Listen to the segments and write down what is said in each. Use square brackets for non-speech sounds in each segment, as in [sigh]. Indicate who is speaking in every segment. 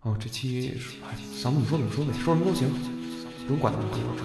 Speaker 1: 哦，这期是哎，想怎么说怎么说呗，说什么都行，不用管那么多。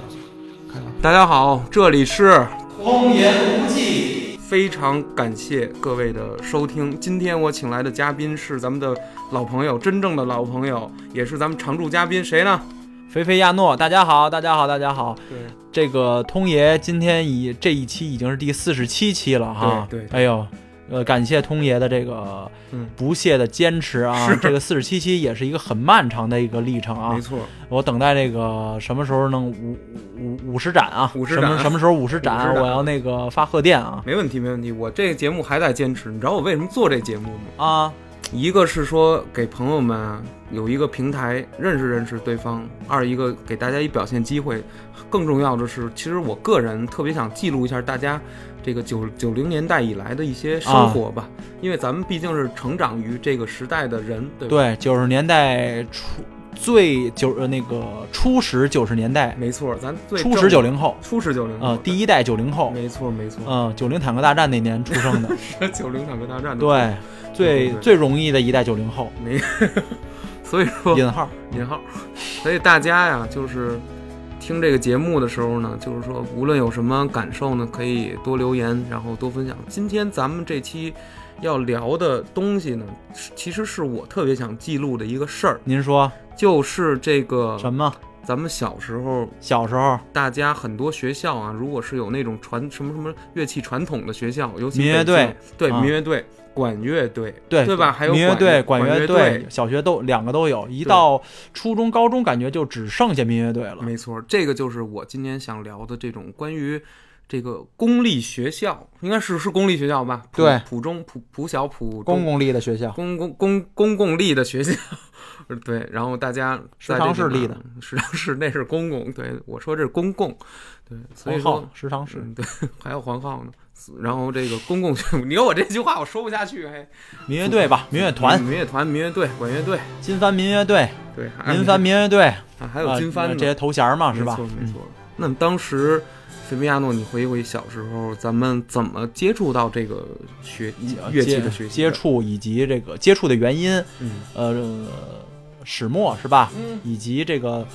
Speaker 1: 开吧。
Speaker 2: 大家好，这里是
Speaker 3: 荒言无忌。
Speaker 2: 非常感谢各位的收听。今天我请来的嘉宾是咱们的老朋友，真正的老朋友，也是咱们常驻嘉宾，谁呢？
Speaker 4: 菲菲亚诺，大家好，大家好，大家好。
Speaker 2: 对，
Speaker 4: 这个通爷今天以这一期已经是第四十七期了哈。
Speaker 2: 对对
Speaker 4: 哎呦，呃，感谢通爷的这个
Speaker 2: 嗯
Speaker 4: 不懈的坚持啊，这个四十七期也是一个很漫长的一个历程啊
Speaker 2: 没。错，
Speaker 4: 我等待这个什么时候能五五五十斩啊？
Speaker 2: 50
Speaker 4: 什么
Speaker 2: 斩
Speaker 4: 什么时候五十
Speaker 2: 50
Speaker 4: 斩？
Speaker 2: 斩
Speaker 4: 我要那个发贺电啊
Speaker 2: 没问题，没问题。我这个节目还在坚持，你知道我为什么做这节目吗？
Speaker 4: 啊！
Speaker 2: 一个是说给朋友们啊有一个平台认识认识对方，二一个给大家一表现机会，更重要的是，其实我个人特别想记录一下大家这个九九零年代以来的一些生活吧，
Speaker 4: 啊
Speaker 2: 因为咱们毕竟是成长于这个时代的人，对吧？
Speaker 4: 对，九十年代初最九呃那个初始九十年代，
Speaker 2: 没错，咱最
Speaker 4: 初始九
Speaker 2: 零，
Speaker 4: 零后，
Speaker 2: 初始九零
Speaker 4: 呃，第一代九零后，
Speaker 2: 没错没错，
Speaker 4: 嗯，九零坦克大战那年出生的，
Speaker 2: [laughs] 九零坦克大战的，
Speaker 4: 对，
Speaker 2: 对
Speaker 4: 最
Speaker 2: 对
Speaker 4: 最容易的一代九零后，
Speaker 2: 所以说
Speaker 4: 引号，
Speaker 2: 引号。所以大家呀，就是听这个节目的时候呢，就是说无论有什么感受呢，可以多留言，然后多分享。今天咱们这期要聊的东西呢，是其实是我特别想记录的一个事儿，
Speaker 4: 您说
Speaker 2: 就是这个
Speaker 4: 什么？
Speaker 2: 咱们小时候，
Speaker 4: 小时候
Speaker 2: 大家很多学校啊，如果是有那种传什么什么乐器传统的学校，尤其
Speaker 4: 民乐
Speaker 2: 北京
Speaker 4: 队，
Speaker 2: 对
Speaker 4: 啊
Speaker 2: 民乐队、管乐队，
Speaker 4: 对
Speaker 2: 对吧还有
Speaker 4: 民乐队、
Speaker 2: 管
Speaker 4: 管
Speaker 2: 乐
Speaker 4: 乐
Speaker 2: 队
Speaker 4: 队、小学都两个都有，一
Speaker 2: 对
Speaker 4: 到初中、高中感觉就只剩下民乐队了。
Speaker 2: 没错，这个就是我今天想聊的这种关于这个公立学校，应该是是公立学校吧？普
Speaker 4: 对
Speaker 2: 普中、普普小、普中
Speaker 4: 公共立的学校，
Speaker 2: 公公公公共立的学校， [laughs] 对，然后大家
Speaker 4: 食
Speaker 2: 在这
Speaker 4: 堂
Speaker 2: 个
Speaker 4: 是立的，
Speaker 2: 食堂是那是公共，对我说这是公共，对，所以
Speaker 4: 黄
Speaker 2: 说
Speaker 4: 浩食堂是
Speaker 2: 嗯对，还有黄浩呢。然后这个公共学，你看我这句话我说不下去，哎，
Speaker 4: 民乐队吧，民乐团、
Speaker 2: 民乐团、民乐队、管乐队，
Speaker 4: 金帆民乐队、
Speaker 2: 对，还有
Speaker 4: 民帆民乐队，
Speaker 2: 啊还有
Speaker 4: 呃
Speaker 2: 金帆呢，
Speaker 4: 这些头衔嘛，是吧
Speaker 2: 没？错，没错。嗯那么当时，菲比亚诺，你回忆回小时候，咱们怎么接触到这个学乐器的学习
Speaker 4: 接
Speaker 2: 的？
Speaker 4: 触以及这个接触的原因，
Speaker 2: 嗯
Speaker 4: 呃，始末是吧？
Speaker 2: 嗯，
Speaker 4: 以及这个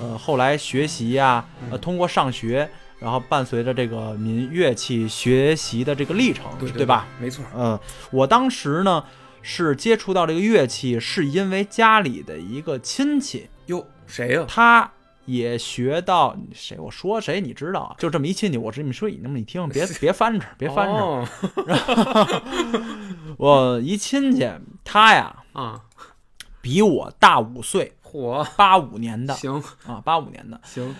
Speaker 4: 呃后来学习呀、呃
Speaker 2: 嗯
Speaker 4: 通过上学，然后伴随着这个民乐器学习的这个历程，
Speaker 2: 对
Speaker 4: 吧？？
Speaker 2: 没错，
Speaker 4: 嗯，我当时呢是接触到这个乐器，是因为家里的一个亲戚，
Speaker 2: 哟，谁呀？
Speaker 4: 他。也学到谁？我说谁你知道啊？就这么一亲戚，我这么一说，你那么一听，
Speaker 2: [laughs]
Speaker 4: 别别翻着，别翻着。
Speaker 2: 哦
Speaker 4: 我一亲戚，他呀
Speaker 2: 啊，
Speaker 4: 比我大五岁，
Speaker 2: 火，
Speaker 4: 八五年的
Speaker 2: 行
Speaker 4: 啊，八五年的，
Speaker 2: 行，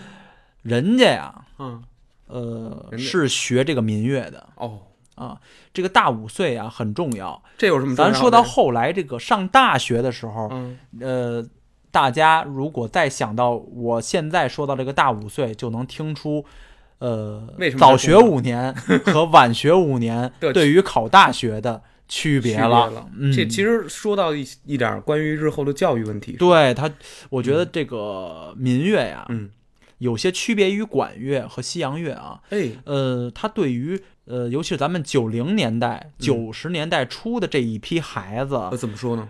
Speaker 4: 人家呀
Speaker 2: 嗯，
Speaker 4: 呃，
Speaker 2: 人家
Speaker 4: 是学这个民乐的
Speaker 2: 哦，
Speaker 4: 啊。这个大五岁啊很重要。
Speaker 2: 这有什么重要
Speaker 4: 咱
Speaker 2: 的？
Speaker 4: 说到后来这个上大学的时候，
Speaker 2: 嗯，
Speaker 4: 呃，大家如果再想到我现在说到这个大五岁，就能听出。呃
Speaker 2: 为什，么
Speaker 4: 早学五年 [laughs] 和晚学
Speaker 2: [laughs]
Speaker 4: 五年
Speaker 2: 的
Speaker 4: 对于考大学的
Speaker 2: 区
Speaker 4: 区别
Speaker 2: 了。
Speaker 4: 嗯，
Speaker 2: 这其实说到一一点关于日后的教育问题，
Speaker 4: 对他，我觉得这个民乐呀，
Speaker 2: 嗯，
Speaker 4: 有些区别于管乐和西洋乐啊。
Speaker 2: 哎，
Speaker 4: 呃，他对于呃，尤其是咱们九零年代、
Speaker 2: 嗯
Speaker 4: 九十年代初的这一批孩
Speaker 2: 呃
Speaker 4: 子
Speaker 2: 怎么说呢？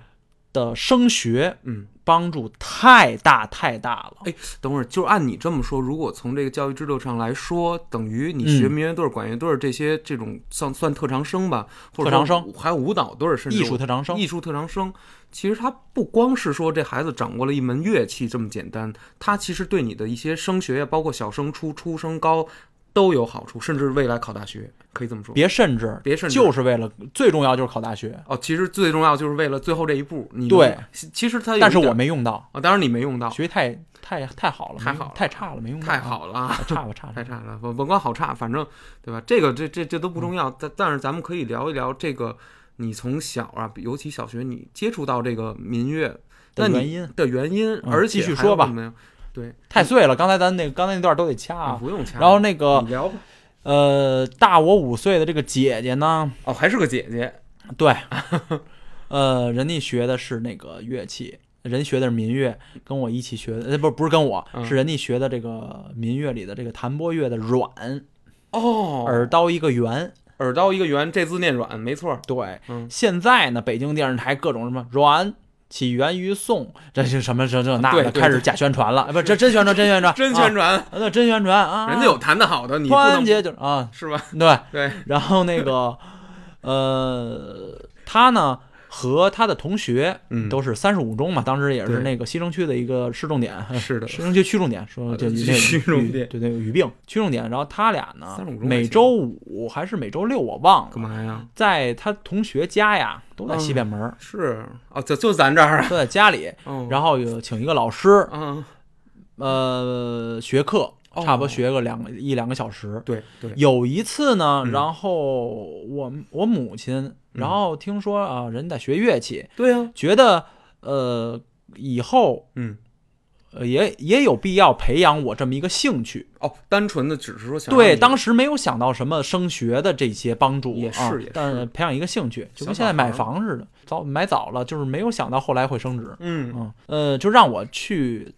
Speaker 4: 的升学
Speaker 2: 嗯，
Speaker 4: 帮助太大太大了。
Speaker 2: 哎，等会儿，就是按你这么说，如果从这个教育制度上来说，等于你学
Speaker 4: 嗯
Speaker 2: 民乐队儿、管乐队儿这些这种算算特长生吧，或者
Speaker 4: 特长
Speaker 2: 说
Speaker 4: 生
Speaker 2: 还有舞蹈队儿，甚至
Speaker 4: 艺术特长生
Speaker 2: 艺术特长生。其实他不光是说这孩子掌握了一门乐器这么简单，他其实对你的一些升学呀，包括小升初、初升高都有好处，甚至未来考大学，可以这么说。
Speaker 4: 别甚至，
Speaker 2: 别甚至
Speaker 4: 就是为了最重要就是考大学，
Speaker 2: 哦，其实最重要就是为了最后这一步，你
Speaker 4: 对
Speaker 2: 能，其其实他有一
Speaker 4: 但是
Speaker 2: 点
Speaker 4: 我没用到，
Speaker 2: 啊、当然你没用到，
Speaker 4: 学习太太太好了，
Speaker 2: 太
Speaker 4: 没
Speaker 2: 好了
Speaker 4: 太差了，没用到，
Speaker 2: 太，好了啊。
Speaker 4: 差吧差吧
Speaker 2: 太，差了，甭甭管好差，反正对吧？这个这这这都不重
Speaker 4: 嗯
Speaker 2: 要，但但是咱们可以聊一聊这个，你从小啊，尤其小学你接触到这个民乐那
Speaker 4: 的原
Speaker 2: 你
Speaker 4: 因
Speaker 2: 的原因，
Speaker 4: 嗯
Speaker 2: 而
Speaker 4: 继
Speaker 2: 且
Speaker 4: 续
Speaker 2: 还
Speaker 4: 说
Speaker 2: 有
Speaker 4: 吧
Speaker 2: 什么呀？对，
Speaker 4: 太碎了。刚才咱那刚才那段都得掐
Speaker 2: 你
Speaker 4: 啊。
Speaker 2: 不用掐。
Speaker 4: 然后那个
Speaker 2: 你聊吧。
Speaker 4: 呃，大我五岁的这个姐姐呢，
Speaker 2: 哦，还是个姐姐，
Speaker 4: 对， [laughs] 呃，人家学的是那个乐器，人学的是民乐，跟我一起学的，呃，不，不是跟我，
Speaker 2: 嗯
Speaker 4: 是人家学的这个民乐里的这个弹拨乐的阮，
Speaker 2: 哦，
Speaker 4: 耳刀一个圆。
Speaker 2: 耳
Speaker 4: 啊
Speaker 2: 刀一个圆，这字念软，没错。
Speaker 4: 对，
Speaker 2: 嗯
Speaker 4: 现在呢，北京电视台各种什么阮起源于宋，这是什么这这那
Speaker 2: 对
Speaker 4: 的，
Speaker 2: 对
Speaker 4: 开始假
Speaker 2: [laughs]
Speaker 4: 宣传了，哎不，这真宣传，真宣传，
Speaker 2: 真宣
Speaker 4: 啊，
Speaker 2: 传，
Speaker 4: 啊那真宣传啊，
Speaker 2: 人家有弹的好的，你不
Speaker 4: 团
Speaker 2: 能
Speaker 4: 结就是啊，
Speaker 2: 是吧？
Speaker 4: 对，
Speaker 2: 对，
Speaker 4: 然后那个呃，他呢和他的同学
Speaker 2: 嗯，
Speaker 4: 都是三十五中嘛，当时也是
Speaker 2: 对
Speaker 4: 那个西城区的一个市
Speaker 2: [laughs]
Speaker 4: 重点，
Speaker 2: 是的
Speaker 4: 市城区区重点，说就
Speaker 2: 呃
Speaker 4: 那个
Speaker 2: 区重
Speaker 4: 语
Speaker 2: 点
Speaker 4: 对对，语病区重点。然后他俩呢
Speaker 2: 35，中还
Speaker 4: 每
Speaker 2: 行
Speaker 4: 周五还是每周六我忘
Speaker 2: 干
Speaker 4: 了，
Speaker 2: 嘛呀？
Speaker 4: 在他同学家呀，都在
Speaker 2: 嗯
Speaker 4: 西便门儿，
Speaker 2: 是哦，就就咱这儿啊，
Speaker 4: 都在家里，
Speaker 2: 嗯，
Speaker 4: 然后有请一个老师，
Speaker 2: 嗯，
Speaker 4: 呃，学课，
Speaker 2: 哦
Speaker 4: 差不多学个两个一两个小时，
Speaker 2: 对对，
Speaker 4: 有一次呢，
Speaker 2: 嗯
Speaker 4: 然后我我母亲，然后听说啊，人在学乐器，
Speaker 2: 对啊，
Speaker 4: 觉得呃以后
Speaker 2: 嗯，
Speaker 4: 呃也也有必要培养我这么一个兴趣。
Speaker 2: 哦，单纯的只是说想让
Speaker 4: 对，
Speaker 2: 你
Speaker 4: 当时没有想到什么升学的这些帮助，
Speaker 2: 也是
Speaker 4: 啊
Speaker 2: 也是
Speaker 4: 但培养一个兴趣，就跟
Speaker 2: 小小
Speaker 4: 现在
Speaker 2: 孩儿
Speaker 4: 买房似的，早买早了，就是没有想到后来会升值。
Speaker 2: 嗯
Speaker 4: 嗯，呃，就让我去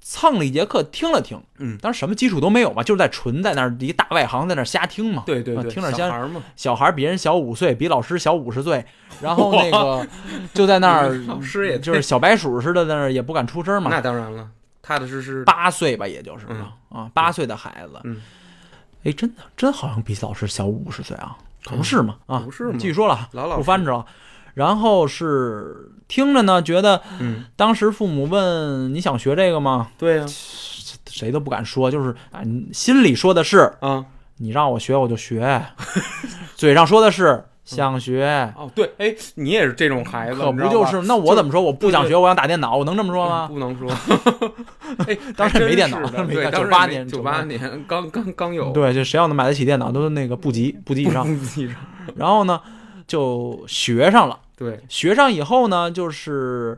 Speaker 4: 蹭了一节课，听了听。
Speaker 2: 嗯
Speaker 4: 当时什么基础都没有嘛，就是在纯在那儿一大外行在那儿瞎听嘛。
Speaker 2: 对对
Speaker 4: 啊
Speaker 2: 对，
Speaker 4: 听着
Speaker 2: 小
Speaker 4: 先
Speaker 2: 孩儿嘛，
Speaker 4: 小孩比人小五岁，比老师小五十岁，然
Speaker 2: [laughs]
Speaker 4: 后那个就在那儿，
Speaker 2: 老师也
Speaker 4: 就是小白鼠似的，在那儿也不敢出声嘛
Speaker 2: 那。当然了，踏踏实实，
Speaker 4: 八岁吧，也就是
Speaker 2: 嗯
Speaker 4: 啊，八岁的孩子
Speaker 2: 嗯，
Speaker 4: 哎，真的真好像比老师小五十岁啊，可不是嘛啊，
Speaker 2: 不是嘛
Speaker 4: 继续说了，
Speaker 2: 老老
Speaker 4: 不
Speaker 2: 实
Speaker 4: 翻着。然后是听着呢，觉得
Speaker 2: 嗯，
Speaker 4: 当时父母问你想学这个吗？
Speaker 2: 对啊呀，
Speaker 4: 谁都不敢说，就是啊，你心里说的是
Speaker 2: 啊，
Speaker 4: 你让我学我
Speaker 2: [laughs]
Speaker 4: 就学，嘴上说的
Speaker 2: 嗯
Speaker 4: 是想学，
Speaker 2: 哦对，哎，你也是这种孩子，
Speaker 4: 可
Speaker 2: 你
Speaker 4: 不
Speaker 2: 知道
Speaker 4: 就
Speaker 2: 吧
Speaker 4: 是？那我怎么说？我不想
Speaker 2: 对
Speaker 4: 学，我想打电脑，我能这么说
Speaker 2: 嗯
Speaker 4: 吗？
Speaker 2: 不能
Speaker 4: [laughs]
Speaker 2: 说，哎，
Speaker 4: 当时
Speaker 2: 还真
Speaker 4: 没电脑
Speaker 2: 是的
Speaker 4: [laughs] 没
Speaker 2: 对
Speaker 4: 电脑
Speaker 2: 当时
Speaker 4: 98
Speaker 2: 没
Speaker 4: 年
Speaker 2: 98年刚刚刚有，
Speaker 4: 对，就谁要能买得起电脑，都是那个部级部级以上。然后呢，就学上了。 [laughs]
Speaker 2: 对，
Speaker 4: 学上以后呢，就是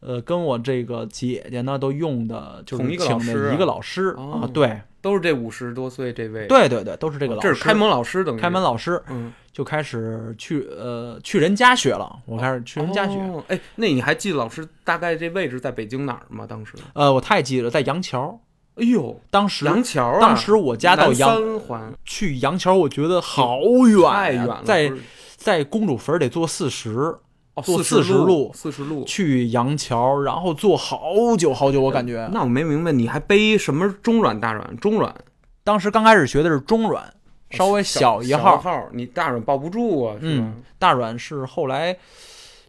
Speaker 4: 呃，跟我这个姐姐呢都用的，就是
Speaker 2: 同一个
Speaker 4: 请
Speaker 2: 老师
Speaker 4: 的
Speaker 2: 啊
Speaker 4: 一个老师
Speaker 2: 哦
Speaker 4: 啊，对
Speaker 2: 都是这五十多岁这位，
Speaker 4: 对对对，都是这个老师。
Speaker 2: 这是开门老师等于
Speaker 4: 开门，老师
Speaker 2: 嗯，
Speaker 4: 就开始去呃去人家学了，我开始去人家学。
Speaker 2: 哦。哎，那你还记得老师大概这位置在北京哪儿吗？当时？
Speaker 4: 呃，我太记得在杨桥，
Speaker 2: 哎呦，
Speaker 4: 当时
Speaker 2: 杨桥啊，
Speaker 4: 当时我家到
Speaker 2: 南
Speaker 4: 杨
Speaker 2: 三环
Speaker 4: 去杨桥，我觉得好远呀、
Speaker 2: 太远了，
Speaker 4: 在
Speaker 2: 不是
Speaker 4: 在公主坟儿得坐四十，
Speaker 2: 哦
Speaker 4: 坐
Speaker 2: 四
Speaker 4: 40路
Speaker 2: 四十路。
Speaker 4: 去杨桥，然后坐好久好久，我感觉。
Speaker 2: 那我没明白，你还背什么中软大软？中软
Speaker 4: 当时刚开始学的是中软，稍微
Speaker 2: 哦小
Speaker 4: 一
Speaker 2: 号，
Speaker 4: 号，
Speaker 2: 号你大软抱不住啊，是吧
Speaker 4: 嗯？，大软是后来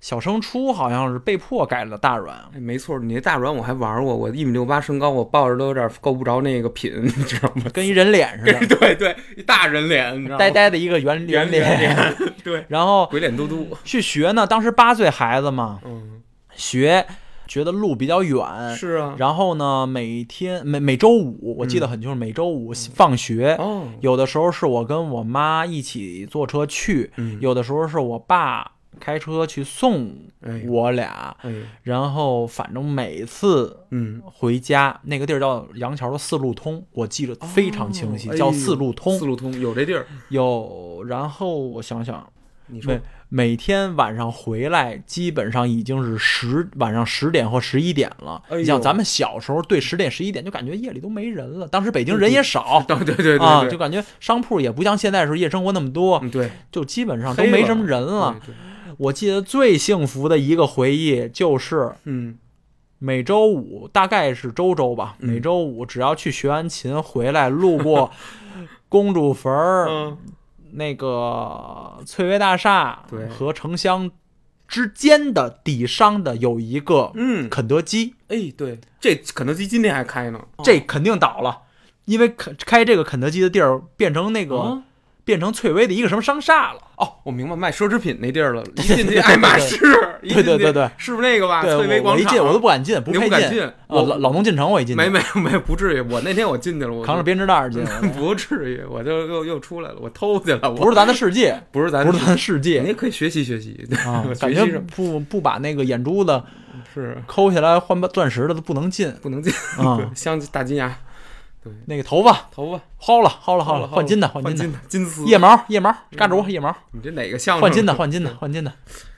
Speaker 4: 小升初好像是被迫改了大软。
Speaker 2: 哎，没错，你那大软我还玩过，我一米六八身高，我抱着都有点够不着那个品， [laughs] 你知道吗？
Speaker 4: 跟一人脸似
Speaker 2: [laughs]
Speaker 4: 的，
Speaker 2: 对对，一大人脸，你知道吗？
Speaker 4: 呆呆的一个圆
Speaker 2: 圆
Speaker 4: 脸，
Speaker 2: 脸， [laughs] 对，
Speaker 4: 然后
Speaker 2: 鬼脸嘟 [laughs] 嘟，
Speaker 4: 去学呢。当时八岁孩子嘛，
Speaker 2: 嗯，
Speaker 4: 学觉得路比较远，
Speaker 2: 是啊，
Speaker 4: 然后呢，每天每每周五，我记得很清楚，每周五放学，
Speaker 2: 嗯哦，
Speaker 4: 有的时候是我跟我妈一起坐车去，
Speaker 2: 嗯
Speaker 4: 有的时候是我爸开车去送
Speaker 2: 哎呦
Speaker 4: 我俩，
Speaker 2: 哎呦，
Speaker 4: 然后反正每次
Speaker 2: 嗯，
Speaker 4: 回家那个地儿叫杨桥的四路通，我记得非常清晰，
Speaker 2: 哦哎
Speaker 4: 叫
Speaker 2: 呦
Speaker 4: 四路通。
Speaker 2: 四路通有这地儿，
Speaker 4: 有，然后我想想，
Speaker 2: 你说
Speaker 4: 每每天晚上回来，基本上已经是十晚上十点或十一点了。
Speaker 2: 哎呦
Speaker 4: 你像咱们小时候，对十点十一点就感觉夜里都没人了，当时北京人也少。
Speaker 2: 对对对对对，
Speaker 4: 啊，就感觉商铺也不像现在时候夜生活那么多，
Speaker 2: 嗯对，
Speaker 4: 就基本上都
Speaker 2: 黑了嗯
Speaker 4: 没什么人了。
Speaker 2: 对对
Speaker 4: 我记得最幸福的一个回忆就是
Speaker 2: 嗯，
Speaker 4: 每周五，大概是周周吧，
Speaker 2: 嗯
Speaker 4: 每周五只要去学完琴回来，
Speaker 2: [laughs]
Speaker 4: 路过公主坟儿、
Speaker 2: 嗯
Speaker 4: 那个翠微大厦
Speaker 2: 对
Speaker 4: 和城乡之间的底商的有一个
Speaker 2: 嗯，
Speaker 4: 肯德基，
Speaker 2: 哎，对，这肯德基今天还开呢，
Speaker 4: 这肯定倒了。因为肯开这个肯德基的地儿变成那个、
Speaker 2: 啊
Speaker 4: 变成翠微的一个什么商厦了，
Speaker 2: 哦，我明白卖奢侈品那地
Speaker 4: [laughs]
Speaker 2: 儿了，一进去爱马仕，一进去
Speaker 4: 对对对，
Speaker 2: 是不是那个吧？
Speaker 4: 对，
Speaker 2: 啊翠微
Speaker 4: 我
Speaker 2: 广
Speaker 4: 我一
Speaker 2: 场，
Speaker 4: 进我都不敢进，不
Speaker 2: 你
Speaker 4: 配
Speaker 2: 不敢进
Speaker 4: 啊
Speaker 2: 我
Speaker 4: 老老农进城我一进去，
Speaker 2: 没没没，不至于。我那天我进去了，我嗯
Speaker 4: 扛着编织袋儿进，
Speaker 2: [laughs] 不至于，我就又又出来了，我偷去了。我
Speaker 4: 不是咱的世界，
Speaker 2: 不 [laughs] 是咱
Speaker 4: 不是咱的世界
Speaker 2: 你。也可以学习学习，，
Speaker 4: 啊
Speaker 2: [laughs] 学
Speaker 4: 感
Speaker 2: 习
Speaker 4: 觉
Speaker 2: 什么
Speaker 4: 不不把那个眼珠子
Speaker 2: 是
Speaker 4: 抠下来换钻石的都不能进
Speaker 2: 不能进。
Speaker 4: 啊
Speaker 2: [laughs] 镶大金牙，
Speaker 4: 那个头发
Speaker 2: 头发
Speaker 4: 薅了薅了薅
Speaker 2: 好
Speaker 4: 了，
Speaker 2: 了
Speaker 4: 换金的
Speaker 2: 换
Speaker 4: 金的，
Speaker 2: 的嗯金丝
Speaker 4: 腋毛腋毛嘎着腋毛
Speaker 2: 你这哪个像
Speaker 4: 换金的换金的换金的，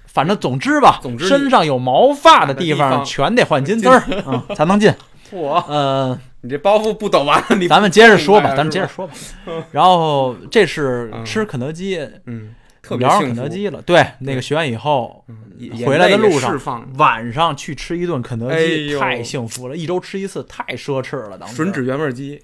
Speaker 4: 反正总之吧，
Speaker 2: 嗯总之你
Speaker 4: 身上有毛发的地
Speaker 2: 地
Speaker 4: 方
Speaker 2: 方
Speaker 4: 全得换金丝儿啊才
Speaker 2: [laughs]
Speaker 4: 能进。
Speaker 2: 我，
Speaker 4: 呃，
Speaker 2: 你这包袱不抖完了，你
Speaker 4: 咱们接着说
Speaker 2: 明白
Speaker 4: 吧，
Speaker 2: 了
Speaker 4: 咱们接着
Speaker 2: 是吧
Speaker 4: 说吧。然后这是
Speaker 2: 嗯
Speaker 4: 吃肯德基，
Speaker 2: 嗯，特别
Speaker 4: 聊上
Speaker 2: 幸
Speaker 4: 肯
Speaker 2: 福
Speaker 4: 德。基了，对，那个学完以后，
Speaker 2: 也
Speaker 4: 回来的
Speaker 2: 眼泪也
Speaker 4: 路上
Speaker 2: 释放，
Speaker 4: 晚上去吃一顿肯德
Speaker 2: 哎
Speaker 4: 基，
Speaker 2: 呦
Speaker 4: 太幸福了，一周吃一次，太奢侈了。当时
Speaker 2: 吮指，原味鸡，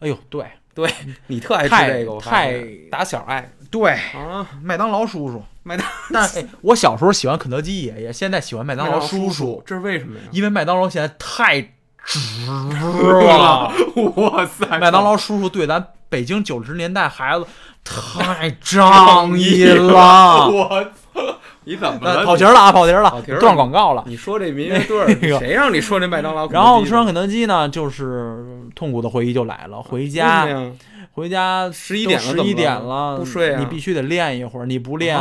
Speaker 4: 哎呦，对
Speaker 2: 对你特爱吃
Speaker 4: 嗯太
Speaker 2: 这个，我发现
Speaker 4: 太
Speaker 2: 打小爱
Speaker 4: 对，
Speaker 2: 啊，
Speaker 4: 麦当劳叔叔，
Speaker 2: 麦当
Speaker 4: 但是、哎我小时候喜欢肯德基爷爷，现在喜欢麦当劳
Speaker 2: 叔
Speaker 4: 叔，，
Speaker 2: 这是为什么呀？
Speaker 4: 因为麦当劳现在太值了。
Speaker 2: 哇 [laughs] 塞，
Speaker 4: [laughs] 麦当劳叔叔对咱北京九十年代孩子太仗义 [laughs] 了。
Speaker 2: 我操，你怎么
Speaker 4: 那
Speaker 2: 了？
Speaker 4: 跑题儿了啊，跑题儿
Speaker 2: 跑
Speaker 4: 了
Speaker 2: 题儿，了嗯
Speaker 4: 断广告了。
Speaker 2: 你说这民乐队儿，
Speaker 4: 那个
Speaker 2: 谁让你说这麦当劳肯德基的？
Speaker 4: 然后吃完肯德基呢，就是痛苦的回忆就来了。回
Speaker 2: 为
Speaker 4: 家，
Speaker 2: 什么呀
Speaker 4: 回家
Speaker 2: 11点了
Speaker 4: 十一
Speaker 2: 怎么
Speaker 4: 点
Speaker 2: 了
Speaker 4: 了，
Speaker 2: 不睡啊啊
Speaker 4: 你必须得练一会儿，你不练，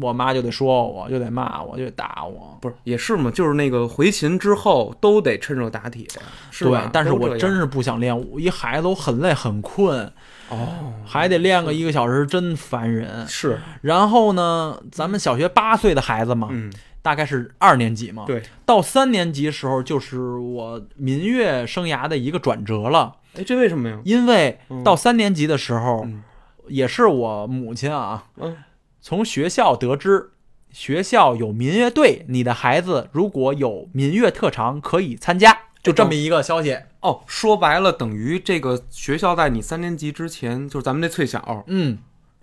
Speaker 4: 我妈就得说我，就得骂我，就得打我。
Speaker 2: 不是也是嘛？就是那个回勤之后都得趁热打铁，是
Speaker 4: 对
Speaker 2: 吧？，
Speaker 4: 但是
Speaker 2: 都这
Speaker 4: 我
Speaker 2: 样
Speaker 4: 真是不想练，我一孩子我很累很困，
Speaker 2: 哦，
Speaker 4: 还得练个一个小时，真烦人。
Speaker 2: 是
Speaker 4: 然后呢，咱们小学八岁的孩子嘛，
Speaker 2: 嗯，
Speaker 4: 大概是二年级嘛，
Speaker 2: 对。
Speaker 4: 到三年级时候就是我民乐生涯的一个转折了，
Speaker 2: 哎，这为什么呀？
Speaker 4: 因为
Speaker 2: 嗯
Speaker 4: 到三年级的时候，
Speaker 2: 嗯
Speaker 4: 也是我母亲啊，
Speaker 2: 嗯
Speaker 4: 从学校得知。学校有民乐队，你的孩子如果有民乐特长可以参加，
Speaker 2: 哎
Speaker 4: 就这么一个消息。
Speaker 2: 哦，说白了，等于这个学校在你三年级之前，就是咱们那翠小
Speaker 4: 嗯，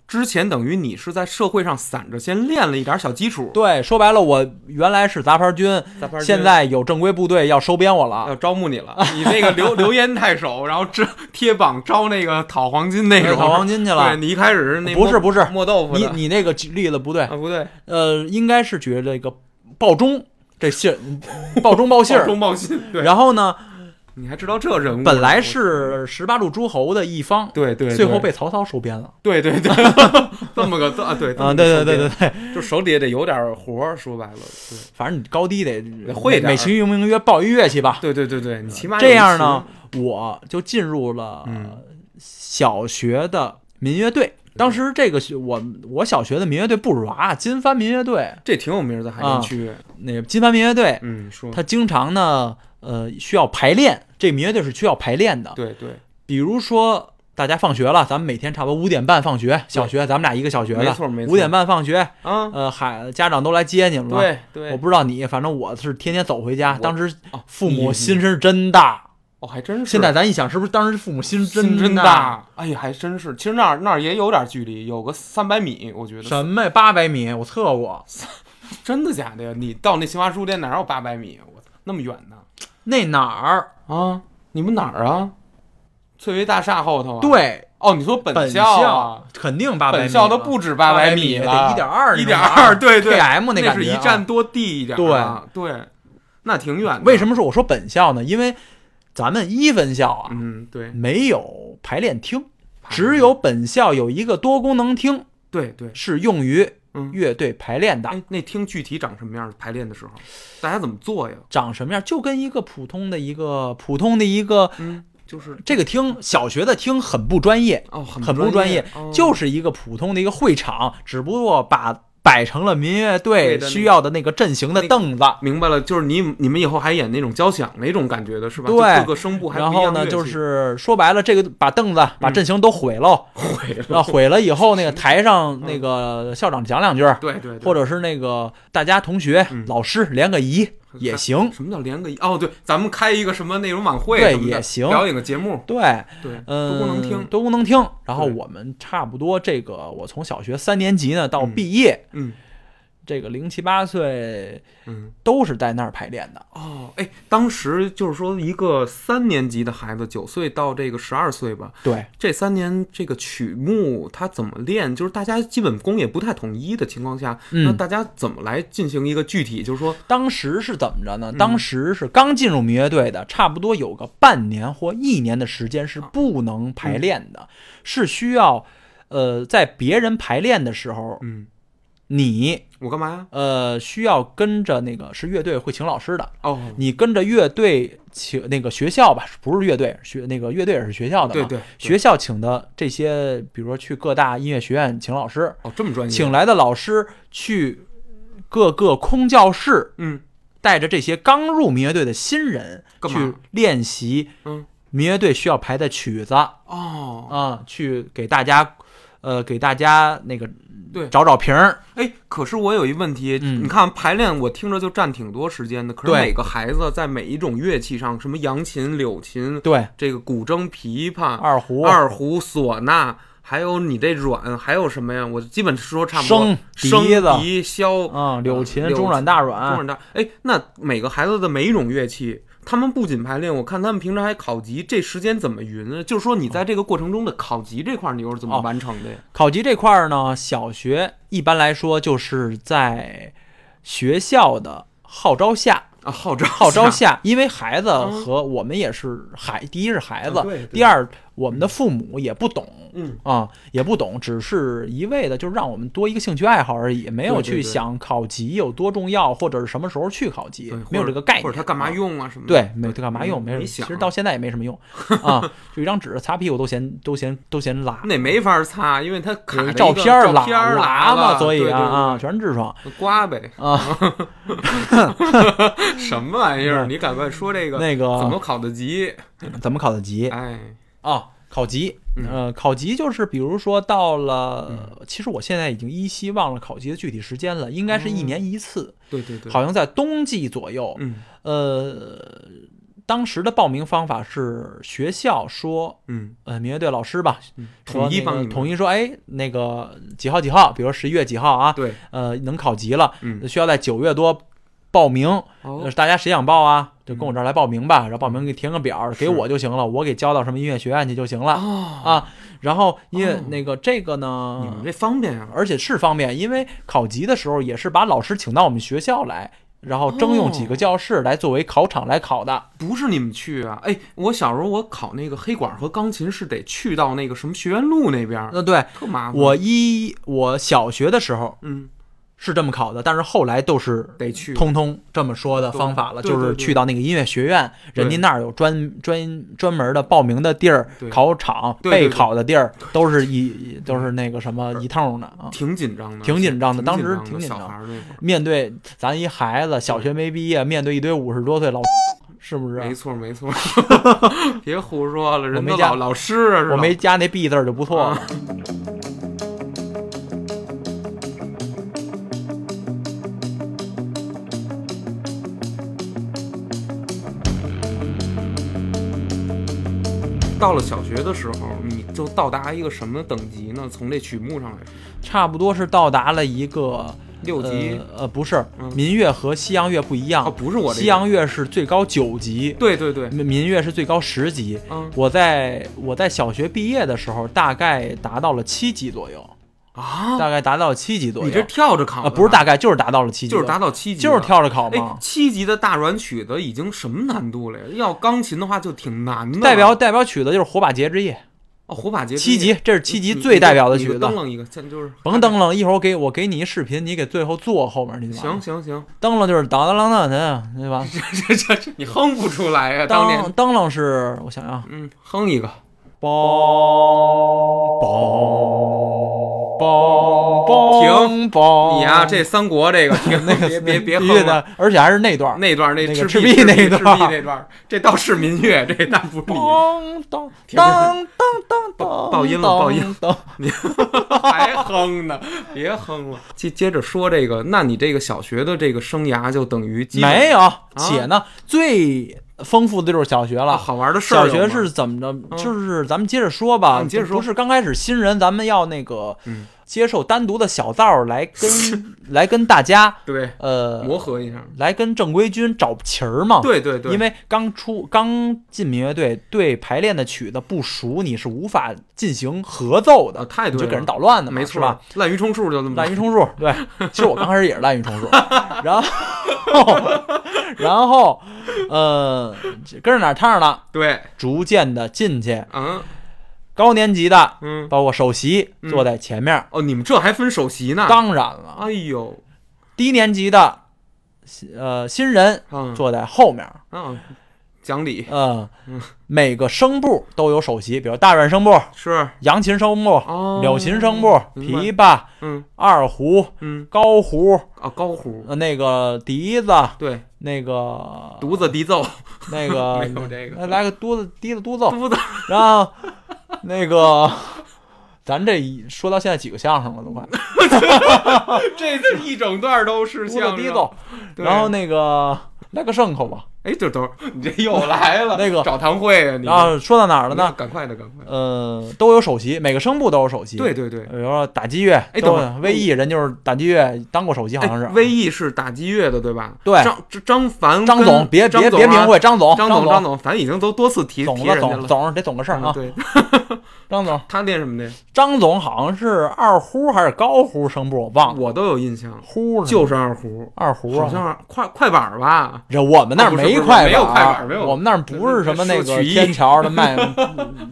Speaker 2: 之前，等于你是在社会上散着先练了一点小基础，
Speaker 4: 对，说白了，我原来是杂牌军，
Speaker 2: 杂牌军
Speaker 4: 现在有正规部队要收编我了。
Speaker 2: 要招募你了。 [laughs] 你那个
Speaker 4: [laughs]
Speaker 2: 留留烟太守，然后这贴榜招那个讨黄金那种，
Speaker 4: 讨黄金去了
Speaker 2: 对你一开始是那
Speaker 4: 不是
Speaker 2: 磨
Speaker 4: 不是
Speaker 2: 磨豆腐
Speaker 4: 你
Speaker 2: 呃的
Speaker 4: 你那个例子不对
Speaker 2: 啊，不对，
Speaker 4: 呃，应该是觉得这个报钟
Speaker 2: [laughs]
Speaker 4: 这信儿报钟报信
Speaker 2: 报
Speaker 4: 儿。
Speaker 2: 中报信，对，
Speaker 4: 然后呢，
Speaker 2: 你还知道这人物呢？
Speaker 4: 本来
Speaker 2: 我
Speaker 4: 是十八路诸侯的一方，
Speaker 2: 对对，对
Speaker 4: 最后被曹操收编了。
Speaker 2: 对对
Speaker 4: [laughs]
Speaker 2: 对这么个字啊，对
Speaker 4: 啊，对对对对，对，
Speaker 2: 这么个就手底下得有点活儿，说白了，
Speaker 4: 反正你高低得
Speaker 2: 会点儿
Speaker 4: 美其名曰报一乐器吧。
Speaker 2: 对对对对对，你起码有
Speaker 4: 这样
Speaker 2: 一
Speaker 4: 呢
Speaker 2: 群，，
Speaker 4: 我就进入了
Speaker 2: 嗯
Speaker 4: 小学的民乐队。当时这个学我我小学的民乐队不娃金帆民乐队，
Speaker 2: 这挺有名儿的
Speaker 4: 啊
Speaker 2: 海淀区，
Speaker 4: 那个金帆民乐队，
Speaker 2: 嗯，说
Speaker 4: 他经常呢，呃，需要排练。这民乐队是需要排练的。
Speaker 2: 对对，
Speaker 4: 比如说，大家放学了，咱们每天差不多五点半放学，小学咱们俩一个小学的，
Speaker 2: 没错没错
Speaker 4: 五点半放学，
Speaker 2: 啊，
Speaker 4: 呃，孩家长都来接你们了。，
Speaker 2: 对对，
Speaker 4: 我不知道你，反正我是天天走回家。当时
Speaker 2: 哦
Speaker 4: 父母
Speaker 2: 你
Speaker 4: 心是真大。
Speaker 2: 哦，还真是，
Speaker 4: 现在咱一想，是不是当时父母心
Speaker 2: 真
Speaker 4: 真大？
Speaker 2: 大，哎呀，还真是，其实那儿那儿也有点距离，有个三百米，我觉得，
Speaker 4: 什么呀？八百米，我测过，
Speaker 2: 真的假的呀？你到那新华书店哪有八百米？我操，那么远呢？
Speaker 4: 那哪儿？
Speaker 2: 啊，你们哪儿啊？翠微大厦后头啊？，
Speaker 4: 对，
Speaker 2: 哦，你说
Speaker 4: 本
Speaker 2: 校啊？
Speaker 4: 肯定八百米了，
Speaker 2: 本校都不止八
Speaker 4: 800
Speaker 2: 米了，
Speaker 4: 了，一点二，
Speaker 2: 一点二，对对
Speaker 4: KM 那感
Speaker 2: 是
Speaker 4: 觉
Speaker 2: 一
Speaker 4: 啊
Speaker 2: 站多地一点儿啊，对，那挺远的。
Speaker 4: 为什么说我说本校呢？因为咱们一分校啊、
Speaker 2: 嗯，对
Speaker 4: 没有排练厅，只有本校有一个多功能厅
Speaker 2: 对对，
Speaker 4: 是用于
Speaker 2: 嗯
Speaker 4: 乐队排练的。
Speaker 2: 哎，那厅具体长什么样？排练的时候，大家怎么做呀？
Speaker 4: 长什么样？就跟一个普通的一个普通的一个
Speaker 2: 嗯，就是
Speaker 4: 这个厅，小学的厅很不专业，
Speaker 2: 哦，很
Speaker 4: 很
Speaker 2: 不
Speaker 4: 不专业，
Speaker 2: 哦
Speaker 4: 就是一个普通的一个会场，只不过把摆成了民乐
Speaker 2: 对
Speaker 4: 队
Speaker 2: 的那
Speaker 4: 需要的那个阵型的凳子。
Speaker 2: 明白了，就是你你们以后还演那种交响那种感觉的是吧？
Speaker 4: 对
Speaker 2: 就各个声部还不
Speaker 4: 然
Speaker 2: 一样
Speaker 4: 后
Speaker 2: 乐
Speaker 4: 呢，
Speaker 2: 器 [laughs] 嗯
Speaker 4: 就是说白了，这个把凳子、把阵型都毁喽，
Speaker 2: 毁了，
Speaker 4: 啊，毁了以后，那个台上那个校长讲两句儿，
Speaker 2: 嗯对对，对
Speaker 4: 或者是那个大家同学、
Speaker 2: 嗯
Speaker 4: 老师连个揖也行。
Speaker 2: 什么叫连个哦？对，咱们开一个什么那种晚会
Speaker 4: 对
Speaker 2: 什么的
Speaker 4: 也行
Speaker 2: 表演个节目，
Speaker 4: 对，
Speaker 2: 对，
Speaker 4: 嗯，
Speaker 2: 多功能厅，
Speaker 4: 多功能厅。然后
Speaker 2: 对
Speaker 4: 我们差不多这个，我从小学三年级呢到
Speaker 2: 嗯
Speaker 4: 毕业，
Speaker 2: 嗯
Speaker 4: 这个零七八岁
Speaker 2: 嗯。
Speaker 4: 都是在那儿排练的。
Speaker 2: 哦，哎，当时就是说，一个三年级的孩子，九岁到这个十二岁吧，
Speaker 4: 对，
Speaker 2: 这三年这个曲目他怎么练，就是大家基本功也不太统一的情况下，
Speaker 4: 嗯
Speaker 2: 那大家怎么来进行一个具体，就是说，
Speaker 4: 当时是怎么着
Speaker 2: 嗯
Speaker 4: 呢？当时是刚进入民乐队的，差不多有个半年或一年的时间是
Speaker 2: 啊
Speaker 4: 不能排练的，是需要，呃，在别人排练的时候，
Speaker 2: 嗯，
Speaker 4: 你
Speaker 2: 我干嘛呀？
Speaker 4: 呃需要跟着那个是乐队会请老师的，
Speaker 2: 哦，
Speaker 4: 你跟着乐队请那个学校吧，不是乐队学那个乐队也是学校的嘛，
Speaker 2: 对对对
Speaker 4: 学校请的这些，比如说去各大音乐学院请老师，
Speaker 2: 哦，这么专业，
Speaker 4: 请来的老师去各个空教室。
Speaker 2: 嗯，
Speaker 4: 带着这些刚入民乐队的新人
Speaker 2: 干嘛
Speaker 4: 去练习
Speaker 2: 嗯，
Speaker 4: 民乐队需要排的曲子啊、
Speaker 2: 哦，
Speaker 4: 去给大家呃，给大家那个
Speaker 2: 对
Speaker 4: 找找瓶儿，
Speaker 2: 哎，可是我有一问题，
Speaker 4: 嗯
Speaker 2: 你看排练，我听着就占挺多时间的。可是
Speaker 4: 对
Speaker 2: 每个孩子在每一种乐器上，什么扬琴、柳琴，
Speaker 4: 对，
Speaker 2: 这个古筝、琵琶、
Speaker 4: 二胡、
Speaker 2: 二胡、唢呐，还有你这阮，还有什么呀？我基本说差不多
Speaker 4: 笙。
Speaker 2: 笙、
Speaker 4: 笛子
Speaker 2: 笛、箫、
Speaker 4: 嗯，柳琴、
Speaker 2: 哦柳
Speaker 4: 中阮、
Speaker 2: 琴
Speaker 4: 大
Speaker 2: 中
Speaker 4: 阮，
Speaker 2: 阮大。哎，那每个孩子的每一种乐器，他们不仅排练，我看他们平常还考级，这时间怎么匀呢？就是说，你在这个过程中的考级这块儿，你又是怎么
Speaker 4: 哦
Speaker 2: 完成的呀？
Speaker 4: 考级这块儿呢，小学一般来说就是在学校的号召下，
Speaker 2: 啊，号召 [laughs]
Speaker 4: 号召
Speaker 2: 下
Speaker 4: 下，因为孩子
Speaker 2: 嗯
Speaker 4: 和我们也是孩，第一是孩
Speaker 1: 啊对
Speaker 4: 子
Speaker 1: 对，
Speaker 4: 第二我们的父母也不懂，
Speaker 2: 嗯
Speaker 4: 啊，也不懂，只是一味的就让我们多一个兴趣爱好而已，没有
Speaker 2: 对对
Speaker 4: 去
Speaker 2: 对
Speaker 4: 想考级有多重要，或者是什么时候去考级
Speaker 2: 对，
Speaker 4: 没有
Speaker 2: 或者
Speaker 4: 这个概念，
Speaker 2: 或者他干嘛
Speaker 4: 啊
Speaker 2: 用啊什么的？
Speaker 4: 对，没它干嘛用？没
Speaker 2: 没
Speaker 4: 什么，其
Speaker 2: 想
Speaker 4: 实到现在也没什么
Speaker 2: [laughs]
Speaker 4: 用啊，就一张纸擦屁股都嫌都嫌都嫌拉，
Speaker 2: 那没法擦，因为他卡
Speaker 4: 有
Speaker 2: 着
Speaker 4: 一
Speaker 2: 一
Speaker 4: 照
Speaker 2: 个
Speaker 4: 片
Speaker 2: 照
Speaker 4: 拉
Speaker 2: 片儿
Speaker 4: 拉
Speaker 2: 了，
Speaker 4: 嘛，所以
Speaker 2: 对
Speaker 4: 啊
Speaker 2: 对
Speaker 4: 啊，全是痔疮
Speaker 2: 对刮呗，
Speaker 4: 啊，
Speaker 2: [laughs] 什么玩意儿？你赶快说这个
Speaker 4: 那
Speaker 2: 怎
Speaker 4: 个
Speaker 2: 么考的级？
Speaker 4: 怎么考的级
Speaker 2: 哎，
Speaker 4: 啊？考级，
Speaker 2: 嗯
Speaker 4: 呃，考级就是比如说到了，其实我现在已经依稀忘了考级的具体时间了，应该是一年一次，
Speaker 2: 对哦对对，
Speaker 4: 好像在冬季左右，
Speaker 2: 嗯
Speaker 4: 呃。当时的报名方法是学校说
Speaker 2: 嗯，
Speaker 4: 呃，民乐队老师吧，
Speaker 2: 统一
Speaker 4: 说那
Speaker 2: 帮
Speaker 4: 个
Speaker 2: 你们
Speaker 4: 统一说，哎，那个几号几号，比如十一月几号啊，
Speaker 2: 对，
Speaker 4: 呃，能考级了，
Speaker 2: 嗯
Speaker 4: 需要在九月多报名，
Speaker 2: 哦嗯
Speaker 4: 呃大家谁想报啊，就跟我这儿来报名吧，然后报名给填个表，给我就行了，我给交到什么音乐学院去就行了、
Speaker 2: 哦，
Speaker 4: 啊。然后因为
Speaker 2: 哦
Speaker 4: 那个这个
Speaker 2: 你们
Speaker 4: 呢，
Speaker 2: 这方便啊，
Speaker 4: 而且是方便，因为考级的时候也是把老师请到我们学校来，然后征用几个
Speaker 2: 哦
Speaker 4: 教室来作为考场来考的。
Speaker 2: 不是你们去啊？哎，我小时候我考那个黑管和钢琴是得去到那个什么学院路那边儿，
Speaker 4: 那对
Speaker 2: 特麻烦。
Speaker 4: 我一我小学的时候
Speaker 2: 嗯，
Speaker 4: 是这么考的，但是后来都是
Speaker 2: 得去
Speaker 4: 通通这么说的方法了，
Speaker 2: 对对
Speaker 4: 就
Speaker 2: 对
Speaker 4: 是去到那个音乐学院，
Speaker 2: 对
Speaker 4: 人家那儿有专专专门的报名的地儿
Speaker 2: 对、
Speaker 4: 考场、
Speaker 2: 对对对
Speaker 4: 备考的地儿，都是一都是那个什么一通的啊。
Speaker 2: 挺紧张的，
Speaker 4: 挺紧张的当时挺
Speaker 2: 挺
Speaker 4: 紧
Speaker 2: 小
Speaker 4: 张
Speaker 2: 孩儿那会儿。
Speaker 4: 面对咱一孩子小学没毕
Speaker 2: 嗯
Speaker 4: 业，面对一堆五十多岁老，是不
Speaker 2: 没
Speaker 4: 是？啊
Speaker 2: 错没错， [laughs] 别胡说了，人
Speaker 4: 没
Speaker 2: 都
Speaker 4: 加
Speaker 2: 老老师啊，是
Speaker 4: 我
Speaker 2: 吧
Speaker 4: 没加那 B 字儿就不错了。
Speaker 2: 啊到了小学的时候，你就到达一个什么等级呢？从这曲目上来说，
Speaker 4: 差不多是到达了一个
Speaker 2: 六级
Speaker 4: 呃呃不是
Speaker 2: 嗯
Speaker 4: 民乐和西洋乐不一样
Speaker 2: 啊，，不是我这个
Speaker 4: 西洋乐是最高九级，
Speaker 2: 对对对，
Speaker 4: 民民乐是最高十级。
Speaker 2: 嗯
Speaker 4: 我在我在小学毕业的时候，大概达到了七级左右，
Speaker 2: 啊，
Speaker 4: 大概达到了七级左右。
Speaker 2: 你这跳着考
Speaker 4: 啊
Speaker 2: 的
Speaker 4: 不是大概就是达到了七级
Speaker 2: 就
Speaker 4: 左右，
Speaker 2: 是达到七级，
Speaker 4: 就是。跳着考
Speaker 2: 哎
Speaker 4: 嘛，。
Speaker 2: 七级的大软曲子已经什么难度了呀？要钢琴的话就挺难的了。
Speaker 4: 代表代表曲子就是《火把节之夜
Speaker 2: 哦，火把节》，
Speaker 4: 七级，这是七级
Speaker 2: 你
Speaker 4: 最代表的
Speaker 2: 你
Speaker 4: 曲
Speaker 2: 就
Speaker 4: 子
Speaker 2: 噔。楞一个，现在就是啊
Speaker 4: 甭噔楞，一会儿我给我给你一视频，你给最后做后面那就完了
Speaker 2: 行。行行， [laughs]
Speaker 4: 噔楞就是当当啷当，对吧？
Speaker 2: 这这这你哼不出来呀、当
Speaker 4: 当
Speaker 2: 年
Speaker 4: 当啷是，我想想啊，
Speaker 2: 嗯，哼一个，
Speaker 4: 梆梆梆
Speaker 2: 停
Speaker 4: 梆，
Speaker 2: 你呀、这三国
Speaker 4: [laughs]
Speaker 2: 这个停，那个别别别
Speaker 4: 音
Speaker 2: 哼
Speaker 4: 乐
Speaker 2: 了
Speaker 4: 的，而且还是那段儿
Speaker 2: 那段儿那
Speaker 4: 那个
Speaker 2: 赤
Speaker 4: 赤
Speaker 2: 壁
Speaker 4: 壁那
Speaker 2: 那
Speaker 4: 段儿哦
Speaker 2: 赤壁那段儿，这倒是民
Speaker 4: [laughs]
Speaker 2: 乐，这倒不是你，
Speaker 4: 当当当当当当，
Speaker 2: 爆音了爆音
Speaker 4: 当。
Speaker 2: 还哼呢，别哼了。接接着说这个，那你这个小学的这个生涯就等于基本
Speaker 4: 没有，且呢，最丰富的就是小学
Speaker 2: 啊
Speaker 4: 了。
Speaker 2: 好玩的事儿
Speaker 4: 小
Speaker 2: 有吗。嗯
Speaker 4: 学是怎么着？就是咱们接着说吧，
Speaker 2: 啊你接着说
Speaker 4: 不是刚开始新人，咱们要那个
Speaker 2: 嗯
Speaker 4: 接受单独的小道儿来
Speaker 2: [laughs]
Speaker 4: 跟来跟大家
Speaker 2: 对
Speaker 4: 呃
Speaker 2: 磨合一下，
Speaker 4: 来跟正规军找齐儿嘛。
Speaker 2: 对对对，
Speaker 4: 因为刚出刚进民乐队，对排练的曲子不熟，你是无法进行合奏
Speaker 2: 啊
Speaker 4: 的，
Speaker 2: 太
Speaker 4: 你
Speaker 2: 对
Speaker 4: 就
Speaker 2: 了，
Speaker 4: 给人捣乱的嘛，
Speaker 2: 没
Speaker 4: 是
Speaker 2: 错
Speaker 4: 吧？，
Speaker 2: 滥竽充数就这么
Speaker 4: 滥竽充数，
Speaker 2: [laughs]
Speaker 4: 对，其实我刚开始也是滥竽充数，然后， [laughs] 然后，呃，跟着哪儿趟儿呢？
Speaker 2: 对，
Speaker 4: 逐渐的进去，
Speaker 2: 嗯
Speaker 4: 高年级的，
Speaker 2: 嗯，
Speaker 4: 包括首席坐在前面儿，
Speaker 2: 哦，你们这还分首席呢？
Speaker 4: 当然了，
Speaker 2: 哎呦，
Speaker 4: 低年级的，呃，新人
Speaker 2: 嗯
Speaker 4: 坐在后面儿，
Speaker 2: 嗯，讲理
Speaker 4: 嗯、每个声部都有首席，比如大阮声部、
Speaker 2: 是
Speaker 4: 扬琴声部、
Speaker 2: 哦，
Speaker 4: 柳琴声部、
Speaker 2: 明白
Speaker 4: 琵琶、
Speaker 2: 嗯
Speaker 4: 二胡、
Speaker 2: 嗯
Speaker 4: 高胡、
Speaker 2: 啊高胡
Speaker 4: 呃、那个笛子、
Speaker 2: 对
Speaker 4: 那个
Speaker 2: [laughs] 独子笛
Speaker 4: 啊
Speaker 2: 奏
Speaker 4: 那个
Speaker 2: 没有这个
Speaker 4: 来来个嘟子滴子嘟奏，
Speaker 2: 嘟子
Speaker 4: 然后那个咱这一说到现在几个相声了都快，
Speaker 2: 这这一整段都是
Speaker 4: 嘟了
Speaker 2: 像
Speaker 4: 滴奏，
Speaker 2: 对
Speaker 4: 然后那个来个牲口吧。
Speaker 2: 哎，这都你这又来了，
Speaker 4: 那个
Speaker 2: 找堂会啊，你
Speaker 4: 然后说到哪儿了呢？
Speaker 2: 赶快的，赶快。
Speaker 4: 呃，都有首席，每个声部都有首席。
Speaker 2: 对，对对，
Speaker 4: 比如说打击乐，
Speaker 2: 哎
Speaker 4: 都
Speaker 2: 等会
Speaker 4: 有
Speaker 2: 儿
Speaker 4: VE 人就是打击乐当过首席，好像是。啊
Speaker 2: 哎，VE 是打击乐的对吧？
Speaker 4: 对
Speaker 2: 张张张凡跟
Speaker 4: 张总，别
Speaker 2: 张
Speaker 4: 别
Speaker 2: 总
Speaker 4: 别
Speaker 2: 啊
Speaker 4: 名讳，张总，
Speaker 2: 张
Speaker 4: 总，
Speaker 2: 张
Speaker 4: 总，
Speaker 2: 总，咱已经都多次提
Speaker 4: 总
Speaker 2: 提
Speaker 4: 了
Speaker 2: 人家
Speaker 4: 总
Speaker 2: 了。
Speaker 4: 总得总个事儿
Speaker 2: 嗯
Speaker 4: 啊。
Speaker 2: 对，
Speaker 4: 张总，
Speaker 2: 他练什么的呀？
Speaker 4: 张总好像是二胡还是高胡声部，我忘了。
Speaker 2: 我都有印象，
Speaker 4: 呼是吗
Speaker 2: 就是二胡，
Speaker 4: 二啊胡啊，
Speaker 2: 好像是快快板吧？
Speaker 4: 这我们那儿
Speaker 2: 啊不是不是
Speaker 4: 快
Speaker 2: 没有快
Speaker 4: 板
Speaker 2: 板
Speaker 4: 儿，
Speaker 2: 没有
Speaker 4: 我们那儿不是什么那
Speaker 2: 说
Speaker 4: 个
Speaker 2: 曲艺
Speaker 4: 天桥
Speaker 2: [laughs]
Speaker 4: 的卖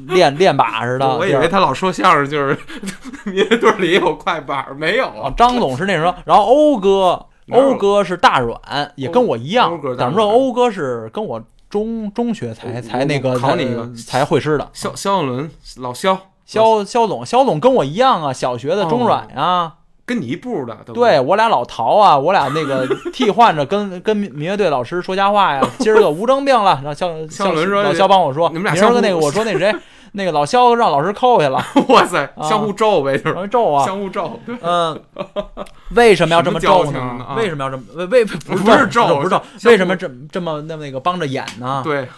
Speaker 4: 练练把似的。
Speaker 2: 我以
Speaker 4: 地
Speaker 2: 为
Speaker 4: 儿
Speaker 2: 他老说相声，就是 [laughs] 民乐队里有快板，没有
Speaker 4: 啊，张总是那什么，然后欧哥，
Speaker 2: 哪有
Speaker 4: 欧哥是大软，也跟我一样
Speaker 2: 欧哥。大
Speaker 4: 咱
Speaker 2: 软
Speaker 4: 们说欧哥是跟我中中学才
Speaker 2: 我
Speaker 4: 才那
Speaker 2: 我
Speaker 4: 个
Speaker 2: 考
Speaker 4: 才
Speaker 2: 你一个
Speaker 4: 才会师的。
Speaker 2: 肖肖永伦，老肖，
Speaker 4: 肖肖总，肖总跟我一样啊，小学的中软呀、
Speaker 2: 哦跟你一步的，对不
Speaker 4: 对
Speaker 2: 对？
Speaker 4: 我俩老逃啊，我俩那个替换着跟跟民乐队老师说瞎话呀。今儿个无症病了，然后肖
Speaker 2: 肖伦说
Speaker 4: 老肖帮我说，
Speaker 2: 你们俩
Speaker 4: 明儿
Speaker 2: 相
Speaker 4: 个
Speaker 2: 互
Speaker 4: 那个我说那谁那个老肖让老师扣下了，
Speaker 2: [laughs] 哇塞，
Speaker 4: 啊
Speaker 2: 相互咒呗，就是
Speaker 4: 然后咒啊，
Speaker 2: 相互咒，对
Speaker 4: 嗯，为什么要这么咒
Speaker 2: 什么矫情
Speaker 4: 呢
Speaker 2: 呢？啊
Speaker 4: 为什么要这么为为不
Speaker 2: 不
Speaker 4: 是
Speaker 2: 是咒
Speaker 4: 不是咒，
Speaker 2: 是
Speaker 4: 为什么这这么那么那个帮着演呢？
Speaker 2: 对，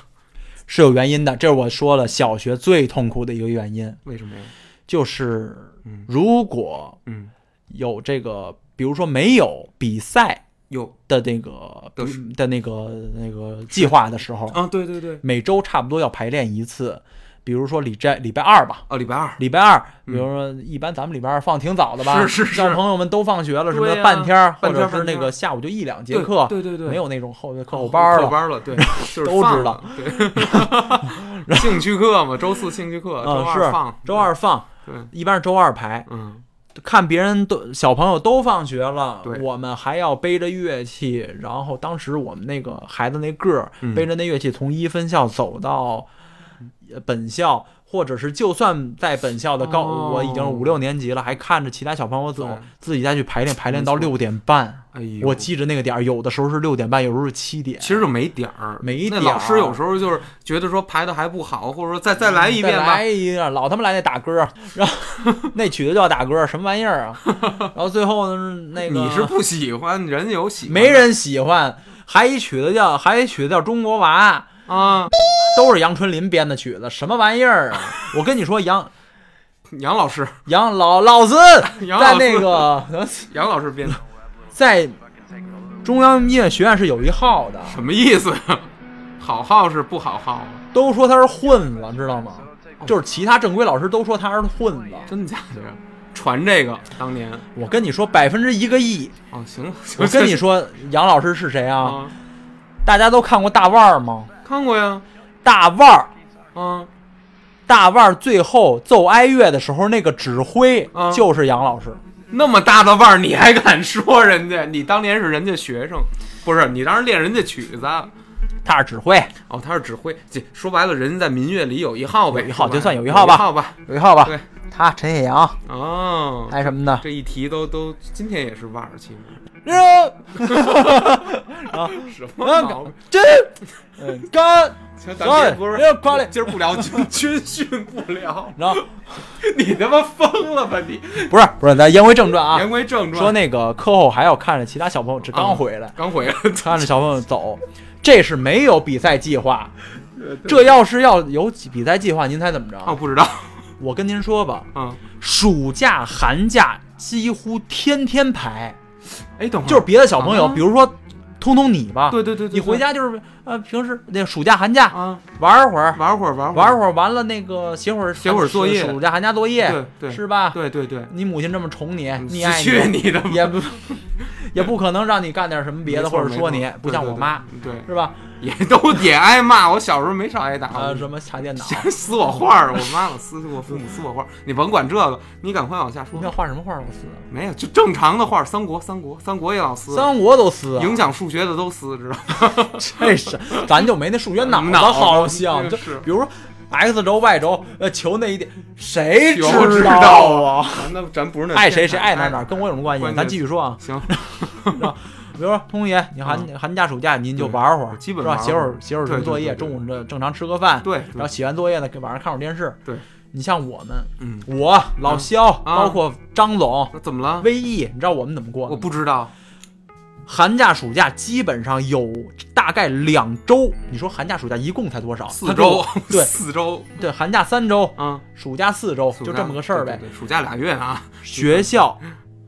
Speaker 4: 是有原因的。这是我说了，小学最痛苦的一个原因
Speaker 2: 为什么呀？
Speaker 4: 就是
Speaker 2: 嗯，
Speaker 4: 如果
Speaker 2: 嗯，
Speaker 4: 有这个，比如说没有比赛
Speaker 2: 有
Speaker 4: 的那个
Speaker 2: 的
Speaker 4: 比
Speaker 2: 时
Speaker 4: 的那个那个计划的时候，
Speaker 2: 啊，对对对，
Speaker 4: 每周差不多要排练一次，比如说礼拜礼拜二吧，
Speaker 2: 哦，礼拜二，
Speaker 4: 礼拜二，比如说一般咱们礼拜二放挺早的吧，
Speaker 2: 嗯是是是
Speaker 4: 让朋友们都放学了什么
Speaker 2: 对
Speaker 4: 的，
Speaker 2: 呀
Speaker 4: 半天儿或
Speaker 2: 半天
Speaker 4: 者
Speaker 2: 儿
Speaker 4: 是那
Speaker 2: 半天
Speaker 4: 个
Speaker 2: 儿
Speaker 4: 下午就一两节
Speaker 2: 对
Speaker 4: 课，
Speaker 2: 对对对，
Speaker 4: 没有那种后课后
Speaker 2: 后
Speaker 4: 班儿
Speaker 2: 后
Speaker 4: 了。
Speaker 2: 班
Speaker 4: [laughs]
Speaker 2: 了，对，就是
Speaker 4: 都
Speaker 2: 放
Speaker 4: 知道
Speaker 2: 了，
Speaker 4: [laughs]
Speaker 2: 对， [laughs] 兴趣课嘛，周四兴趣课，周
Speaker 4: 嗯，
Speaker 2: 二
Speaker 4: 是
Speaker 2: 放，
Speaker 4: 周二放，
Speaker 2: 对，
Speaker 4: 一般是周二排。
Speaker 2: 嗯，
Speaker 4: 看别人都小朋友都放学了
Speaker 2: 对，
Speaker 4: 我们还要背着乐器。然后当时我们那个孩子那个儿
Speaker 2: 嗯
Speaker 4: 背着那乐器从一分校走到呃本校，或者是就算在本校的高，
Speaker 2: 哦
Speaker 4: 我已经五六年级了，还看着其他小朋友走
Speaker 2: 对，
Speaker 4: 自己再去排练，排练到
Speaker 2: 没错
Speaker 4: 六点半。
Speaker 2: 哎呦，
Speaker 4: 我记着那个点儿，有的时候是六点半，有时候是七点。
Speaker 2: 其实就没点儿，
Speaker 4: 没
Speaker 2: 那
Speaker 4: 点儿
Speaker 2: 老师有时候就是觉得说排的还不好，或者说再再来一遍
Speaker 4: 嗯再
Speaker 2: 吧
Speaker 4: 来，一遍，哎老他妈来那打歌，然后 [laughs] 那曲子叫打歌，什么玩意儿
Speaker 2: [laughs]
Speaker 4: 啊？然后最后呢，那个
Speaker 2: 你是不喜欢，人家有喜欢的，
Speaker 4: 没人喜欢，还一曲子叫还一曲子叫《中国娃
Speaker 2: 啊。》，
Speaker 4: 都是杨春林编的曲子，什么玩意
Speaker 2: [laughs]
Speaker 4: 儿啊！我跟你说，杨
Speaker 2: 杨老师，
Speaker 4: 杨老老子
Speaker 2: 杨
Speaker 4: 在
Speaker 2: 老
Speaker 4: 那
Speaker 2: 师
Speaker 4: 个
Speaker 2: 杨老师编的，
Speaker 4: 在中央音乐学院是有一号的，
Speaker 2: 什么意思？ [laughs] 好号是不好号啊？
Speaker 4: 都说他是混子，知道吗？就是其他正规老师都说他是混子。
Speaker 2: 真的假的呀？传这个当年
Speaker 4: 我跟你说，百分之一个亿。
Speaker 2: 哦，行了，行
Speaker 4: 我
Speaker 2: 了
Speaker 4: 跟你说，杨老师是谁啊？
Speaker 2: 啊，
Speaker 4: 大家都看过大腕儿吗？
Speaker 2: 看过呀，
Speaker 4: 大腕儿，
Speaker 2: 啊，
Speaker 4: 大腕儿最后奏哀乐的时候，那个指挥
Speaker 2: 啊
Speaker 4: 就是杨老师。
Speaker 2: 那么大的腕儿你还敢说人家？你当年是人家学生，不是你当时练人家曲子。
Speaker 4: 他是指挥，
Speaker 2: 哦，他是指挥，这说白了，人家在民乐里有一号呗，
Speaker 4: 有一号
Speaker 2: 说白了
Speaker 4: 就算有一
Speaker 2: 一
Speaker 4: 号吧
Speaker 2: 号吧。
Speaker 4: 有一号吧？
Speaker 2: 对，
Speaker 4: 他陈雪阳
Speaker 2: 哦，
Speaker 4: 还什么的，
Speaker 2: 这一提都都，今天也是腕儿，其实
Speaker 4: 啊
Speaker 2: 什么毛病？
Speaker 4: 这嗯干，
Speaker 2: 行咱别不是
Speaker 4: 哎快点
Speaker 2: 今儿不聊军军训不聊，
Speaker 4: 然后
Speaker 2: [laughs] 你他妈疯了吧你？
Speaker 4: 不是不是，咱言归正传啊
Speaker 2: 言，归正传，嗯
Speaker 4: 说那个课后还要看着其他小朋友，这刚回来，
Speaker 2: 刚回来，
Speaker 4: 看着小朋友走，这是没有比赛计划， [laughs] 这要是要有比赛计划，您猜怎么
Speaker 2: 哦
Speaker 4: 着？
Speaker 2: 不知道，
Speaker 4: 我跟您说吧，
Speaker 2: 嗯，
Speaker 4: 暑假、寒假几乎天天排，
Speaker 2: 哎等会儿
Speaker 4: 就是别的小朋友，
Speaker 2: 啊
Speaker 4: 比如说通通你吧，
Speaker 2: 对对对对，
Speaker 4: 你回
Speaker 2: 对
Speaker 4: 家就是呃平时那暑假、寒假
Speaker 2: 啊，
Speaker 4: 玩会儿，
Speaker 2: 玩会儿玩
Speaker 4: 玩
Speaker 2: 会
Speaker 4: 会儿完了那个写会儿
Speaker 2: 写会儿作业
Speaker 4: 暑假寒假作业，
Speaker 2: 对对
Speaker 4: 是吧？
Speaker 2: 对对对，
Speaker 4: 你母亲这么宠你，你啊
Speaker 2: [laughs]
Speaker 4: 爱
Speaker 2: 去你的吧，
Speaker 4: 也不 [laughs] 也不可能让你干点什么别的，
Speaker 2: 没错
Speaker 4: 或者说
Speaker 2: 没
Speaker 4: 你
Speaker 2: 错
Speaker 4: 不像我妈，
Speaker 2: 对对
Speaker 4: 是吧？
Speaker 2: 对也都 [laughs] 也挨骂，我小时候没少挨打，
Speaker 4: 啊，
Speaker 2: [laughs]
Speaker 4: 什么擦电脑，
Speaker 2: 撕我画儿，我妈老撕我父母撕我画儿，你甭管这个，你赶快往下
Speaker 4: 你想
Speaker 2: 说。
Speaker 4: 画什么画儿我撕啊，
Speaker 2: 没有，就正常的画儿，三国三国三国也老撕，
Speaker 4: 三国都撕啊，
Speaker 2: 影响数学的都撕，知道吗？
Speaker 4: 这是咱就没那数学脑子，
Speaker 2: 脑子
Speaker 4: 好像就
Speaker 2: 真是
Speaker 4: 比如说 x 轴 y 轴，呃，求那一点，谁
Speaker 2: 求知
Speaker 4: 道
Speaker 2: 道
Speaker 4: 啊？
Speaker 2: 咱那咱不是那
Speaker 4: 爱谁谁
Speaker 2: 天才
Speaker 4: 爱哪儿哪儿，跟我有什么关系啊？
Speaker 2: 关键
Speaker 4: 咱继续说啊，
Speaker 2: 行，
Speaker 4: 比如说，通爷，你寒、寒假暑假您就玩会儿，
Speaker 2: 嗯对基本
Speaker 4: 是吧？
Speaker 2: 玩
Speaker 4: 写
Speaker 2: 会
Speaker 4: 会
Speaker 2: 儿
Speaker 4: 儿写会儿什么
Speaker 2: 对对
Speaker 4: 作
Speaker 2: 对
Speaker 4: 业，
Speaker 2: 对
Speaker 4: 中午这正常吃个饭，
Speaker 2: 对
Speaker 4: 然后写完作业呢，给晚上看会儿电视，
Speaker 2: 对，
Speaker 4: 你像我们，
Speaker 2: 嗯，
Speaker 4: 我老肖，包括张总、
Speaker 2: 那怎么了？
Speaker 4: 威毅，你知道我们怎么过的
Speaker 2: 我
Speaker 4: 吗？
Speaker 2: 不知道，
Speaker 4: 寒假暑假基本上有大概两周，你说寒假暑假一共才多少？
Speaker 2: 四
Speaker 4: 他给
Speaker 2: 周 [laughs]
Speaker 4: 我，对
Speaker 2: 四周
Speaker 4: 对，寒假三周，
Speaker 2: 啊，
Speaker 4: 暑假四周，
Speaker 2: 暑
Speaker 4: 就
Speaker 2: 假
Speaker 4: 这么个事儿
Speaker 2: 对
Speaker 4: 呗。
Speaker 2: 对对暑假俩月啊，
Speaker 4: 学校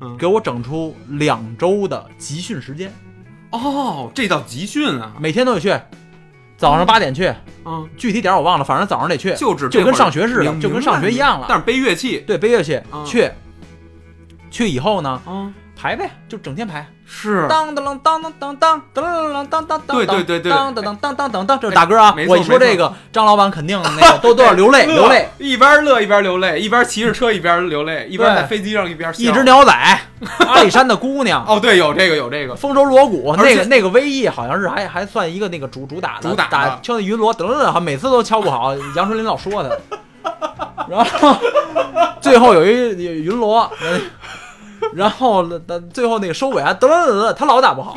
Speaker 2: 嗯
Speaker 4: 给我整出两周的集训时间，
Speaker 2: 哦，这叫集训啊，
Speaker 4: 每天都得去，早上八点去，
Speaker 2: 嗯，
Speaker 4: 具体点儿我忘了，反正早上得去，
Speaker 2: 就只
Speaker 4: 就跟上学似的，
Speaker 2: 明
Speaker 4: 就跟上学一样了。
Speaker 2: 但是背乐器
Speaker 4: 对，背乐器
Speaker 2: 啊
Speaker 4: 去，去以后呢，
Speaker 2: 啊，
Speaker 4: 排呗，就整天排，
Speaker 2: 是
Speaker 4: 当当当当当当当当当当当，
Speaker 2: 对对对对
Speaker 4: 当当当当当当当，这是大歌啊
Speaker 2: 没！错
Speaker 4: 我一
Speaker 2: 没错
Speaker 4: 说这个，张老板肯定那个都都要流
Speaker 2: [laughs]
Speaker 4: 泪流泪，，
Speaker 2: 一边乐一边流泪，一边骑着车一边流泪，一边在飞机上一边笑
Speaker 4: 一只。鸟仔，阿里山的姑娘，
Speaker 2: 哦，对，有这个有这个，
Speaker 4: 丰州锣鼓，
Speaker 2: 而
Speaker 4: 那
Speaker 2: 且
Speaker 4: 个那个威毅好像是还还算一个那个主主打的，
Speaker 2: 主打的
Speaker 4: 打敲那云锣，噔噔噔，每次都敲不好。杨丞琳老说他，然后最后有一有云锣，呃然后呃最后那个收尾还噔噔噔噔，他老打不好。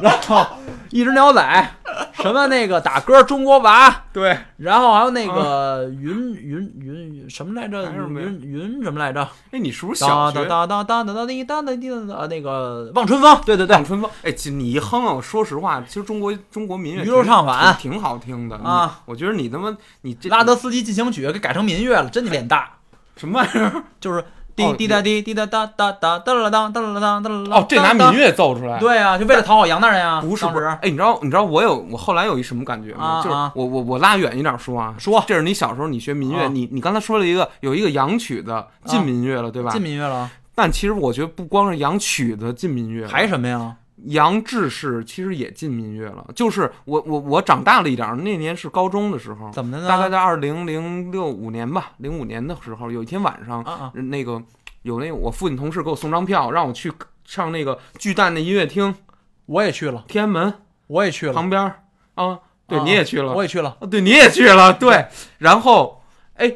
Speaker 4: 然后一只鸟仔，什么那个打歌中国娃，
Speaker 2: 对，
Speaker 4: 然后还有那个云云云云什么来着？
Speaker 2: 还有什么呀
Speaker 4: 云云什么来着？
Speaker 2: 哎，你是不是小
Speaker 4: 当
Speaker 2: 学
Speaker 4: 当当当当当当滴当当滴当当，呃那个望春风，对对对，
Speaker 2: 望春风，哎，其实你一哼啊，说实话，其实中国中国民乐
Speaker 4: 鱼肉唱法
Speaker 2: 挺挺好听的嗯
Speaker 4: 啊。
Speaker 2: 你我觉得你他妈你这
Speaker 4: 拉德斯基进行曲给改成民乐了，真你脸大，
Speaker 2: 什么玩意儿？
Speaker 4: 就是滴滴答滴滴答答答答哒啦当哒啦当哒啦当。
Speaker 2: 哦，这拿民乐奏出来，
Speaker 4: 对啊，就为了讨好杨大人啊，
Speaker 2: 不是
Speaker 4: 当
Speaker 2: 不是。
Speaker 4: 时
Speaker 2: 哎，你知道你知道我有我后来有一什么感觉吗？
Speaker 4: 啊
Speaker 2: 就是
Speaker 4: 啊
Speaker 2: 我我我拉远一点说啊，
Speaker 4: 说
Speaker 2: 这是你小时候你学民乐，
Speaker 4: 啊
Speaker 2: 你你刚才说了一个有一个洋曲子进民乐了，对吧？
Speaker 4: 进民乐了，
Speaker 2: 但其实我觉得不光是洋曲子进民乐了，
Speaker 4: 还什么呀？
Speaker 2: 杨志士其实也进民乐了，就是我我我长大了一点儿，那年是高中的时候，
Speaker 4: 怎么的呢？
Speaker 2: 大概在二零零六五年吧，零五年的时候，有一天晚上，
Speaker 4: 啊啊
Speaker 2: 那个有那个我父亲同事给我送张票，让我去上那个巨蛋的音乐厅，
Speaker 4: 我也去了，
Speaker 2: 天安门
Speaker 4: 我也去了，
Speaker 2: 旁边儿啊，对，
Speaker 4: 啊
Speaker 2: 你也去了，
Speaker 4: 我也去了，
Speaker 2: 啊对，你也去
Speaker 4: [laughs]
Speaker 2: 了，对，然后哎，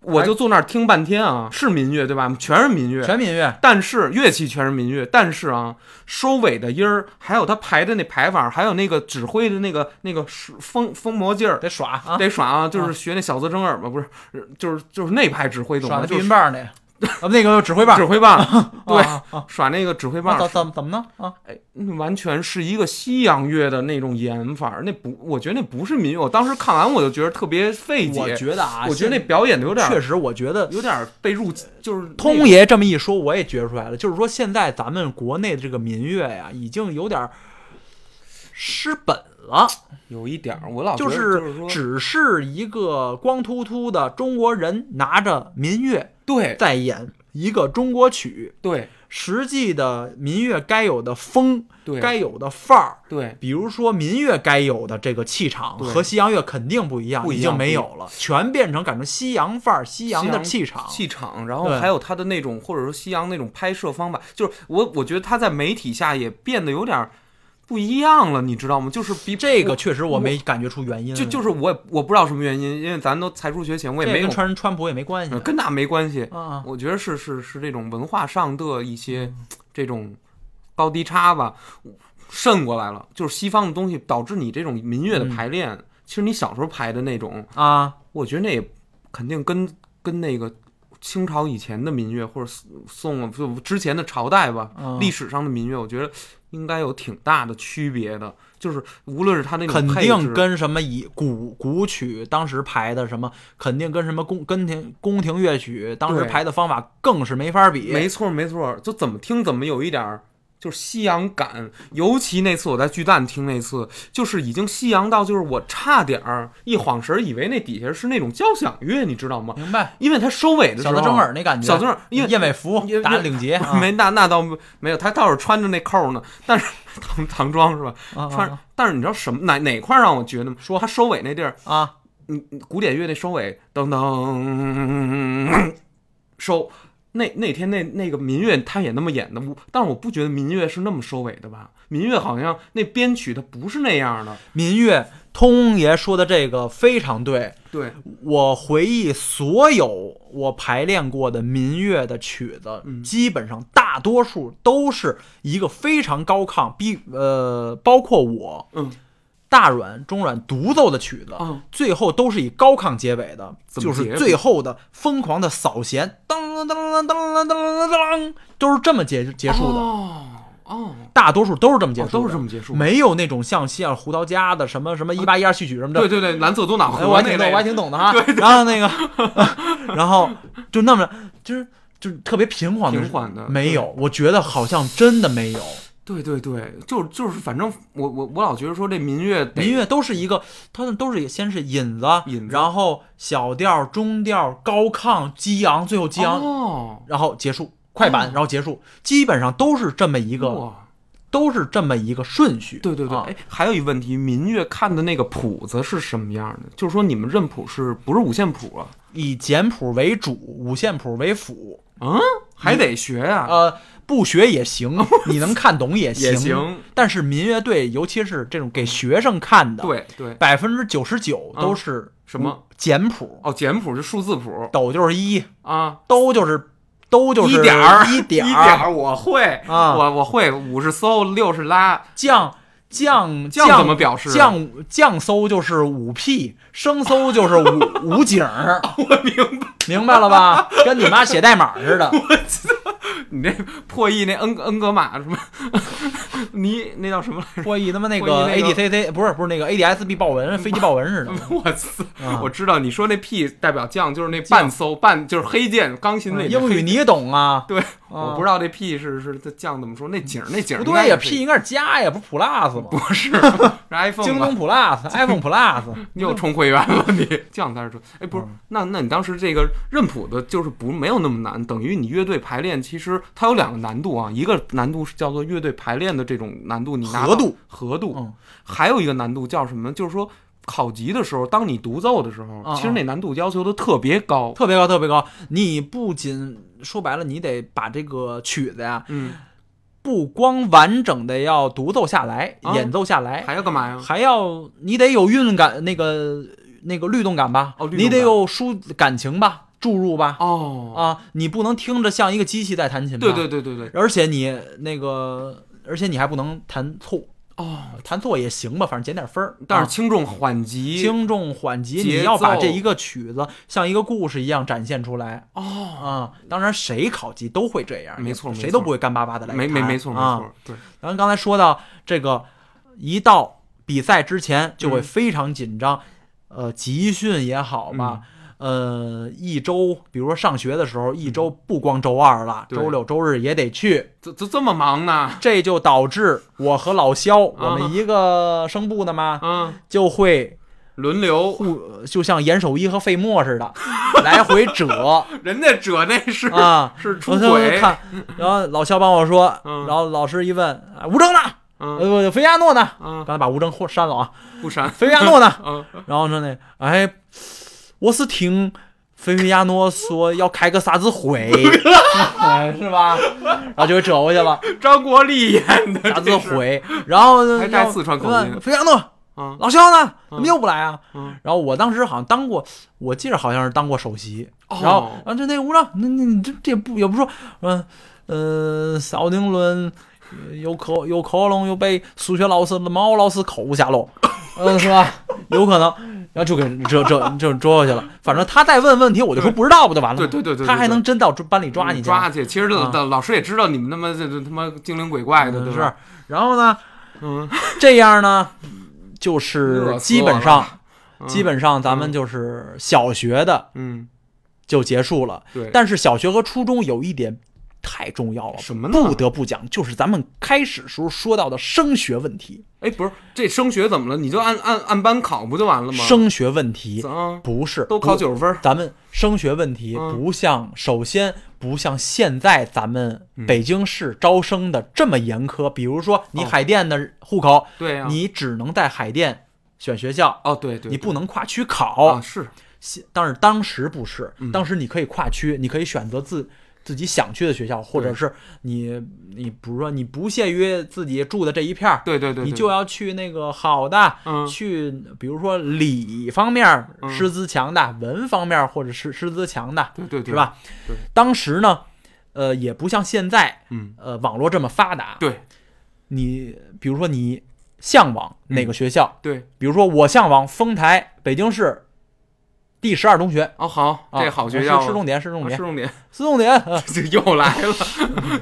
Speaker 2: 我就坐那儿听半天啊，是民乐对吧？全是民乐，
Speaker 4: 全民乐，
Speaker 2: 但是乐器全是民乐，但是啊，收尾的音儿，还有他排的那排法，还有那个指挥的那个那个是疯疯魔劲儿，
Speaker 4: 得耍啊，
Speaker 2: 得耍啊，就是学那小泽征尔嘛，不是，呃就是就是那派指挥懂
Speaker 4: 耍
Speaker 2: 吗？
Speaker 4: 那
Speaker 2: 就
Speaker 4: 避
Speaker 2: 是
Speaker 4: 孕棒
Speaker 2: [laughs]
Speaker 4: 那个，啊那个指挥棒
Speaker 2: 指，挥
Speaker 4: [laughs]
Speaker 2: 棒，对，
Speaker 4: 啊啊
Speaker 2: 耍那个指挥
Speaker 4: 啊，
Speaker 2: 棒
Speaker 4: 怎，怎怎么呢？啊，
Speaker 2: 哎，那完全是一个西洋乐的那种演法，那不，我觉得那不是民乐。我当时看完我就觉得特别费解，
Speaker 4: 我觉得啊，
Speaker 2: 我觉得那表演的有点
Speaker 4: 确实，我觉得
Speaker 2: 有点被入，就是那
Speaker 4: 通
Speaker 2: 个
Speaker 4: 爷这么一说，我也觉出来了，就是说现在咱们国内的这个民乐呀，已经有点儿失本了，
Speaker 2: 有一点儿，我啊老觉得就
Speaker 4: 就
Speaker 2: 是说
Speaker 4: 只是一个光秃秃的中国人拿着民乐
Speaker 2: 对
Speaker 4: 在演一个中国曲，
Speaker 2: 对
Speaker 4: 实际的民乐该有的风，
Speaker 2: 对
Speaker 4: 该有的范儿。
Speaker 2: 对，
Speaker 4: 比如说民乐该有的这个气场
Speaker 2: 对
Speaker 4: 和西洋乐肯定不一样，
Speaker 2: 不一
Speaker 4: 已
Speaker 2: 样
Speaker 4: 经没有了，全变成感觉西洋范儿、西洋的气场。
Speaker 2: 气场，然后
Speaker 4: 对
Speaker 2: 还有他的那种，或者说西洋那种拍摄方法，就是我我觉得他在媒体下也变得有点儿不一样了，你知道吗？就是比
Speaker 4: 这个
Speaker 2: 我
Speaker 4: 确实我没感觉出原因，
Speaker 2: 就就是我也我不知道什么原因，因为咱都才疏学浅，我也
Speaker 4: 这
Speaker 2: 没有
Speaker 4: 跟川川普也没关系
Speaker 2: 呃。跟那没关系。
Speaker 4: 啊，嗯
Speaker 2: 我觉得是是是这种文化上的一些这种高低差吧，渗过来了，就是西方的东西导致你这种民乐的
Speaker 4: 嗯
Speaker 2: 排练，其实你小时候排的那种，
Speaker 4: 啊，
Speaker 2: 我觉得那也肯定跟跟那个清朝以前的民乐或者宋宋就之前的朝代吧，
Speaker 4: 嗯
Speaker 2: 历史上的民乐，我觉得应该有挺大的区别的。就是无论是他那种
Speaker 4: 肯
Speaker 2: 配
Speaker 4: 定
Speaker 2: 置，啊
Speaker 4: 跟什么以古古曲当时排的什么，肯定跟什么宫宫廷宫廷乐曲当时
Speaker 2: 对
Speaker 4: 排的方法更是没法比。
Speaker 2: 没错没错，就怎么听怎么有一点儿。就是西洋感，尤其那次我在巨蛋听那次，就是已经西洋到，就是我差点儿一晃神儿，以为那底下是那种交响乐，你知道吗？
Speaker 4: 明白，
Speaker 2: [laughs] 因为他收尾的时
Speaker 4: 小
Speaker 2: 候，
Speaker 4: 泽征尔那感觉，
Speaker 2: 小泽征尔因为
Speaker 4: 燕尾服
Speaker 2: 因为
Speaker 4: 打领结，啊
Speaker 2: 没那那倒没有，他倒是穿着那扣呢，但是唐唐装是吧？
Speaker 4: 啊
Speaker 2: 穿，
Speaker 4: 啊
Speaker 2: 但是你知道什么哪哪块让我觉得吗？说他收尾那地儿，
Speaker 4: 啊，
Speaker 2: 嗯，古典乐那收尾，噔噔收。那那天那那个民乐他也那么演的，我但是我不觉得民乐是那么收尾的吧？民乐好像那编曲它不是那样的，
Speaker 4: 民乐。通爷说的这个非常对，
Speaker 2: 对，
Speaker 4: 我回忆所有我排练过的民乐的曲子，
Speaker 2: 嗯
Speaker 4: 基本上大多数都是一个非常高亢，比呃，包括我
Speaker 2: 嗯，
Speaker 4: 大阮、中阮独奏的曲子，
Speaker 2: 嗯
Speaker 4: 最后都是以高亢结尾的，
Speaker 2: 怎么结
Speaker 4: 就是
Speaker 2: 尾
Speaker 4: 最后的疯狂的扫弦，当当当当当当当当，都是这么结结束的。
Speaker 2: 哦哦，
Speaker 4: 大多数都是这么结束
Speaker 2: 哦
Speaker 4: 的、
Speaker 2: 都是这么结束嗯
Speaker 4: 没有那种像像胡桃夹的什么什么一八一二序曲什么的。
Speaker 2: 对对对，蓝色多瑙
Speaker 4: 哎
Speaker 2: 河
Speaker 4: 我还
Speaker 2: 那
Speaker 4: 挺懂，我还
Speaker 2: 类的，[laughs]
Speaker 4: 挺懂的哈。然后那个，然后就那么就是就是特别平缓的，
Speaker 2: 平缓的
Speaker 4: 没有，我觉得好像真的没有。
Speaker 2: 对对对，就就是反正我我我老觉得说这民乐得
Speaker 4: 民乐都是一个，它们都是先是引子，
Speaker 2: 引子
Speaker 4: 然后小调、中调、高亢、激昂，最后激昂，
Speaker 2: 哦，
Speaker 4: 然后结束快板，然后结束，基本上都是这么一个，
Speaker 2: 哇，
Speaker 4: 都是这么一个顺序。
Speaker 2: 对对对，
Speaker 4: 啊
Speaker 2: 哎，还有一问题，民乐看的那个谱子是什么样的？就是说你们认谱是不是五线谱啊？
Speaker 4: 以简谱为主，五线谱为辅，
Speaker 2: 嗯，还得学呀、
Speaker 4: 呃，不学也行，你能看懂也行。
Speaker 2: [laughs] 也行
Speaker 4: 但是民乐队，尤其是这种给学生看的，，
Speaker 2: 对嗯对，
Speaker 4: 百分之九十九都是
Speaker 2: 什么
Speaker 4: 简谱，
Speaker 2: 哦，简谱是数字谱
Speaker 4: 抖就是一，
Speaker 2: 啊，
Speaker 4: 兜就是兜就是
Speaker 2: [laughs] 一点儿
Speaker 4: 一点
Speaker 2: 一
Speaker 4: 儿，
Speaker 2: 我会
Speaker 4: 啊
Speaker 2: 我我会五是搜，六是拉，
Speaker 4: 降降
Speaker 2: 降怎么表示啊
Speaker 4: 降降搜就是五 P，升搜就是
Speaker 2: [laughs]
Speaker 4: 五五景儿。
Speaker 2: 哦
Speaker 4: 我明白明白了吧？跟你妈写代码似的。
Speaker 2: 你这破译那恩恩格玛什么， [laughs] 你那叫什么来着？ [laughs]
Speaker 4: 破译他妈那
Speaker 2: 破
Speaker 4: 个
Speaker 2: 译那个
Speaker 4: ADCC 不是不是那个 ADSB 豹纹飞机豹纹似的。
Speaker 2: 我操
Speaker 4: 啊！
Speaker 2: 我知道你说那 P 代表降，就是那半搜半，就是黑键钢琴那
Speaker 4: 英语
Speaker 2: 黑
Speaker 4: 你也懂啊？
Speaker 2: 对，我不知道这 P 是是这降怎么说，那景儿那景儿
Speaker 4: 不对呀
Speaker 2: 应该是
Speaker 4: ，P 应该是加呀，不是 Plus 吗？
Speaker 2: 不
Speaker 4: [laughs]
Speaker 2: 是是 iPhone
Speaker 4: 京东
Speaker 2: 吧？ [laughs]
Speaker 4: Plus，iPhone Plus，
Speaker 2: 又充会员了你降才是说，哎不
Speaker 4: 嗯
Speaker 2: 是，那那你当时这个认谱的就是不没有那么难，等于你乐队排练其实它有两个难度啊，一个难度是叫做乐队排练的这种难度，你拿到
Speaker 4: 合度
Speaker 2: 合度，
Speaker 4: 嗯
Speaker 2: 还有一个难度叫什么？就是说考级的时候，当你独奏的时候，
Speaker 4: 啊
Speaker 2: 其实那难度要求的特别高。
Speaker 4: 特别高，特别高。你不仅说白了，你得把这个曲子呀，
Speaker 2: 嗯，
Speaker 4: 不光完整的要独奏下来、
Speaker 2: 啊
Speaker 4: 演奏下来，
Speaker 2: 还要干嘛呀？
Speaker 4: 还要你得有韵感，那个那个律动感吧，
Speaker 2: 哦律动感
Speaker 4: 你得有抒感情吧，注入吧，
Speaker 2: 哦，
Speaker 4: 啊，你不能听着像一个机器在弹琴吧，
Speaker 2: 对对对对对，
Speaker 4: 而且你那个，而且你还不能弹错，
Speaker 2: 哦，
Speaker 4: 弹错也行吧，反正减点分儿。
Speaker 2: 但是
Speaker 4: 啊
Speaker 2: 轻重缓急，
Speaker 4: 轻重缓急，
Speaker 2: 节
Speaker 4: 你要把
Speaker 2: 奏
Speaker 4: 这一个曲子像一个故事一样展现出来
Speaker 2: 哦，
Speaker 4: 啊、当然，谁考级都会这样，
Speaker 2: 没错没
Speaker 4: 谁
Speaker 2: 错
Speaker 4: 都不会干巴巴的来
Speaker 2: 没没
Speaker 4: 弹
Speaker 2: 没错没
Speaker 4: 啊
Speaker 2: 错，对，
Speaker 4: 咱们刚才说到这个，一到比赛之前就会
Speaker 2: 嗯嗯
Speaker 4: 非常紧张，呃，集训也好吧，呃，一周，比如说上学的时候，一周不光周二
Speaker 2: 嗯
Speaker 4: 了，
Speaker 2: 对
Speaker 4: 周六周日也得去，
Speaker 2: 这这这么忙呢？
Speaker 4: 这就导致我和老肖，
Speaker 2: 啊
Speaker 4: 我们一个声部的嘛，
Speaker 2: 嗯，
Speaker 4: 就会
Speaker 2: 轮流，
Speaker 4: 互呃就像严守一和费默
Speaker 2: [laughs]
Speaker 4: 似的，来回折
Speaker 2: 人家者那是
Speaker 4: 啊。
Speaker 2: 是出
Speaker 4: 我就
Speaker 2: 轨， [laughs]
Speaker 4: 看，然后老肖帮我说，
Speaker 2: 嗯
Speaker 4: 然后老师一问，啊吴征呢？
Speaker 2: 嗯
Speaker 4: 呃，菲亚诺呢？
Speaker 2: 嗯，
Speaker 4: 刚才把吴征或删了啊，
Speaker 2: 不删，
Speaker 4: 菲亚诺呢？
Speaker 2: [laughs] 嗯，
Speaker 4: 然后说呢，哎，我是听菲菲亚诺说要开个啥子会，
Speaker 2: [laughs]
Speaker 4: 哎，是吧？然后就给折过去了，
Speaker 2: 张国立演的 [laughs]
Speaker 4: 啥
Speaker 2: 这
Speaker 4: 子
Speaker 2: 是，
Speaker 4: 会，然后呢
Speaker 2: 还带四川口音
Speaker 4: 问菲亚诺，
Speaker 2: 嗯
Speaker 4: 老肖呢？怎么又不来啊？
Speaker 2: 嗯
Speaker 4: 然后我当时好像当过，我记得好像是当过首席。
Speaker 2: 哦
Speaker 4: 然后，啊然后就那吴章，那那你这这不也不说，嗯呃，邵丁伦呃有可有可能又被数学老师毛老师扣下了，嗯、是吧？ [laughs] 有可能，然后就给这这这捉过去了。反正他再问问题，我就说不知道不就完了吗？
Speaker 2: 对对对对对
Speaker 4: 他还能真到班里抓你去吗？啊
Speaker 2: 抓去。其实老老师也知道你们他妈这这他妈精灵鬼怪的，
Speaker 4: 嗯
Speaker 2: 对
Speaker 4: 是
Speaker 2: 吧？。
Speaker 4: 然后呢，
Speaker 2: 嗯，
Speaker 4: [laughs] 这样呢，就
Speaker 2: 热死我
Speaker 4: 是
Speaker 2: 了
Speaker 4: 基本上。
Speaker 2: 嗯
Speaker 4: 基本上咱们就是小学的
Speaker 2: 嗯，
Speaker 4: 就结束了。
Speaker 2: 对。
Speaker 4: 但是小学和初中有一点太重要了，
Speaker 2: 什么呢
Speaker 4: 不得不讲，就是咱们开始时候说到的升学问题。
Speaker 2: 哎，不是这升学怎么了？你就按按按班考不就完了吗？
Speaker 4: 升学问题
Speaker 2: 啊，
Speaker 4: 不是
Speaker 2: 都考
Speaker 4: 不
Speaker 2: 九十分儿。
Speaker 4: 咱们升学问题
Speaker 2: 嗯
Speaker 4: 不像，首先不像现在咱们
Speaker 2: 嗯
Speaker 4: 北京市招生的这么严苛。比如说你
Speaker 2: 哦
Speaker 4: 海淀的户口，
Speaker 2: 对呀
Speaker 4: 你只能在海淀选学校，
Speaker 2: 哦，对对，
Speaker 4: 你不能跨区
Speaker 2: 对
Speaker 4: 考。
Speaker 2: 啊嗯是
Speaker 4: 西但是当时不是，当时你可以跨区，你可以选择自自己想去的学校，或者是你你比如说你不屑于自己住的这一片儿，
Speaker 2: 对对对，对
Speaker 4: 你就要去那个好的，
Speaker 2: 嗯
Speaker 4: 去比如说理方面儿
Speaker 2: 嗯
Speaker 4: 师资强的，文方面儿或者是师资强的，
Speaker 2: 对对对
Speaker 4: 是？吧
Speaker 2: 对？
Speaker 4: 当时呢，呃，也不像现在，
Speaker 2: 嗯，
Speaker 4: 呃，网络这么发达，
Speaker 2: 对，
Speaker 4: 你比如说你向往哪
Speaker 2: 嗯
Speaker 4: 个学校，
Speaker 2: 对，
Speaker 4: 比如说我向往丰台北京市第十二中学，
Speaker 2: 哦，好，
Speaker 4: 啊
Speaker 2: 这好学校
Speaker 4: 是是重点，是重
Speaker 2: 啊是
Speaker 4: 点，
Speaker 2: 重点， [laughs]
Speaker 4: 是重点。呃
Speaker 2: 这又来了，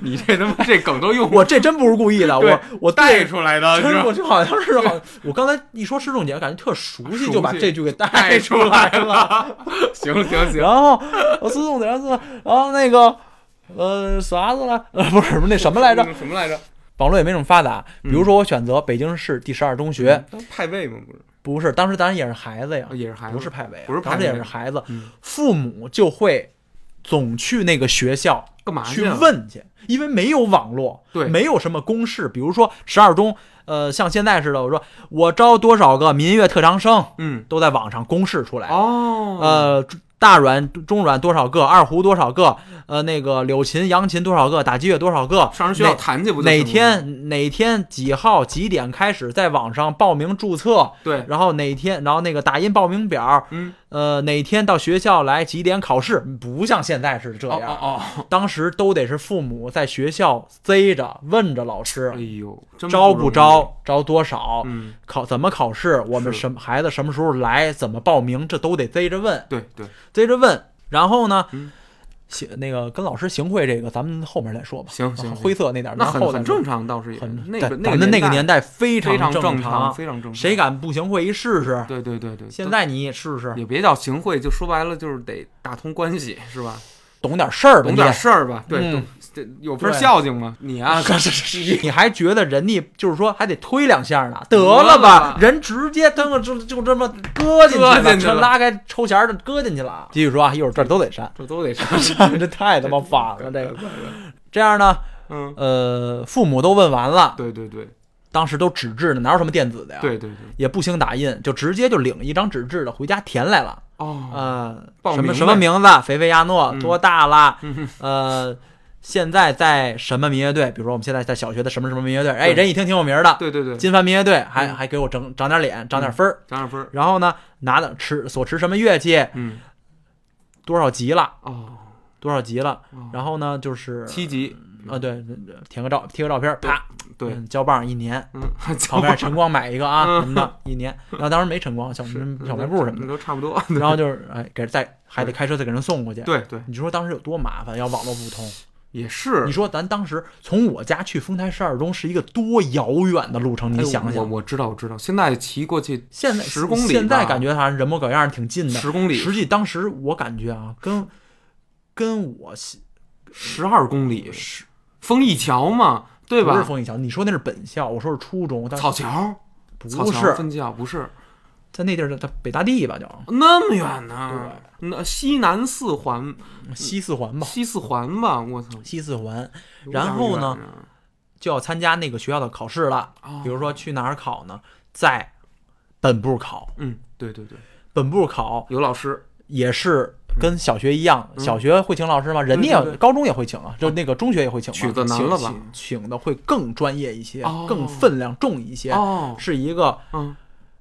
Speaker 2: 你这他妈这梗都用
Speaker 4: [laughs] 我这真不是故意的，
Speaker 2: 对
Speaker 4: 我我
Speaker 2: 带
Speaker 4: 带，
Speaker 2: 出来的，
Speaker 4: 真
Speaker 2: 是
Speaker 4: 是
Speaker 2: 吧
Speaker 4: 我就好像 [laughs] 是好，我刚才一说是重点，感觉特熟悉，
Speaker 2: 熟
Speaker 4: 就把
Speaker 2: 悉
Speaker 4: 这句给带
Speaker 2: 带
Speaker 4: 出
Speaker 2: 出
Speaker 4: 来
Speaker 2: 来
Speaker 4: [laughs] 了。
Speaker 2: 了，行行行，
Speaker 4: 然后我是重点，是重点，然后那个呃啥子来，呃 [laughs] 不是不是那什么来着，
Speaker 2: 什么来着？
Speaker 4: 网络也没这么发达。比如说我选择北京市第十二中学，
Speaker 2: 派位吗？不是，
Speaker 4: 不是，当时当然也是孩子呀
Speaker 2: 哎哦，也是孩子
Speaker 4: 不是派位啊，
Speaker 2: 不是派
Speaker 4: 当时
Speaker 2: 位
Speaker 4: 也是孩子
Speaker 2: 嗯，
Speaker 4: 父母就会总去那个学校
Speaker 2: 干嘛
Speaker 4: 去
Speaker 2: 啊？
Speaker 4: 问去，因为没有网络，
Speaker 2: 对
Speaker 4: 没有什么公式，比如说十二中，呃，像现在似的，我说我招多少个民乐特长生，
Speaker 2: 嗯，
Speaker 4: 都在网上公示出来，
Speaker 2: 哦，
Speaker 4: 呃。大阮、中阮多少个？二胡多少个？呃，那个柳琴、扬琴多少个？打击乐多少个？
Speaker 2: 上人学校
Speaker 4: 哪
Speaker 2: 谈去不就行了
Speaker 4: 哪
Speaker 2: 吗？
Speaker 4: 天哪天几号几点开始在网上报名注册？
Speaker 2: 对，
Speaker 4: 然后哪天，然后那个打印报名表，
Speaker 2: 嗯，
Speaker 4: 呃，哪天到学校来几点考试？不像现在是这
Speaker 2: 哦
Speaker 4: 样，
Speaker 2: 哦
Speaker 4: 当时都得是父母在学校逮着问着老
Speaker 2: 哦，哎
Speaker 4: 师，
Speaker 2: 呦，真
Speaker 4: 招
Speaker 2: 不容
Speaker 4: 不
Speaker 2: 易？
Speaker 4: 招，招多少，
Speaker 2: 嗯，
Speaker 4: 考怎么考试，我们
Speaker 2: 是
Speaker 4: 什么孩子什么时候来，怎么报名，这都得逮着问，
Speaker 2: 对对，
Speaker 4: 逮着问。然后呢
Speaker 2: 嗯，
Speaker 4: 行、那个跟老师行贿这个，咱们后面再说吧。
Speaker 2: 行行行
Speaker 4: 哦灰色那点儿
Speaker 2: 那
Speaker 4: 咱
Speaker 2: 很
Speaker 4: 后
Speaker 2: 很
Speaker 4: 再说
Speaker 2: 正常，倒是也
Speaker 4: 很
Speaker 2: 那个
Speaker 4: 咱
Speaker 2: 那
Speaker 4: 们那个
Speaker 2: 年
Speaker 4: 年代非
Speaker 2: 非常
Speaker 4: 正
Speaker 2: 正常，非常正常。
Speaker 4: 谁？敢不行贿一试试？
Speaker 2: 对对对对，
Speaker 4: 现在你试试
Speaker 2: 都。也别叫行贿，就说白了就是得打通关系，是吧？
Speaker 4: 懂点事儿吧，
Speaker 2: 懂
Speaker 4: 你
Speaker 2: 点事儿吧，对，
Speaker 4: 嗯
Speaker 2: 懂这有份
Speaker 4: 对
Speaker 2: 孝敬吗？你
Speaker 4: [laughs]
Speaker 2: 啊，
Speaker 4: 是是是，你还觉得人家就是说还得推两下呢？得
Speaker 2: 了
Speaker 4: 吧
Speaker 2: 吧，
Speaker 4: 人直接他妈就就这么搁进去了，
Speaker 2: 搁进去
Speaker 4: 这
Speaker 2: 了，
Speaker 4: 拉开抽弦儿的搁进去了。继续说啊，一会儿这都得删
Speaker 2: 这都得上。
Speaker 4: [laughs] 这太他妈反了，这个这样呢，
Speaker 2: 嗯，
Speaker 4: 呃，父母都问完了，
Speaker 2: 对对对
Speaker 4: 当时都纸质的，哪有什么电子的呀？，
Speaker 2: 对对对，
Speaker 4: 也不兴打印，就直接就领一张纸质的回家填来了。
Speaker 2: 哦，
Speaker 4: 呃，
Speaker 2: 报
Speaker 4: 什么
Speaker 2: 名
Speaker 4: 什么
Speaker 2: 呗
Speaker 4: 名字？肥肥亚诺
Speaker 2: 嗯
Speaker 4: 多大了？
Speaker 2: 嗯
Speaker 4: 呃，现在在什么民乐队？比如说我们现在在小学的什么什么民乐队？哎，
Speaker 2: 对
Speaker 4: 人一听挺有名儿的，
Speaker 2: 对对对，
Speaker 4: 金帆民乐队还
Speaker 2: 嗯
Speaker 4: 还给我整长点脸，长点分儿。
Speaker 2: 涨点分儿，
Speaker 4: 然后呢，拿的持所持什么乐器，
Speaker 2: 嗯，
Speaker 4: 多少级了，
Speaker 2: 哦，
Speaker 4: 多少级了。
Speaker 2: 哦
Speaker 4: 然后呢，就是
Speaker 2: 七级，
Speaker 4: 啊，对，填个照，贴个照片，啪，
Speaker 2: 对，
Speaker 4: 嗯胶棒一年。
Speaker 2: 嗯，
Speaker 4: [laughs] 旁边晨光买一个啊
Speaker 2: 嗯
Speaker 4: 什么的，一年。然后当时没晨光，小
Speaker 2: 是
Speaker 4: 小卖部什么
Speaker 2: 那
Speaker 4: 的。
Speaker 2: 都差不
Speaker 4: [laughs]
Speaker 2: 多。
Speaker 4: 然后就是哎，给再还得开车再给人送过去。
Speaker 2: 对对，
Speaker 4: 你说当时有多麻烦？要网络不通，
Speaker 2: 也是
Speaker 4: 你。说咱当时从我家去丰台十二中是一个多遥远的路程？
Speaker 2: 哎
Speaker 4: 你
Speaker 2: 呦
Speaker 4: 想
Speaker 2: 我
Speaker 4: 想，
Speaker 2: 我知道我知道，现在骑过去
Speaker 4: 现在
Speaker 2: 十公里吧，
Speaker 4: 现在感觉好像人模狗样儿挺近的。
Speaker 2: 十公里
Speaker 4: 实际当时我感觉啊，跟跟我西
Speaker 2: 十二公里，是丰益桥嘛，对
Speaker 4: 不是
Speaker 2: 吧？
Speaker 4: 丰益桥，你说那是本校，我说是初中，但
Speaker 2: 草桥，
Speaker 4: 不
Speaker 2: 草桥
Speaker 4: 是
Speaker 2: 分校不是
Speaker 4: 在那地儿叫叫北大地吧，叫
Speaker 2: 那么远呢？那西南四环，
Speaker 4: 西四环吧，
Speaker 2: 西四环吧，我操！
Speaker 4: 西四环
Speaker 2: 有点
Speaker 4: 嗯然后呢
Speaker 2: 远啊？
Speaker 4: 就要参加那个学校的考试了。
Speaker 2: 哦
Speaker 4: 比如说去哪儿考呢？在本部考，
Speaker 2: 嗯，对对对，
Speaker 4: 本部考
Speaker 2: 有老师，
Speaker 4: 也是跟小学一样，小学会请老师吗？人
Speaker 2: 嗯
Speaker 4: 家
Speaker 2: 对对
Speaker 4: 也
Speaker 2: 对
Speaker 4: 高中也会请啊，就那个中学也会请嘛，
Speaker 2: 曲子难了吧
Speaker 4: 请请请的会更专业一些，
Speaker 2: 哦
Speaker 4: 更分量重一些，
Speaker 2: 哦，
Speaker 4: 是一个
Speaker 2: 嗯，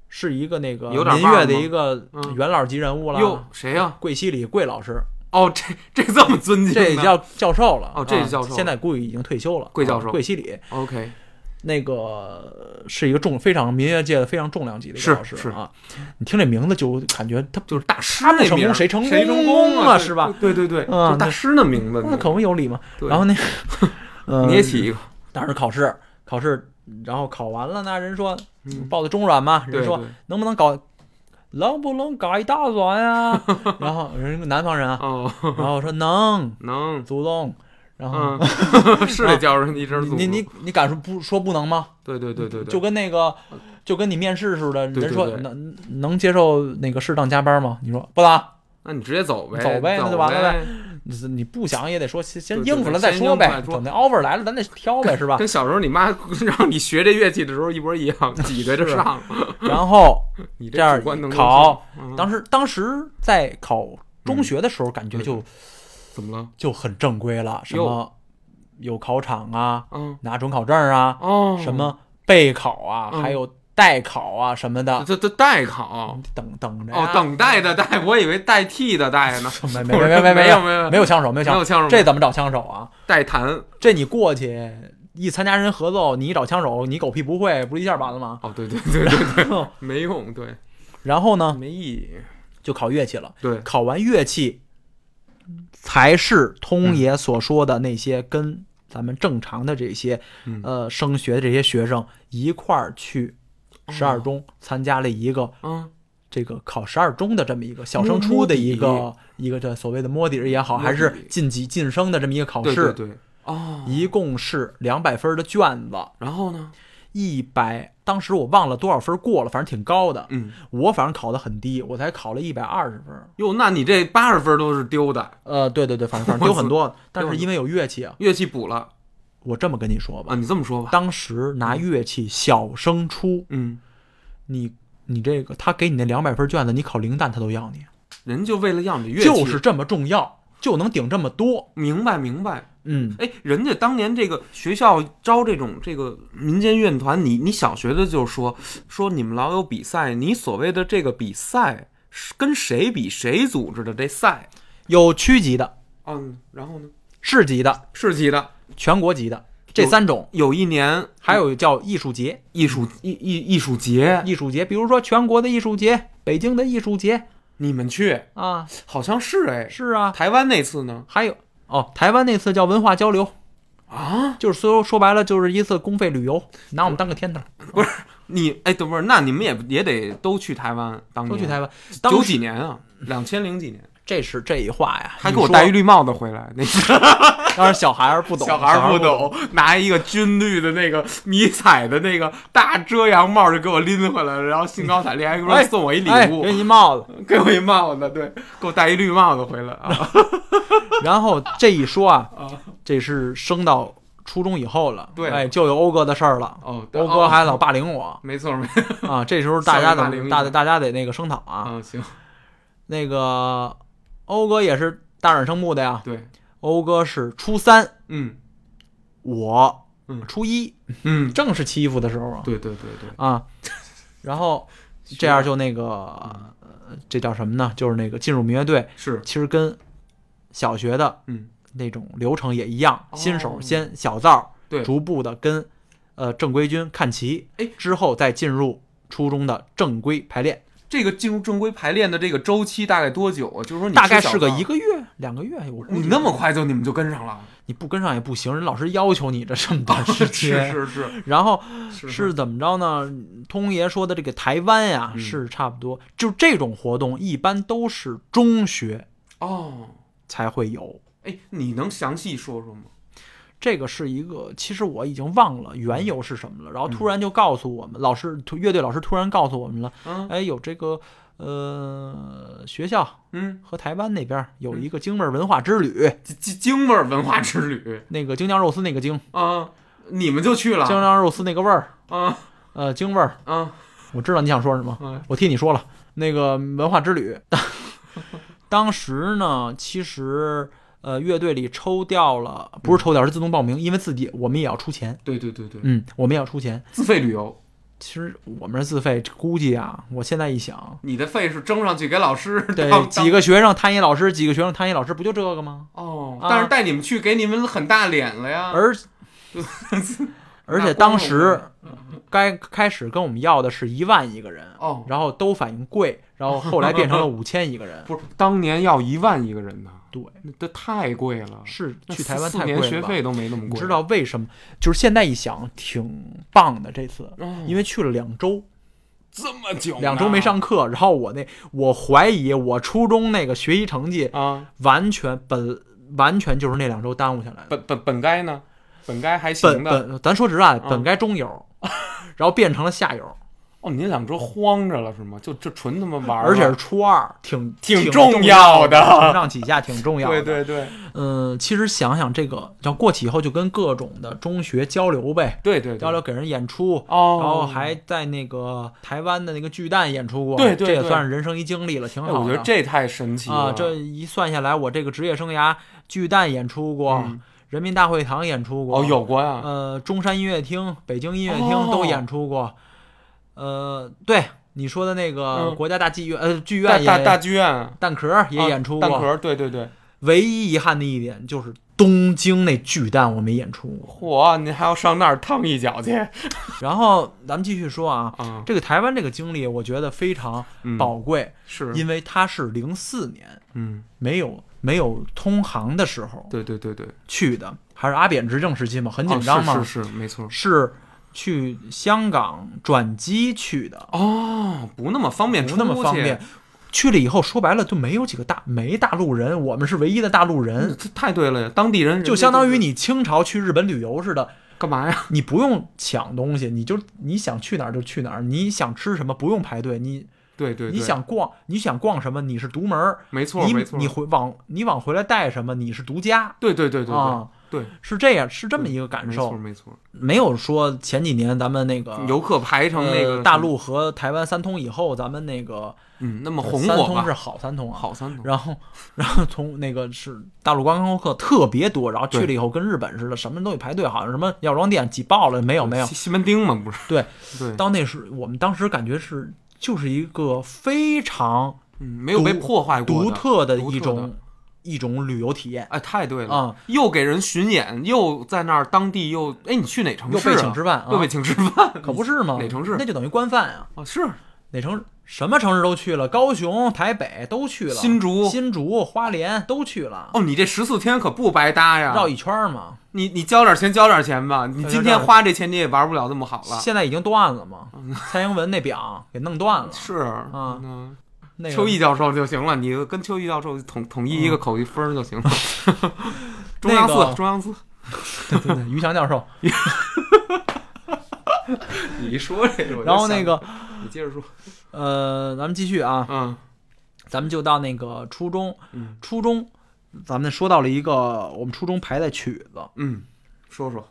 Speaker 4: 是一个那个
Speaker 2: 有点
Speaker 4: 民
Speaker 2: 腕儿
Speaker 4: 乐的
Speaker 2: 吗
Speaker 4: 一个
Speaker 2: 嗯
Speaker 4: 元老级人物了。
Speaker 2: 哟，谁呀？
Speaker 4: 桂西里桂老师，
Speaker 2: 哦，这这这么尊敬呢，
Speaker 4: 这叫教授了。
Speaker 2: 哦这
Speaker 4: 啊
Speaker 2: 是教授
Speaker 4: 现在估计已经退休了。
Speaker 2: 桂教
Speaker 4: 啊
Speaker 2: 授
Speaker 4: 桂西里
Speaker 2: OK，
Speaker 4: 那个是一个重非常民乐界的非常重量级的一个
Speaker 2: 是
Speaker 4: 老师
Speaker 2: 是
Speaker 4: 啊。你听这名字就感觉他
Speaker 2: 就是大师
Speaker 4: 他不
Speaker 2: 那
Speaker 4: 成
Speaker 2: 名
Speaker 4: 功
Speaker 2: 儿
Speaker 4: 谁
Speaker 2: 谁
Speaker 4: 成功
Speaker 2: 功
Speaker 4: 啊
Speaker 2: 啊？
Speaker 4: 是吧
Speaker 2: 对对对，
Speaker 4: 嗯
Speaker 2: 就大师的名字，
Speaker 4: 那可不有理吗？
Speaker 2: 对 [laughs]
Speaker 4: 然后那个呃
Speaker 2: 你也起一个，
Speaker 4: 当时考试，考试，然后考完了呢，人说
Speaker 2: 嗯
Speaker 4: 报的中软嘛，人
Speaker 2: 对
Speaker 4: 说
Speaker 2: 对
Speaker 4: 能不能搞，能不能搞一大软
Speaker 2: [laughs]
Speaker 4: 啊？然后人南方人啊，
Speaker 2: 哦，
Speaker 4: 然后我说能，
Speaker 2: 能，
Speaker 4: 祖宗，然后
Speaker 2: 嗯， [laughs] 是得叫人一声祖
Speaker 4: 你你你敢说不说不能吗？
Speaker 2: 对对对对对，
Speaker 4: 就跟那个，就跟你面试似的，
Speaker 2: 对
Speaker 4: 人说
Speaker 2: 对对
Speaker 4: 能能接受那个适当加班吗？你说不啦，
Speaker 2: 那你直接走呗，
Speaker 4: 走呗
Speaker 2: 呗，
Speaker 4: 那就完了呗你你不想也得说先先应付了再
Speaker 2: 先
Speaker 4: 说
Speaker 2: 应
Speaker 4: 呗，
Speaker 2: 付再说
Speaker 4: 等那 offer 来了咱再挑呗，
Speaker 2: [laughs]
Speaker 4: 是吧？
Speaker 2: 跟小时候你妈让你学这乐器的时候一模一样，挤兑着
Speaker 4: 是
Speaker 2: 上。
Speaker 4: 然后
Speaker 2: 你
Speaker 4: 这样
Speaker 2: 主观能动性
Speaker 4: 考，
Speaker 2: 嗯
Speaker 4: 当时当时在考中学的时候，
Speaker 2: 嗯
Speaker 4: 感觉就
Speaker 2: 怎么了？
Speaker 4: 就很正规了，什么有考场啊，
Speaker 2: 嗯
Speaker 4: 拿准考证啊，
Speaker 2: 哦，
Speaker 4: 什么备考啊，
Speaker 2: 嗯
Speaker 4: 还有代考啊什么的，嗯
Speaker 2: 这这代考？
Speaker 4: 等等着呀
Speaker 2: 哦，等待的待，我以为代替的代呢。
Speaker 4: 没没没没
Speaker 2: 没
Speaker 4: 没
Speaker 2: 有没有
Speaker 4: 没有枪手没有
Speaker 2: 没有
Speaker 4: 枪
Speaker 2: 枪手
Speaker 4: 这怎么找枪手啊？
Speaker 2: 代弹
Speaker 4: 这你过去一参加人合奏，你一找枪手，你狗屁不会，不是一下完了吗？
Speaker 2: 哦，对对对对对，没用，对，
Speaker 4: 然后呢，
Speaker 2: 没意义，
Speaker 4: 就考乐器了。
Speaker 2: 对，
Speaker 4: 考完乐器，才是通
Speaker 2: 嗯
Speaker 4: 爷所说的那些跟咱们正常的这些、
Speaker 2: 嗯
Speaker 4: 呃升学的这些学生一块儿去
Speaker 2: 哦
Speaker 4: 十二中参加了一个
Speaker 2: 嗯，
Speaker 4: 这个考十二中的这么一个小升初的一个一个这所谓的摸底儿也好，
Speaker 2: 摸底
Speaker 4: 还是晋级晋升的这么一个考
Speaker 2: 对对
Speaker 4: 试，
Speaker 2: 对，哦，
Speaker 4: 一共是两百分儿的卷子，
Speaker 2: 然后呢，
Speaker 4: 一百当时我忘了多少分儿过了，反正挺高的。
Speaker 2: 嗯，
Speaker 4: 我反正考的很低，我才考了一百二十分儿。
Speaker 2: 哟，那你这八十分都是丢的，
Speaker 4: 呃，对对对，反正反正丢很多，但
Speaker 2: 丢
Speaker 4: 是
Speaker 2: 很
Speaker 4: 因为有乐器啊，
Speaker 2: 乐器补了
Speaker 4: 我这么跟你说吧，
Speaker 2: 啊，你这么说吧，
Speaker 4: 当时拿乐器小升初，
Speaker 2: 嗯，
Speaker 4: 你你这个他给你那两百分卷子，你考零蛋他都要你，
Speaker 2: 人就为了要你乐器，
Speaker 4: 就是这么重要，就能顶这么多。
Speaker 2: 明白明白，
Speaker 4: 嗯，
Speaker 2: 哎，人家当年这个学校招这种这个民间乐团，你你小学的就说说你们老有比赛，你所谓的这个比赛是跟谁比，谁组织的这赛？
Speaker 4: 有区级的、
Speaker 2: 嗯，然后呢？
Speaker 4: 市级的、
Speaker 2: 市级的
Speaker 4: 全国级的这三种，
Speaker 2: 有一年
Speaker 4: 还有叫艺术节。
Speaker 2: 艺术艺艺艺术节，
Speaker 4: 艺术节，比如说全国的艺术节、北京的艺术节
Speaker 2: 你们去
Speaker 4: 啊，
Speaker 2: 好像是哎，
Speaker 4: 是啊，
Speaker 2: 台湾那次呢？
Speaker 4: 还有哦，台湾那次叫文化交流，
Speaker 2: 啊，
Speaker 4: 就是说说白了就是一次公费旅游，拿我们当个天头，
Speaker 2: 你哎，等会儿，那你们也也得都去台湾，当
Speaker 4: 都
Speaker 2: 年
Speaker 4: 去台湾。
Speaker 2: 九
Speaker 4: 嗯当时
Speaker 2: 几年啊，两千零几年，
Speaker 4: 这是这一话呀，
Speaker 2: 还
Speaker 4: 你
Speaker 2: 给我
Speaker 4: 说
Speaker 2: 戴一绿帽子回来那
Speaker 4: 当然小孩儿不懂，
Speaker 2: 小
Speaker 4: 小
Speaker 2: 孩儿
Speaker 4: 儿
Speaker 2: 不
Speaker 4: 不。
Speaker 2: 懂，拿一个军绿的那个迷彩的那个大遮阳帽就给我拎回来了，然后兴高采烈还说
Speaker 4: 哎
Speaker 2: 送我一礼
Speaker 4: 哎，
Speaker 2: 物，
Speaker 4: 给你帽 [laughs] 子。
Speaker 2: 给我一帽子，对，给我戴一绿帽子回来啊。
Speaker 4: 然后这一说啊
Speaker 2: 啊，
Speaker 4: 这是升到初中以后了，
Speaker 2: 对
Speaker 4: 哎，就有欧哥的事儿了。
Speaker 2: 哦，对
Speaker 4: 欧哥还
Speaker 2: 哦
Speaker 4: 老霸凌我
Speaker 2: 没错没错
Speaker 4: 啊，这时候大
Speaker 2: 校
Speaker 4: 家
Speaker 2: 园霸凌
Speaker 4: 得
Speaker 2: 你
Speaker 4: 大大家得那个声讨啊。
Speaker 2: 啊，行，
Speaker 4: 那个欧哥也是大染生部的呀，
Speaker 2: 对，
Speaker 4: 欧哥是初三，
Speaker 2: 嗯
Speaker 4: 我
Speaker 2: 嗯
Speaker 4: 初一，
Speaker 2: 嗯，
Speaker 4: 正是欺负的时候啊
Speaker 2: 对对对对，
Speaker 4: 啊，然
Speaker 2: [laughs]
Speaker 4: 后这样就那个、呃这叫什么呢？就是那个进入民乐队，
Speaker 2: 是
Speaker 4: 其实跟小学的
Speaker 2: 嗯
Speaker 4: 那种流程也一样，
Speaker 2: 哦
Speaker 4: 新手先小灶，
Speaker 2: 对
Speaker 4: 逐步的跟呃正规军看齐，
Speaker 2: 哎
Speaker 4: 之后再进入初中的正规排练，
Speaker 2: 这个进入正规排练的这个周期大概多久啊？就是说你
Speaker 4: 大概
Speaker 2: 吃小
Speaker 4: 是个
Speaker 2: 灶
Speaker 4: 一，个月、两个月，我估计
Speaker 2: 你那么快就你们就跟上了，
Speaker 4: 你不跟上也不行，人老师要求你这这么短时
Speaker 2: [laughs]
Speaker 4: 间，
Speaker 2: 哦是是
Speaker 4: 然后
Speaker 2: 是
Speaker 4: 是怎么着呢？通爷说的这个台湾呀、
Speaker 2: 嗯
Speaker 4: 是差不多，就这种活动一般都是中学
Speaker 2: 哦，
Speaker 4: 才会有。
Speaker 2: 哎，你能详细说说吗？
Speaker 4: 这个是一个，其实我已经忘了缘由是什么
Speaker 2: 嗯
Speaker 4: 了。然后突然就告诉我们，老师突乐队老师突然告诉我们了，
Speaker 2: 嗯
Speaker 4: 哎，有这个呃学校
Speaker 2: 嗯，
Speaker 4: 和台湾那边有一个京味儿文化之旅，
Speaker 2: 京京京味儿文化之旅。
Speaker 4: 那个京酱肉丝那个京，
Speaker 2: 啊，你们就去了
Speaker 4: 京酱肉丝那个味儿，
Speaker 2: 啊
Speaker 4: 呃，京味儿。
Speaker 2: 啊
Speaker 4: 我知道你想说什么，
Speaker 2: 啊！
Speaker 4: 我替你说了那个文化
Speaker 2: [laughs]
Speaker 4: 之旅。当时呢，其实呃，乐队里抽调了，不是抽调，是自动报名，因为自己我们也要出钱，
Speaker 2: 对对对对，
Speaker 4: 嗯，我们也要出钱。
Speaker 2: 自费旅游，，
Speaker 4: 其实我们是自费，估计啊，我现在一想
Speaker 2: [laughs] 你的费是征上去给老师
Speaker 4: 对，
Speaker 2: 当当
Speaker 4: 几个学生探一老师，几个学生探一老师，不就这个吗？
Speaker 2: 哦，
Speaker 4: 啊
Speaker 2: 但是带你们去给你们很大脸了呀。 [laughs]
Speaker 4: 而而且当时
Speaker 2: 打
Speaker 4: 该开始跟我们要的是一万一个人，
Speaker 2: 哦，
Speaker 4: 然后都反应贵，然后后来变成了五千一个
Speaker 2: [laughs]
Speaker 4: 人。
Speaker 2: 不是当年要一万一个人呢，
Speaker 4: 对，
Speaker 2: 那这太贵了，
Speaker 4: 是
Speaker 2: 那
Speaker 4: 去
Speaker 2: 四
Speaker 4: 台湾
Speaker 2: 四
Speaker 4: 太贵
Speaker 2: 年
Speaker 4: 了
Speaker 2: 学
Speaker 4: 吧
Speaker 2: 费都没那么
Speaker 4: 你
Speaker 2: 贵，
Speaker 4: 知道为什么？就是现在一想，挺棒的这次，
Speaker 2: 哦？
Speaker 4: 因为去了两周，
Speaker 2: 这么久呢，
Speaker 4: 两周没上课，然后我那我怀疑我初中那个学习成绩
Speaker 2: 啊，
Speaker 4: 完全本完全就是那两周耽误下来的。
Speaker 2: 本本本该呢，本该还行
Speaker 4: 本
Speaker 2: 的。
Speaker 4: 本咱说实在，
Speaker 2: 嗯
Speaker 4: 本该中游，然后变成了下游，
Speaker 2: 哦，你那两周慌着了是吗？就就纯他妈玩儿了，
Speaker 4: 而且是初二，挺
Speaker 2: 挺
Speaker 4: 挺
Speaker 2: 重要
Speaker 4: 要
Speaker 2: 的
Speaker 4: 承上启下挺重要
Speaker 2: 对
Speaker 4: 的。
Speaker 2: 对对
Speaker 4: 嗯，其实想想这个，要过去以后就跟各种的中学交流呗，
Speaker 2: 对对，
Speaker 4: 交流给人演出，
Speaker 2: 哦，
Speaker 4: 然后还在那个台湾的那个巨蛋演出过，
Speaker 2: 对对
Speaker 4: 这也
Speaker 2: 对
Speaker 4: 算是人生一经历了，挺
Speaker 2: 哎
Speaker 4: 好的。
Speaker 2: 我觉得这太神奇了
Speaker 4: 啊，这一算下来，我这个职业生涯，巨蛋演出过，
Speaker 2: 嗯
Speaker 4: 人民大会堂演出过，
Speaker 2: 哦有过呀，
Speaker 4: 呃，中山音乐厅、北京音乐
Speaker 2: 哦
Speaker 4: 厅都演出过。呃，对你说的那个
Speaker 2: 嗯
Speaker 4: 国家大剧院，呃，剧
Speaker 2: 大
Speaker 4: 院也
Speaker 2: 大大剧院
Speaker 4: 蛋壳也
Speaker 2: 啊
Speaker 4: 演出过，
Speaker 2: 蛋壳，对对对，
Speaker 4: 唯一遗憾的一点就是东京那巨蛋我没演出过。
Speaker 2: 嚯，你还要上那儿趟一脚去
Speaker 4: 啊然后咱们继续说啊，
Speaker 2: 啊？
Speaker 4: 这个台湾这个经历，我觉得非常
Speaker 2: 嗯
Speaker 4: 宝贵，
Speaker 2: 是，
Speaker 4: 因为它是零四年
Speaker 2: 嗯，
Speaker 4: 没有没有通航的时候
Speaker 2: 对对对对，
Speaker 4: 去的，还是阿扁执政时期嘛，很紧
Speaker 2: 哦
Speaker 4: 张嘛，
Speaker 2: 是是是，没错。
Speaker 4: 是去香港转机去的，
Speaker 2: 哦，不那么方便，
Speaker 4: 不那么方便。。去了以后，说白了就没有几个大没大陆人，我们是唯一的大陆人，
Speaker 2: 嗯这太对了呀，当地人
Speaker 4: 就相当于
Speaker 2: 你
Speaker 4: 你清朝去日本旅游似的，
Speaker 2: 干嘛呀？
Speaker 4: 你不用抢东西，你就你想去哪儿就去哪儿，你想吃什么不用排队，你
Speaker 2: 对对，对
Speaker 4: 你想逛你想逛什么，你是独门儿，
Speaker 2: 没错
Speaker 4: 你
Speaker 2: 没错，
Speaker 4: 你回往你往回来带什么，你是独家
Speaker 2: 对对对对对
Speaker 4: 啊，
Speaker 2: 对，
Speaker 4: 是这样，是这么一个感
Speaker 2: 没错
Speaker 4: 受，
Speaker 2: 没错，
Speaker 4: 没有说前几年咱们那个
Speaker 2: 游客排成那
Speaker 4: 呃
Speaker 2: 个
Speaker 4: 大，陆和台湾三通以后，咱们那个
Speaker 2: 嗯，那么红
Speaker 4: 呃三
Speaker 2: 火
Speaker 4: 通是
Speaker 2: 吧？
Speaker 4: 好三通啊，
Speaker 2: 好三通，
Speaker 4: 然后，然后从那个是大陆观光客特别多，然后去
Speaker 2: 对
Speaker 4: 了以后跟日本似的，什么都得排队，好像什么药妆店挤爆了，没有没有
Speaker 2: 西。西门町嘛，不是？
Speaker 4: 对
Speaker 2: 对，
Speaker 4: 到那时我们当时感觉是就是一个非常
Speaker 2: 嗯，没有被
Speaker 4: 独
Speaker 2: 破坏过
Speaker 4: 独
Speaker 2: 的
Speaker 4: 特的
Speaker 2: 独
Speaker 4: 一
Speaker 2: 特
Speaker 4: 种一种旅游体验，
Speaker 2: 哎，太对了
Speaker 4: 啊
Speaker 2: 又给人巡演，又在那儿当地又哎，你去哪城
Speaker 4: 又
Speaker 2: 市、啊？
Speaker 4: 被请吃饭啊
Speaker 2: 又被请吃
Speaker 4: [laughs]
Speaker 2: 饭，
Speaker 4: 可不是吗？
Speaker 2: 哪城市
Speaker 4: 那就等于官饭啊，
Speaker 2: 哦，是
Speaker 4: 哪城什么城市都去了，高雄、台北都去了，
Speaker 2: 新竹
Speaker 4: 新竹、花莲都去了，
Speaker 2: 哦，你啊这十四天可不白搭呀！
Speaker 4: 绕一圈儿嘛。
Speaker 2: 你你交点钱，交点钱吧，你
Speaker 4: 交
Speaker 2: 今
Speaker 4: 点
Speaker 2: 天
Speaker 4: 钱
Speaker 2: 花这钱你也玩不了那么好了。嗯
Speaker 4: 现在已经断了嘛，蔡英文那表给弄断了，
Speaker 2: 是
Speaker 4: 啊
Speaker 2: 嗯，
Speaker 4: 那个
Speaker 2: 秋意教授就行了，你跟秋意教授统统一一个口一分儿就行 [laughs] 了。中央
Speaker 4: 那个
Speaker 2: 四，中央四，
Speaker 4: [laughs] 对对对，于翔教授。
Speaker 2: 你一说这个，我就
Speaker 4: 然后
Speaker 2: 想
Speaker 4: 那个
Speaker 2: 你接着说，
Speaker 4: 呃，咱们继续啊，
Speaker 2: 嗯
Speaker 4: 咱们就到那个初中，
Speaker 2: 嗯
Speaker 4: 初中，咱们说到了一个我们初中排的曲子，
Speaker 2: 嗯，说说，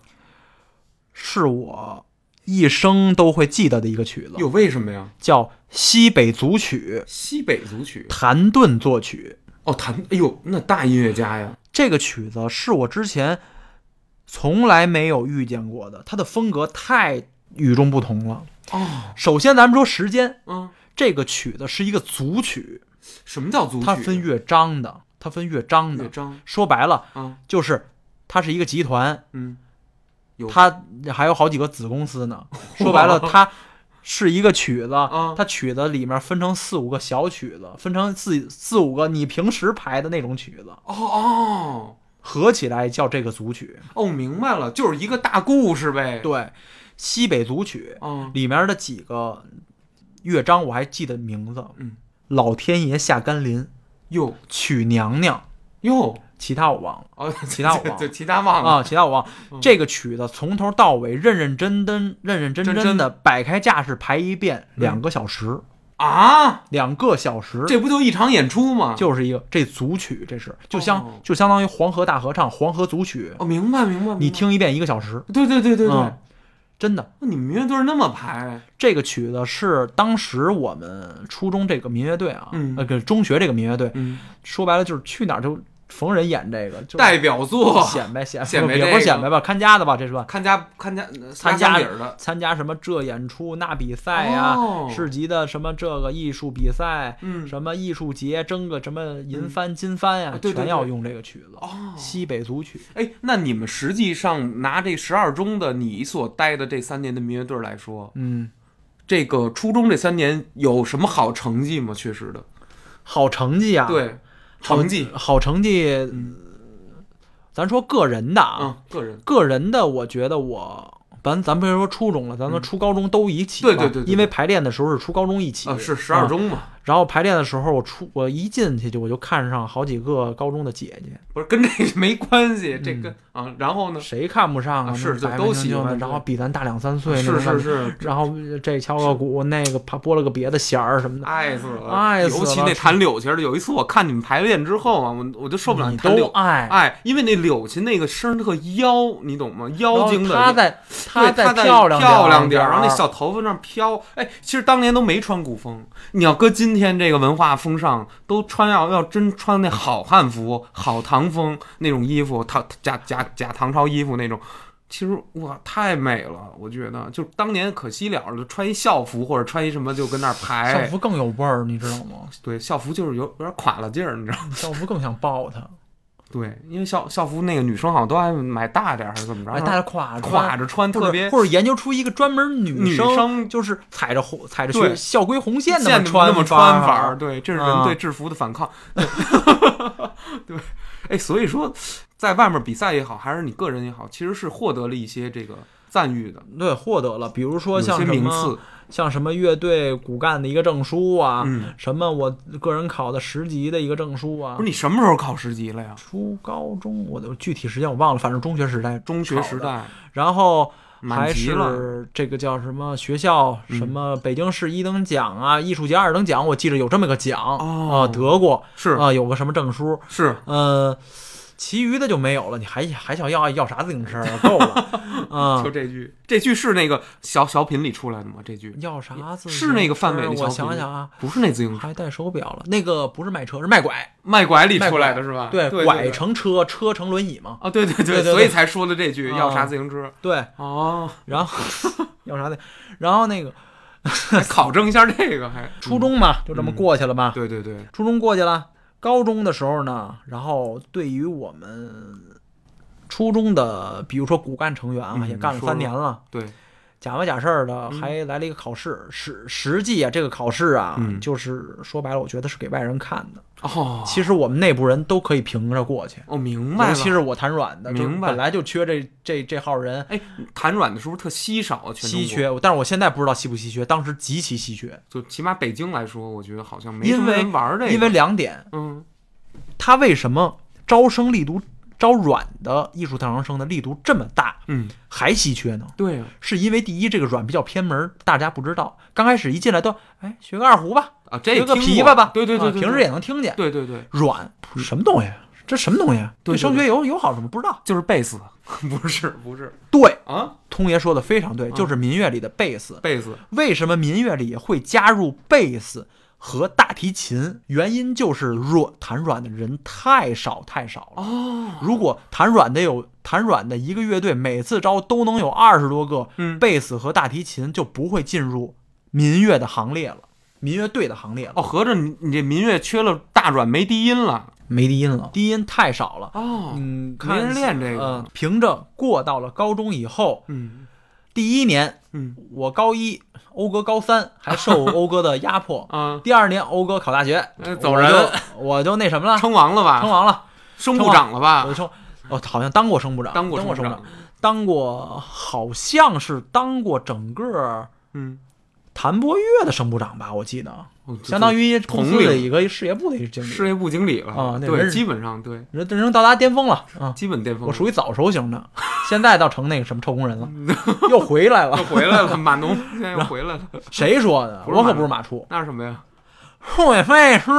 Speaker 4: 是我一生都会记得的一个曲子，
Speaker 2: 哟，为什么呀？
Speaker 4: 叫《西北组曲》，
Speaker 2: 西北组曲
Speaker 4: 谭盾作曲。
Speaker 2: 哦，弹，哎呦，那大音乐家呀，
Speaker 4: 这个曲子是我之前从来没有遇见过的，它的风格太与众不同了。
Speaker 2: 哦，
Speaker 4: 首先，咱们说时间，
Speaker 2: 嗯，
Speaker 4: 这个曲子是一个组曲，
Speaker 2: 什么叫组曲？
Speaker 4: 它分乐章的，它分乐章
Speaker 2: 乐
Speaker 4: 的。
Speaker 2: 章
Speaker 4: 说白了，
Speaker 2: 啊，
Speaker 4: 就是它是一个集团，
Speaker 2: 嗯，有
Speaker 4: 它还有好几个子公司呢。说白了，它是一个曲子
Speaker 2: 啊，
Speaker 4: 它曲子里面分成四五个小曲子，分成四四五个你平时排的那种曲子，
Speaker 2: 哦哦
Speaker 4: 合起来叫这个组曲。
Speaker 2: 哦，明白了，就是一个大故事呗。，
Speaker 4: 对，西北组曲
Speaker 2: 嗯，
Speaker 4: 里面的几个乐章我还记得名字，
Speaker 2: 嗯，
Speaker 4: 老天爷下甘霖，
Speaker 2: 哟
Speaker 4: 娶娘娘，
Speaker 2: 哟，
Speaker 4: 其他我忘了。
Speaker 2: 哦，
Speaker 4: 其他
Speaker 2: [laughs]
Speaker 4: 我
Speaker 2: 就
Speaker 4: 忘了
Speaker 2: 就其他忘了。
Speaker 4: 啊，其他我忘了。
Speaker 2: 嗯
Speaker 4: 这个曲子从头到尾认认真真、认认真
Speaker 2: 真
Speaker 4: 真
Speaker 2: 真
Speaker 4: 的摆开架势排一遍，两个小时，
Speaker 2: 啊，
Speaker 4: 两个小时，
Speaker 2: 这不就一场演出吗？
Speaker 4: 就是一个这组曲，这是就相
Speaker 2: 哦
Speaker 4: 就相当于黄河大合唱、黄河组曲，
Speaker 2: 哦，明白明白。
Speaker 4: 你
Speaker 2: 明白，
Speaker 4: 听一遍一个小时，
Speaker 2: 对对对对对，
Speaker 4: 嗯真的。
Speaker 2: 那你们乐队那么排，
Speaker 4: 这个曲子是当时我们初中这个民乐队啊，
Speaker 2: 嗯
Speaker 4: 呃，个中学这个民乐队，
Speaker 2: 嗯，
Speaker 4: 说白了就是去哪儿就逢人演这个，就是
Speaker 2: 代表作，
Speaker 4: 显摆显摆，
Speaker 2: 显摆
Speaker 4: 也
Speaker 2: 这
Speaker 4: 不
Speaker 2: 个
Speaker 4: 是显摆吧，看家的吧，这是吧？
Speaker 2: 看家看家呃
Speaker 4: 参
Speaker 2: 家
Speaker 4: 加
Speaker 2: 底儿的，
Speaker 4: 参加什么这演出那比赛呀、
Speaker 2: 哦
Speaker 4: 市级的什么这个艺术比赛，
Speaker 2: 嗯
Speaker 4: 什么艺术节争个什么银帆、金帆
Speaker 2: 啊
Speaker 4: 呀、
Speaker 2: 对对
Speaker 4: 全要
Speaker 2: 对
Speaker 4: 用这个曲子。
Speaker 2: 哦
Speaker 4: 西北组曲，
Speaker 2: 哎，那你们实际上拿这十二中的你所待的这三年的民乐队来说，
Speaker 4: 嗯，
Speaker 2: 这个初中这三年有什么好成绩吗？确实的，
Speaker 4: 好成绩啊！，
Speaker 2: 对，
Speaker 4: 好
Speaker 2: 成绩，
Speaker 4: 好成绩，咱说个人的啊，
Speaker 2: 嗯，个人，
Speaker 4: 个人的，我觉得我。咱咱别说初中了，咱们初高中都一起吧、
Speaker 2: 嗯对对对对
Speaker 4: 因为排练的时候是初高中一起，
Speaker 2: 啊，是十二
Speaker 4: 啊
Speaker 2: 中嘛，
Speaker 4: 然后排练的时候，我出我一进去就我就看上好几个高中的姐姐，
Speaker 2: 不是跟这个没关系，这跟啊，然后呢，
Speaker 4: 谁看不上啊？
Speaker 2: 啊是
Speaker 4: 那种
Speaker 2: 就
Speaker 4: 白
Speaker 2: 都
Speaker 4: 白
Speaker 2: 喜
Speaker 4: 净净
Speaker 2: 欢
Speaker 4: 的
Speaker 2: 对
Speaker 4: 然后比咱大两三岁，那
Speaker 2: 是
Speaker 4: 种
Speaker 2: 是
Speaker 4: 感觉，
Speaker 2: 是，
Speaker 4: 然后这敲个鼓，那个啪拨了个别的弦儿什么的，
Speaker 2: 爱死了，
Speaker 4: 爱死了
Speaker 2: 尤其那弹柳琴儿的，有一次我看你们排练之后啊，我我就受不了
Speaker 4: 你
Speaker 2: 弹
Speaker 4: 都
Speaker 2: 柳，
Speaker 4: 爱。
Speaker 2: 哎，因为那柳琴那个声儿特妖，你懂吗？
Speaker 4: 然
Speaker 2: 妖
Speaker 4: 后
Speaker 2: 精的，
Speaker 4: 他在
Speaker 2: 对
Speaker 4: 在
Speaker 2: 她在
Speaker 4: 漂亮
Speaker 2: 漂
Speaker 4: 亮
Speaker 2: 亮点
Speaker 4: 儿，啊
Speaker 2: 儿，然后那小头发那儿飘，哎，其实当年都没穿古风，你要搁今天这个文化风尚，都穿要要真穿那好汉服、好唐风那种衣服，唐假假假唐朝衣服那种。其实哇，太美了，我觉得就当年可惜了了，穿一校服或者穿一什么就跟那儿排
Speaker 4: 校服更有味儿，你知道吗？
Speaker 2: 对，校服就是有有点垮了劲儿，你知道吗？
Speaker 4: 校服更想抱他，
Speaker 2: 对，因为校校服那个女生好像都爱买大点儿还是怎么着，
Speaker 4: 哎，大家挎着
Speaker 2: 挎着穿，
Speaker 4: 或
Speaker 2: 特别
Speaker 4: 者或者研究出一个专门女
Speaker 2: 女生
Speaker 4: 就是踩着红踩着
Speaker 2: 对
Speaker 4: 学校规红线
Speaker 2: 见
Speaker 4: 么
Speaker 2: 着那
Speaker 4: 么
Speaker 2: 么
Speaker 4: 穿
Speaker 2: 穿
Speaker 4: 法
Speaker 2: 法，嗯
Speaker 4: 儿，
Speaker 2: 对，这是
Speaker 4: 啊
Speaker 2: 人对制服的反抗。 [laughs] 对，哎，所以说，在外面比赛也好，还是你个人也好，其实是获得了一些这个赞誉的，
Speaker 4: 对，获得了，比如说
Speaker 2: 有
Speaker 4: 像
Speaker 2: 些
Speaker 4: 什
Speaker 2: 名
Speaker 4: 么
Speaker 2: 次。
Speaker 4: 像什么乐队骨干的一个证书啊，
Speaker 2: 嗯，
Speaker 4: 什么我个人考的十级的一个证书啊
Speaker 2: 不是，你什么时候考十级了呀？
Speaker 4: 初高中我的具体时间我忘了，反正中学时代，
Speaker 2: 中学时，代
Speaker 4: 然后还
Speaker 2: 满级了，
Speaker 4: 是这个叫什么学校
Speaker 2: 嗯
Speaker 4: 什么北京市一等奖啊，艺术节二等奖，我记着有这么个奖啊、
Speaker 2: 哦
Speaker 4: 得过
Speaker 2: 是
Speaker 4: 啊、有个什么证书，
Speaker 2: 是
Speaker 4: 呃，其余的就没有了，你还还想要要啥自行车啊？够了
Speaker 2: [laughs]
Speaker 4: 啊、
Speaker 2: 就这句，这句是那个小小品里出来的吗？这句
Speaker 4: 要啥自行车？
Speaker 2: 是那个范伟的小
Speaker 4: 我
Speaker 2: 品
Speaker 4: 想想啊，
Speaker 2: 不是那自行车，
Speaker 4: 还带手表了，那个不是卖车，是卖拐，
Speaker 2: 卖拐里
Speaker 4: 卖
Speaker 2: 出
Speaker 4: 拐
Speaker 2: 来的是吧？啊对，
Speaker 4: 拐
Speaker 2: 对
Speaker 4: 成车，车成轮椅嘛，
Speaker 2: 啊，对对对，嗯
Speaker 4: 对
Speaker 2: 所
Speaker 4: 对
Speaker 2: 以
Speaker 4: 对
Speaker 2: 才说的这句要啥自行车
Speaker 4: 对，
Speaker 2: [laughs] 哦，
Speaker 4: 然后 [laughs] 要啥的，然后那个
Speaker 2: 还考证一下这个还
Speaker 4: 初中嘛，就这么过去了吧，
Speaker 2: 嗯对对对，
Speaker 4: 初中过去了，高中的时候呢，然后对于我们初中的，比如说骨干成员啊，
Speaker 2: 嗯
Speaker 4: 也干了
Speaker 2: 说说
Speaker 4: 三年了，
Speaker 2: 对，
Speaker 4: 假模假式儿的
Speaker 2: 嗯
Speaker 4: 还来了一个考试，实实际啊，这个考试啊，
Speaker 2: 嗯
Speaker 4: 就是说白了，我觉得是给外人看的。
Speaker 2: 哦，
Speaker 4: 其实我们内部人都可以凭着过去，
Speaker 2: 我、明白
Speaker 4: 尤
Speaker 2: 了。
Speaker 4: 其是我弹软的，就是
Speaker 2: 明白
Speaker 4: 本来就缺这这这号人。
Speaker 2: 哎，弹软的是不是特稀少啊？全中
Speaker 4: 稀
Speaker 2: 国，
Speaker 4: 缺，但是我现在不知道稀不稀缺，当时极其稀缺，
Speaker 2: 就起码北京来说，我觉得好像没什
Speaker 4: 因
Speaker 2: 么
Speaker 4: 为
Speaker 2: 人玩这个。
Speaker 4: 因为两点，
Speaker 2: 嗯，
Speaker 4: 他为什么招生力度招软的艺术特长生的力度这么大，
Speaker 2: 嗯，
Speaker 4: 还稀缺呢？
Speaker 2: 对啊，
Speaker 4: 是因为第一，这个软比较偏门，大家不知道。刚开始一进来都，哎，学个二胡吧，
Speaker 2: 啊，这
Speaker 4: 学
Speaker 2: 也
Speaker 4: 个
Speaker 2: 听
Speaker 4: 琵
Speaker 2: 过
Speaker 4: 琶吧，
Speaker 2: 对对对
Speaker 4: 啊
Speaker 2: 对，
Speaker 4: 平时
Speaker 2: 对
Speaker 4: 也能听见。
Speaker 2: 对对对，
Speaker 4: 软什么东西？这什么东西？
Speaker 2: 对对对
Speaker 4: 升学有有好什么？不知道。
Speaker 2: 就是贝斯， [laughs] 不是不是
Speaker 4: 对，
Speaker 2: 啊，
Speaker 4: 通爷说的非常对，就是民乐里的贝斯。
Speaker 2: 贝斯
Speaker 4: 为什么民乐里会加入贝斯和大提琴？原因就是软弹软的人太少太少了。
Speaker 2: 哦，
Speaker 4: 如果弹软的有弹软的一个乐队，每次招都能有二十多个
Speaker 2: 嗯
Speaker 4: 贝斯和大提琴，就不会进入民乐的行列了，民乐队的行列了。
Speaker 2: 哦，合着你你这民乐缺了大软没低音了
Speaker 4: 没低音了，低音太少了。
Speaker 2: 哦，
Speaker 4: 嗯，
Speaker 2: 没人
Speaker 4: 看
Speaker 2: 练这个
Speaker 4: 呃凭着过到了高中以后，
Speaker 2: 嗯
Speaker 4: 第一年
Speaker 2: 嗯
Speaker 4: 我高一，欧哥高三，还受欧哥的压
Speaker 2: [laughs]
Speaker 4: 迫。
Speaker 2: 啊，
Speaker 4: 第二年欧哥考大学，
Speaker 2: 呃走
Speaker 4: 我
Speaker 2: 人
Speaker 4: 就我就那什么了，
Speaker 2: 称王了吧？
Speaker 4: 啊称王了，
Speaker 2: 升部长了
Speaker 4: 我
Speaker 2: 吧
Speaker 4: 就？称，哦，好像当过升部长，
Speaker 2: 当
Speaker 4: 当
Speaker 2: 过
Speaker 4: 过
Speaker 2: 省
Speaker 4: 升部
Speaker 2: 长
Speaker 4: 长，，当过，好像是当过整个
Speaker 2: 嗯，
Speaker 4: 谭博越的升部长吧，我记得，
Speaker 2: 哦就
Speaker 4: 相当于公司
Speaker 2: 同
Speaker 4: 的
Speaker 2: 龄
Speaker 4: 一个事业部的一个经
Speaker 2: 事
Speaker 4: 理，
Speaker 2: 业部经理了
Speaker 4: 啊那人
Speaker 2: 对，
Speaker 4: 是
Speaker 2: 基本上对，
Speaker 4: 人人生到达巅峰了啊！
Speaker 2: 基本巅峰。
Speaker 4: 我属于早熟型的， [laughs] 现在倒成那个什么臭工人了， [laughs] 又
Speaker 2: [laughs]
Speaker 4: 回来
Speaker 2: 又
Speaker 4: 了。
Speaker 2: 回来了，码农现在又回来了，
Speaker 4: 谁说的？
Speaker 2: 不是
Speaker 4: 我可
Speaker 2: 马
Speaker 4: 不是马叔，
Speaker 2: 那是什么呀？
Speaker 4: 后也分析师，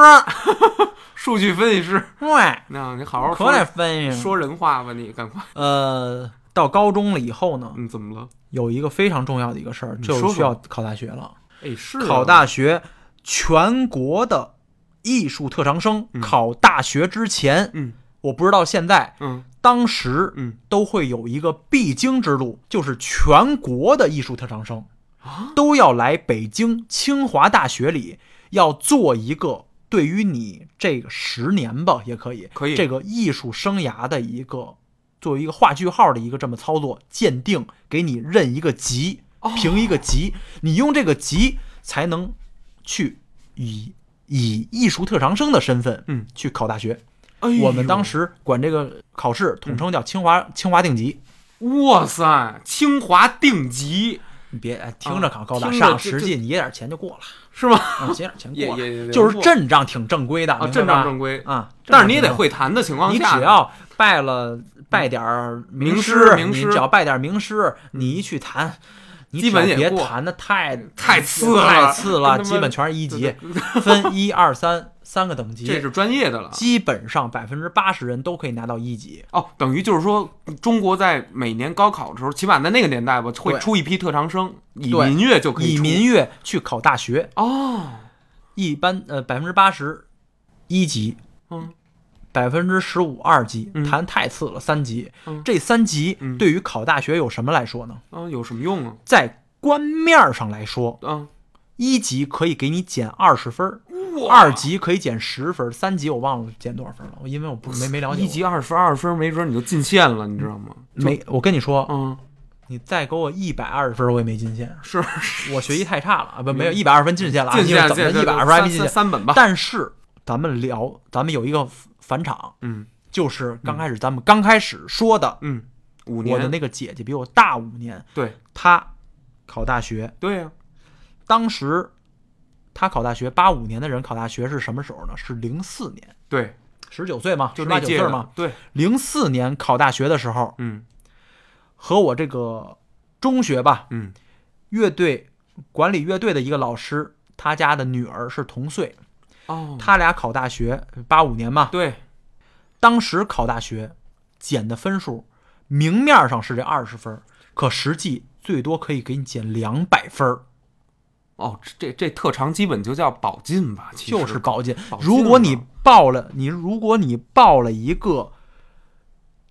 Speaker 2: 数据分析师，
Speaker 4: 对，
Speaker 2: 那你好好
Speaker 4: 可得
Speaker 2: 说
Speaker 4: 分析。
Speaker 2: 说人话吧，你赶快，
Speaker 4: 呃，到高中了以后呢，
Speaker 2: 嗯，怎么了？
Speaker 4: 有一个非常重要的一个事儿，
Speaker 2: 你
Speaker 4: 就
Speaker 2: 说说
Speaker 4: 是需要考大学了。
Speaker 2: 哎，是啊
Speaker 4: 考大学，全国的艺术特长生
Speaker 2: 嗯
Speaker 4: 考大学之前，
Speaker 2: 嗯
Speaker 4: 我不知道现在，
Speaker 2: 嗯
Speaker 4: 当时
Speaker 2: 嗯
Speaker 4: 都会有一个必经之路，就是全国的艺术特长生
Speaker 2: 啊
Speaker 4: 都要来北京清华大学里要做一个对于你这个十年吧，也可以，
Speaker 2: 可以
Speaker 4: 这个艺术生涯的一个作为一个划句号的一个这么操作鉴定，给你认一个级，
Speaker 2: 哦
Speaker 4: 评一个级，你用这个级才能去以以艺术特长生的身份，
Speaker 2: 嗯，
Speaker 4: 去考大学。
Speaker 2: 哎呦
Speaker 4: 我们当时管这个考试统称叫清华、清华定级。
Speaker 2: 哇塞，清华定级
Speaker 4: 你别哎听着考高大
Speaker 2: 嗯听着这
Speaker 4: 上，实际你也点钱
Speaker 2: [laughs]
Speaker 4: 就过了，
Speaker 2: 是吗？
Speaker 4: 啊，节点钱
Speaker 2: 也
Speaker 4: 过了，
Speaker 2: 也也
Speaker 4: 就是
Speaker 2: 过
Speaker 4: 阵仗挺正规的，
Speaker 2: 啊，
Speaker 4: 明白
Speaker 2: 正常
Speaker 4: 吧
Speaker 2: 正规，
Speaker 4: 啊，
Speaker 2: 但是你也得
Speaker 4: 正常。
Speaker 2: 会弹的情况
Speaker 4: 你
Speaker 2: 下，
Speaker 4: 只要拜了拜点儿
Speaker 2: 名
Speaker 4: 师，
Speaker 2: 师名
Speaker 4: 你
Speaker 2: 师嗯
Speaker 4: 只要拜点儿名师，你一去弹，你
Speaker 2: 基本
Speaker 4: 只要
Speaker 2: 也
Speaker 4: 别
Speaker 2: 过
Speaker 4: 弹的太
Speaker 2: 太次了
Speaker 4: 太次了，
Speaker 2: 跟他妈
Speaker 4: 基本全是一级
Speaker 2: 对，
Speaker 4: 分一二三三个等
Speaker 2: 这
Speaker 4: 级，
Speaker 2: 是专业的了。
Speaker 4: 基本上百分之八十人都可以拿到一级。
Speaker 2: 哦，等于就是说，中国在每年高考的时候，起码在那个年代吧，会
Speaker 4: 对
Speaker 2: 出一批特长生，以
Speaker 4: 对
Speaker 2: 民乐就可以
Speaker 4: 以
Speaker 2: 出
Speaker 4: 民乐去考大学，
Speaker 2: 哦，
Speaker 4: 一般呃百分之八十一级，
Speaker 2: 嗯，
Speaker 4: 百分之十五二级
Speaker 2: 嗯，
Speaker 4: 弹太次了三级，
Speaker 2: 嗯
Speaker 4: 这三级
Speaker 2: 嗯
Speaker 4: 对于考大学有什么来说呢？
Speaker 2: 啊，有什么用啊？
Speaker 4: 在官面儿上来说，
Speaker 2: 啊，
Speaker 4: 一级可以给你减二十分儿，
Speaker 2: 哇
Speaker 4: 二级可以减十分，三级我忘了减多少分了，我因为我不没没了解过。
Speaker 2: 一级二十二分，没准你就进线了，你知道吗？就
Speaker 4: 没，我跟你说，
Speaker 2: 嗯，
Speaker 4: 你再给我一百二十分，我也没进线。
Speaker 2: 是是
Speaker 4: 我学习太差了啊，不没有一百二十分进线了啊，
Speaker 2: 嗯进线
Speaker 4: 怎
Speaker 2: 进
Speaker 4: 么
Speaker 2: 线
Speaker 4: 一百二十分还没进
Speaker 2: 三
Speaker 4: 线？
Speaker 2: 三本吧？
Speaker 4: 但是咱们聊，咱们有一个返场，
Speaker 2: 嗯
Speaker 4: 就是刚开始咱们刚开始说的，
Speaker 2: 嗯，五
Speaker 4: 我的
Speaker 2: 年
Speaker 4: 那个姐姐比我大五年，
Speaker 2: 对
Speaker 4: 她考大学，
Speaker 2: 对呀，
Speaker 4: 当时她考大学，八五年的人考大学是什么时候呢？是零四年，
Speaker 2: 对，
Speaker 4: 十九岁嘛，
Speaker 2: 就
Speaker 4: 十
Speaker 2: 那
Speaker 4: 八九
Speaker 2: 届
Speaker 4: 岁
Speaker 2: 的
Speaker 4: 嘛。
Speaker 2: 对，
Speaker 4: 零四年考大学的时候，
Speaker 2: 嗯
Speaker 4: 和我这个中学吧，
Speaker 2: 嗯
Speaker 4: 乐队管理乐队的一个老师，他家的女儿是同岁，
Speaker 2: 哦，
Speaker 4: 他俩考大学，八五年嘛，
Speaker 2: 对
Speaker 4: 当时考大学减的分数，明面上是这二十分，可实际最多可以给你减两百分儿，
Speaker 2: 哦，这这特长基本就叫保进吧，其实
Speaker 4: 就是保进
Speaker 2: 保。进
Speaker 4: 如果你
Speaker 2: 嘛
Speaker 4: 报了，你如果你报了一个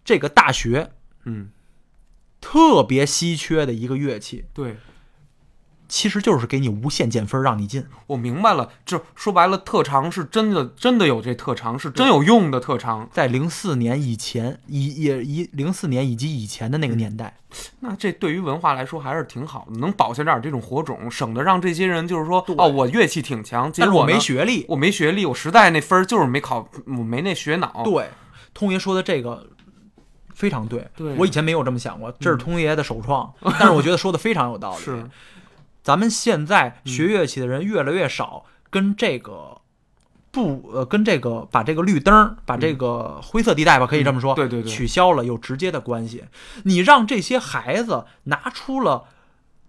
Speaker 4: 这个大学
Speaker 2: 嗯
Speaker 4: 特别稀缺的一个乐器，
Speaker 2: 对。
Speaker 4: 其实就是给你无限减分，让你进。
Speaker 2: 我明白了，这说白了，特长是真的，真的有这特长，是真有用的特长。
Speaker 4: 在零四年以前，以也以零四年以及以前
Speaker 2: 嗯
Speaker 4: 的那个年代，
Speaker 2: 那这对于文化来说还是挺好的，能保下点儿这种火种，省得让这些人就是说，哦，我乐器挺强，结
Speaker 4: 但是
Speaker 2: 果
Speaker 4: 我
Speaker 2: 呢
Speaker 4: 没，学历。
Speaker 2: 我没学历，我实在那分儿就是没考，我没那学脑。
Speaker 4: 对，通爷说的这个非常对，
Speaker 2: 对嗯
Speaker 4: 我以前没有这么想过，这是通爷的首创，但是我觉得说的非常有道理。
Speaker 2: 是，嗯
Speaker 4: 咱们现在学乐器的人越来越少，跟这个。不，呃，跟这个把这个绿灯儿，把这个灰色地带吧，可以这么
Speaker 2: 嗯
Speaker 4: 说，
Speaker 2: 嗯对对对
Speaker 4: 取消了有直接的关系。你让这些孩子拿出了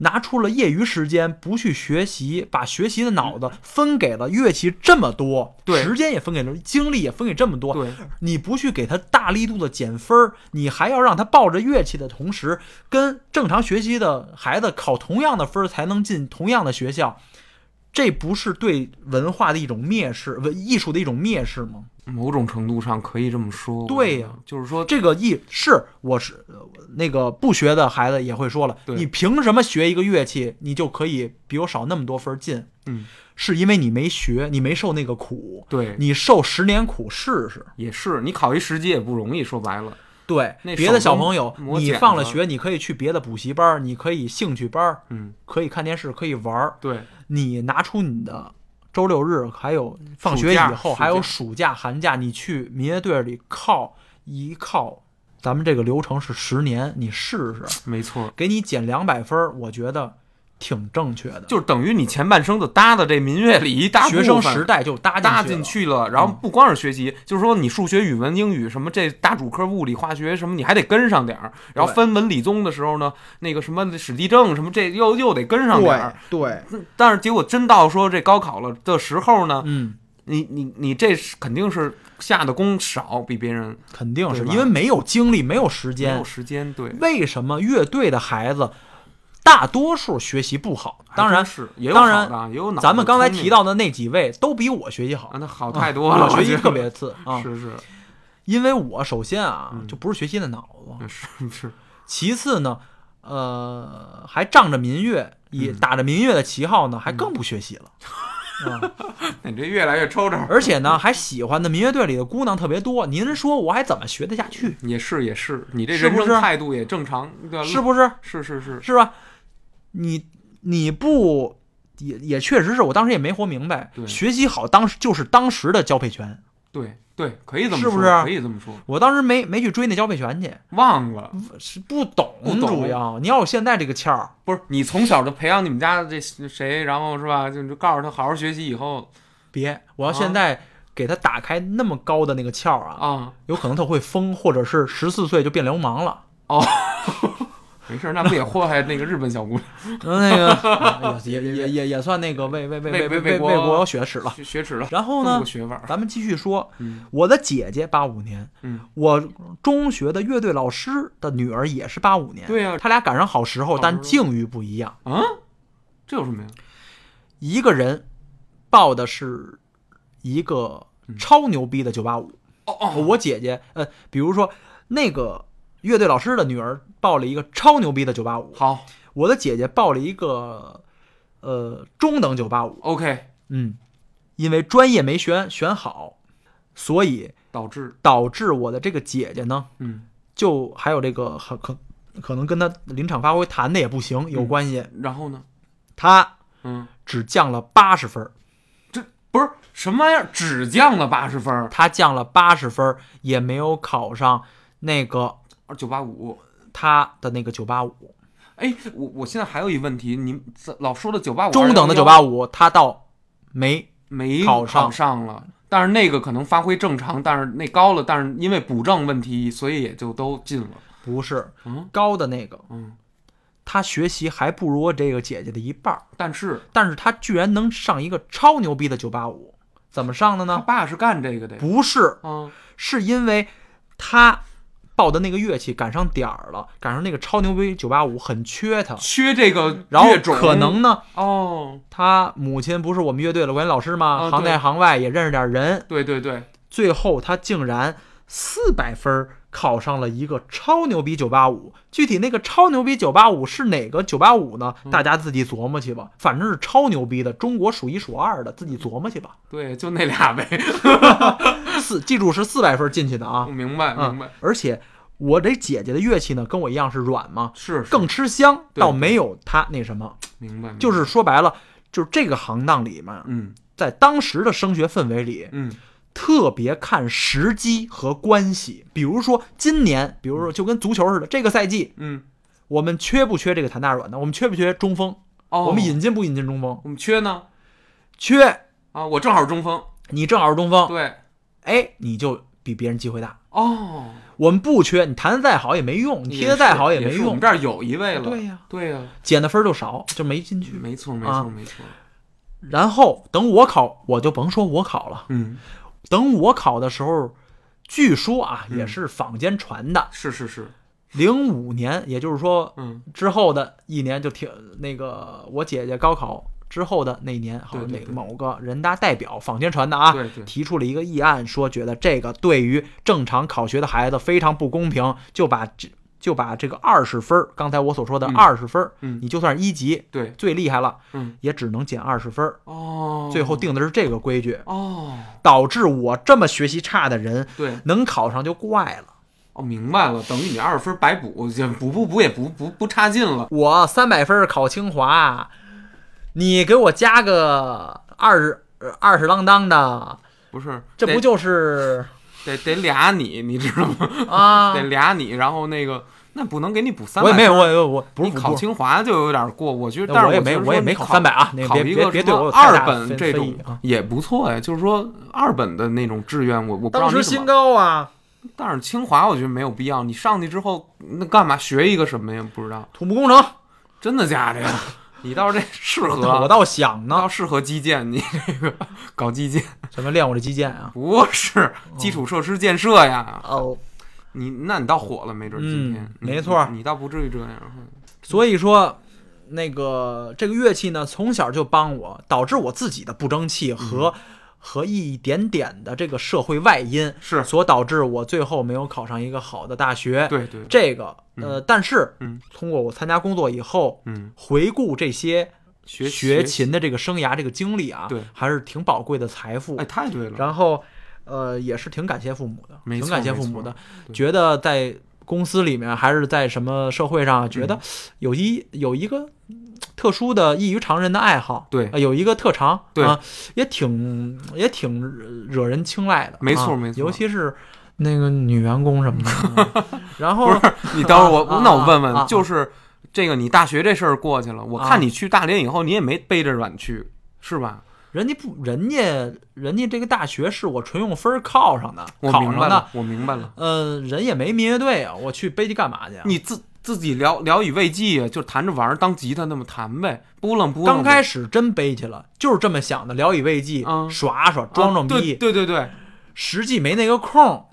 Speaker 4: 拿出了业余时间不去学习，把学习的脑子分给了乐器这么多，
Speaker 2: 嗯对
Speaker 4: 时间也分给了，精力也分给这么多，
Speaker 2: 对，
Speaker 4: 你不去给他大力度的减分儿，你还要让他抱着乐器的同时，跟正常学习的孩子考同样的分儿才能进同样的学校，这不是对文化的一种蔑视，文艺术的一种蔑视吗？
Speaker 2: 某种程度上可以这么说。
Speaker 4: 对呀
Speaker 2: 我觉得就是说，
Speaker 4: 这个艺是我是呃那个不学的孩子也会说了，
Speaker 2: 对
Speaker 4: 你凭什么学一个乐器你就可以比我少那么多分儿进？
Speaker 2: 嗯，
Speaker 4: 是因为你没学，你没受那个苦，
Speaker 2: 对，
Speaker 4: 你受十年苦试试。
Speaker 2: 也是，你考一十级也不容易，说白了，
Speaker 4: 对，
Speaker 2: 那
Speaker 4: 别
Speaker 2: 手
Speaker 4: 的小
Speaker 2: 工
Speaker 4: 朋友，
Speaker 2: 磨
Speaker 4: 你
Speaker 2: 剪
Speaker 4: 放了
Speaker 2: 子
Speaker 4: 学，你可以去别的补习班儿，你可以兴趣班儿，
Speaker 2: 嗯，
Speaker 4: 可以看电视，可以玩儿。
Speaker 2: 对，
Speaker 4: 你拿出你的周六日，还有放
Speaker 2: 暑
Speaker 4: 学以
Speaker 2: 假
Speaker 4: 后，
Speaker 2: 暑
Speaker 4: 还有
Speaker 2: 假
Speaker 4: 暑假、寒假，你去民乐队里靠一靠，咱们这个流程是十年，你试试，
Speaker 2: 没错，
Speaker 4: 给你减两百分儿，我觉得挺正确的。
Speaker 2: 就是等于你前半生就搭的这民乐里一大
Speaker 4: 学生
Speaker 2: 部分
Speaker 4: 时代就搭
Speaker 2: 搭
Speaker 4: 进
Speaker 2: 进
Speaker 4: 去
Speaker 2: 去了，然后不光是学习，就是说你数学、语文、英语什么这大主科，物理、化学什么你还得跟上点儿。然后分文理综的时候呢，那个什么史地政什么这又又得跟上点
Speaker 4: 了
Speaker 2: 儿。
Speaker 4: 对，
Speaker 2: 但是结果真到说这高考了的时候呢，
Speaker 4: 嗯，
Speaker 2: 你你你这是肯定是下的功少，比别人
Speaker 4: 肯定
Speaker 2: 对
Speaker 4: 是
Speaker 2: 吧
Speaker 4: 因为没有精力，没有时
Speaker 2: 没
Speaker 4: 间，
Speaker 2: 有时间。对，
Speaker 4: 为什么乐队的孩子大多数学习不好？当
Speaker 2: 还
Speaker 4: 然
Speaker 2: 真，是也有
Speaker 4: 当然
Speaker 2: 好的，也有脑子
Speaker 4: 咱们刚才
Speaker 2: 聪明
Speaker 4: 提到的嗯那几位都比我学习好
Speaker 2: 啊，，那好太多了，
Speaker 4: 我学习
Speaker 2: 觉得
Speaker 4: 特别次啊。
Speaker 2: 是是
Speaker 4: 因为我首先啊
Speaker 2: 嗯，
Speaker 4: 就不是学习的脑子，
Speaker 2: 是是，
Speaker 4: 其次呢，呃，还仗着民乐，也打着民乐的旗号呢，还更不学习了。
Speaker 2: 嗯
Speaker 4: 啊，
Speaker 2: 你这越来越抽抽。
Speaker 4: 而且呢，还喜欢的民乐队里的姑娘特别多。您说我还怎么学得下
Speaker 2: [laughs]
Speaker 4: 去？
Speaker 2: 也是也是，你这
Speaker 4: 是
Speaker 2: 人
Speaker 4: 不
Speaker 2: 生
Speaker 4: 是
Speaker 2: 态度也正常，对吧
Speaker 4: 是不是？
Speaker 2: 是是是，
Speaker 4: 是吧？你你不也也确实是我当时也没活明白，
Speaker 2: 对
Speaker 4: 学习好当时就是当时的交配权，
Speaker 2: 对对，可以这么
Speaker 4: 是
Speaker 2: 说，
Speaker 4: 不是
Speaker 2: 可以这么说，
Speaker 4: 我当时没没去追那交配权去，
Speaker 2: 忘了
Speaker 4: 是不懂
Speaker 2: 不懂
Speaker 4: 主要。你要有现在这个窍儿，
Speaker 2: 不是你从小就培养你们家这谁，然后是吧？就就告诉他好好学习，以后
Speaker 4: 别我要
Speaker 2: 啊
Speaker 4: 现在给他打开那么高的那个窍儿啊，
Speaker 2: 啊，
Speaker 4: 有可能他会疯，或者是十四岁就变流氓了。
Speaker 2: 没事儿，那不也祸害那个日本小姑娘
Speaker 4: 嗯
Speaker 2: [laughs]
Speaker 4: 那个也也也也也算那个为为为
Speaker 2: 为
Speaker 4: 为
Speaker 2: 为
Speaker 4: 为
Speaker 2: 为国
Speaker 4: 为国雪耻了。
Speaker 2: 学学耻了？
Speaker 4: 然后
Speaker 2: 这么
Speaker 4: 呢
Speaker 2: 个，学法儿，
Speaker 4: 咱们继续说，
Speaker 2: 嗯
Speaker 4: 我的姐姐八五年，
Speaker 2: 嗯，
Speaker 4: 我中学的乐队老师的女儿也是八五年，
Speaker 2: 对呀啊
Speaker 4: 他俩赶上好时候，
Speaker 2: 好时候
Speaker 4: 但境遇不一样。
Speaker 2: 啊，这有什么呀？
Speaker 4: 一个人报的是一个超牛逼的九八五，
Speaker 2: 哦嗯哦，
Speaker 4: 我姐姐，呃，比如说那个乐队老师的女儿报了一个超牛逼的九八五，
Speaker 2: 好
Speaker 4: 我的姐姐报了一个呃中等九八五，
Speaker 2: ，OK，
Speaker 4: 嗯，因为专业没选选好，所以
Speaker 2: 导致
Speaker 4: 导致我的这个姐姐呢，
Speaker 2: 嗯，
Speaker 4: 就还有这个很可可能跟她临场发挥弹的也不
Speaker 2: 嗯
Speaker 4: 行有关系，
Speaker 2: 然后呢，
Speaker 4: 她
Speaker 2: 嗯，
Speaker 4: 只降了八十分儿，
Speaker 2: 这不是什么玩意儿，只降了八十分儿，
Speaker 4: 她降了八十分儿，也没有考上那个
Speaker 2: 啊九八五。
Speaker 4: 她的那个九八五
Speaker 2: 哎，我我现在还有一问题，你们老说的九八五
Speaker 4: 中等的九八五，她倒没
Speaker 2: 没
Speaker 4: 考上
Speaker 2: 上了，但是那个可能发挥正常，但是那高了，但是因为补正问题，所以也就都进了。
Speaker 4: 不是
Speaker 2: 嗯
Speaker 4: 高的那个，
Speaker 2: 嗯，
Speaker 4: 她学习还不如我这个姐姐的一半儿，
Speaker 2: 但是
Speaker 4: 但是她居然能上一个超牛逼的九八五，怎么上的
Speaker 2: 他
Speaker 4: 呢？
Speaker 2: 爸是干这个的，
Speaker 4: 不是
Speaker 2: 嗯
Speaker 4: 是因为他报的那个乐器赶上点儿了，赶上那个超牛逼九八五很缺他，
Speaker 2: 缺这个
Speaker 4: 然后
Speaker 2: 乐种
Speaker 4: 可能呢，
Speaker 2: 哦，
Speaker 4: 他母亲不是我们乐队的管理老师吗？
Speaker 2: 啊对
Speaker 4: 行内行外也认识点人，
Speaker 2: 对对对，
Speaker 4: 最后他竟然四百分儿考上了一个超牛逼九八五。具体那个超牛逼九八五是哪个九八五呢？大家自己琢磨去吧，反正是超牛逼的，中国数一数二的，自己琢磨去吧。
Speaker 2: 对，就那俩呗。
Speaker 4: 四，记住是四百分儿进去的啊。
Speaker 2: 我明白，
Speaker 4: 嗯
Speaker 2: 明白，
Speaker 4: 而且我这姐姐的乐器呢，跟我一样是软嘛，
Speaker 2: 是是
Speaker 4: 更吃香，
Speaker 2: 对嗯
Speaker 4: 倒没有她那什么。
Speaker 2: 明白，明白
Speaker 4: 就是说白了，就是这个行当里面，
Speaker 2: 嗯
Speaker 4: 在当时的升学氛围里，
Speaker 2: 嗯
Speaker 4: 特别看时机和关系。比如说今年，比如说就跟足球似的，这个赛季
Speaker 2: 嗯，
Speaker 4: 我们缺不缺这个谭大软的？我们缺不缺中锋？
Speaker 2: 哦，
Speaker 4: 我们引进不引进中锋？
Speaker 2: 我们缺呢
Speaker 4: 缺，
Speaker 2: 啊，我正好是中锋，
Speaker 4: 你正好是中锋，
Speaker 2: 对，
Speaker 4: 哎，你就比别人机会大。
Speaker 2: 哦，
Speaker 4: 我们不缺，你弹的再好也没用，你踢的再好
Speaker 2: 也是
Speaker 4: 没
Speaker 2: 是我
Speaker 4: 用
Speaker 2: 们这，儿有一位了，
Speaker 4: 对呀
Speaker 2: 对呀，
Speaker 4: 减的分儿就少，就没进去。
Speaker 2: 没错没
Speaker 4: 啊
Speaker 2: 错没错，
Speaker 4: 然后等我考，我就甭说我考了，
Speaker 2: 嗯，
Speaker 4: 等我考的时候，据说啊
Speaker 2: 嗯
Speaker 4: 也是坊间传的，
Speaker 2: 是是是，
Speaker 4: 零五年，也就是说
Speaker 2: 嗯，
Speaker 4: 之后的一年就停那个我姐姐高考之后的那一年，好像
Speaker 2: 对
Speaker 4: 哪
Speaker 2: 对
Speaker 4: 个
Speaker 2: 对
Speaker 4: 某个人大代表坊间传的啊，
Speaker 2: 对对
Speaker 4: 提出了一个议案，说觉得这个对于正常考学的孩子非常不公平，就把这就把这个二十分儿，刚才我所说的
Speaker 2: 嗯
Speaker 4: 二十分儿，
Speaker 2: 嗯
Speaker 4: 你就算是一级
Speaker 2: 对，
Speaker 4: 最厉害了，
Speaker 2: 嗯，
Speaker 4: 也只能减二十分儿。
Speaker 2: 哦，
Speaker 4: 最后定的是这个规矩，
Speaker 2: 哦，
Speaker 4: 导致我这么学习差的人
Speaker 2: 对，
Speaker 4: 能考上就怪了。
Speaker 2: 哦，明白了，等于你二十分白补，就补补补也不不不差劲了。
Speaker 4: 我三百分儿考清华，你给我加个二十二十啷当的，
Speaker 2: 不是，
Speaker 4: 这不
Speaker 2: 得
Speaker 4: 就是
Speaker 2: 得得俩你，你知道吗？
Speaker 4: 啊
Speaker 2: 得？俩你，然后那个那不能给你补三
Speaker 4: 我
Speaker 2: 百。
Speaker 4: 也没有，我也我不是
Speaker 2: 你考
Speaker 4: 不是
Speaker 2: 清华就有点过，我觉得，
Speaker 4: 那
Speaker 2: 但是
Speaker 4: 我也
Speaker 2: 觉
Speaker 4: 没
Speaker 2: 得
Speaker 4: 我也
Speaker 2: 说
Speaker 4: 没
Speaker 2: 你
Speaker 4: 考
Speaker 2: 考
Speaker 4: 300啊那个
Speaker 2: 考
Speaker 4: 别
Speaker 2: 一
Speaker 4: 别
Speaker 2: 个
Speaker 4: 别
Speaker 2: 什
Speaker 4: 对
Speaker 2: 么
Speaker 4: 我有太大
Speaker 2: 二
Speaker 4: 非
Speaker 2: 本这
Speaker 4: 非
Speaker 2: 种
Speaker 4: 议啊
Speaker 2: 也不错哎，就是说二本的那种志愿，我我不知道
Speaker 4: 当
Speaker 2: 你怎
Speaker 4: 时新
Speaker 2: 么
Speaker 4: 高啊，
Speaker 2: 但是清华我觉得没有必要，你上去之后那干嘛学一个什么呀？不知道，
Speaker 4: 土木工程，
Speaker 2: 真的假的呀？ [laughs] 你倒是这适合啊，
Speaker 4: 我倒想呢，
Speaker 2: 倒适合基建，你这个搞基建。
Speaker 4: 什么练我这基建啊？
Speaker 2: 不是基础设施建设呀，
Speaker 4: 哦，
Speaker 2: 你那你倒火了，没准儿今天、
Speaker 4: 嗯
Speaker 2: 你
Speaker 4: 没错儿
Speaker 2: 你你倒不至于这样。
Speaker 4: 所以说，那个这个乐器呢，从小就帮我，导致我自己的不争气和、
Speaker 2: 嗯
Speaker 4: 和一点点的这个社会外因，
Speaker 2: 是
Speaker 4: 所导致我最后没有考上一个好的大学。
Speaker 2: 对对，
Speaker 4: 这个呃，但是
Speaker 2: 嗯
Speaker 4: 通过我参加工作以后，
Speaker 2: 嗯，
Speaker 4: 回顾这些
Speaker 2: 学
Speaker 4: 学
Speaker 2: 习，
Speaker 4: 琴的这个生涯、这个经历啊，
Speaker 2: 对
Speaker 4: 还是挺宝贵的财富。
Speaker 2: 哎，太对了，
Speaker 4: 然后，呃，也是挺感谢父母的，
Speaker 2: 没
Speaker 4: 挺
Speaker 2: 错
Speaker 4: 感谢父
Speaker 2: 没
Speaker 4: 母
Speaker 2: 错
Speaker 4: 的，
Speaker 2: 对
Speaker 4: 觉得在公司里面还是在什么社会上，觉得
Speaker 2: 嗯
Speaker 4: 有一有一个嗯特殊的异于常人的爱好，
Speaker 2: 对
Speaker 4: 呃有一个特长，
Speaker 2: 对
Speaker 4: 啊，也挺也挺惹人青睐的，
Speaker 2: 没错
Speaker 4: 啊
Speaker 2: 没错
Speaker 4: 尤其是那个女员工什么
Speaker 2: [laughs]
Speaker 4: 的啊，然后
Speaker 2: 不是
Speaker 4: [laughs]
Speaker 2: 你等会儿我、
Speaker 4: 啊啊
Speaker 2: 那我问问，
Speaker 4: 啊啊
Speaker 2: 就是这个你大学这事儿过去了，我
Speaker 4: 啊
Speaker 2: 看你去大连以后，你也没背着软去，是吧？
Speaker 4: 人家不，人家人家这个大学是我纯用分儿考上的，
Speaker 2: 我
Speaker 4: 考
Speaker 2: 明
Speaker 4: 上
Speaker 2: 白
Speaker 4: 的
Speaker 2: 了，，我明白了，
Speaker 4: 呃，人也没民乐队啊，我去背去干嘛去啊？
Speaker 2: 你自自己聊聊以慰藉啊，就弹着玩儿，当吉他那么弹呗，不楞不楞。
Speaker 4: 刚开始真背去了，就是这么想的，聊以慰藉，
Speaker 2: 嗯
Speaker 4: 耍耍，装装
Speaker 2: 啊对
Speaker 4: 逼，
Speaker 2: 对对对，
Speaker 4: 实际没那个空。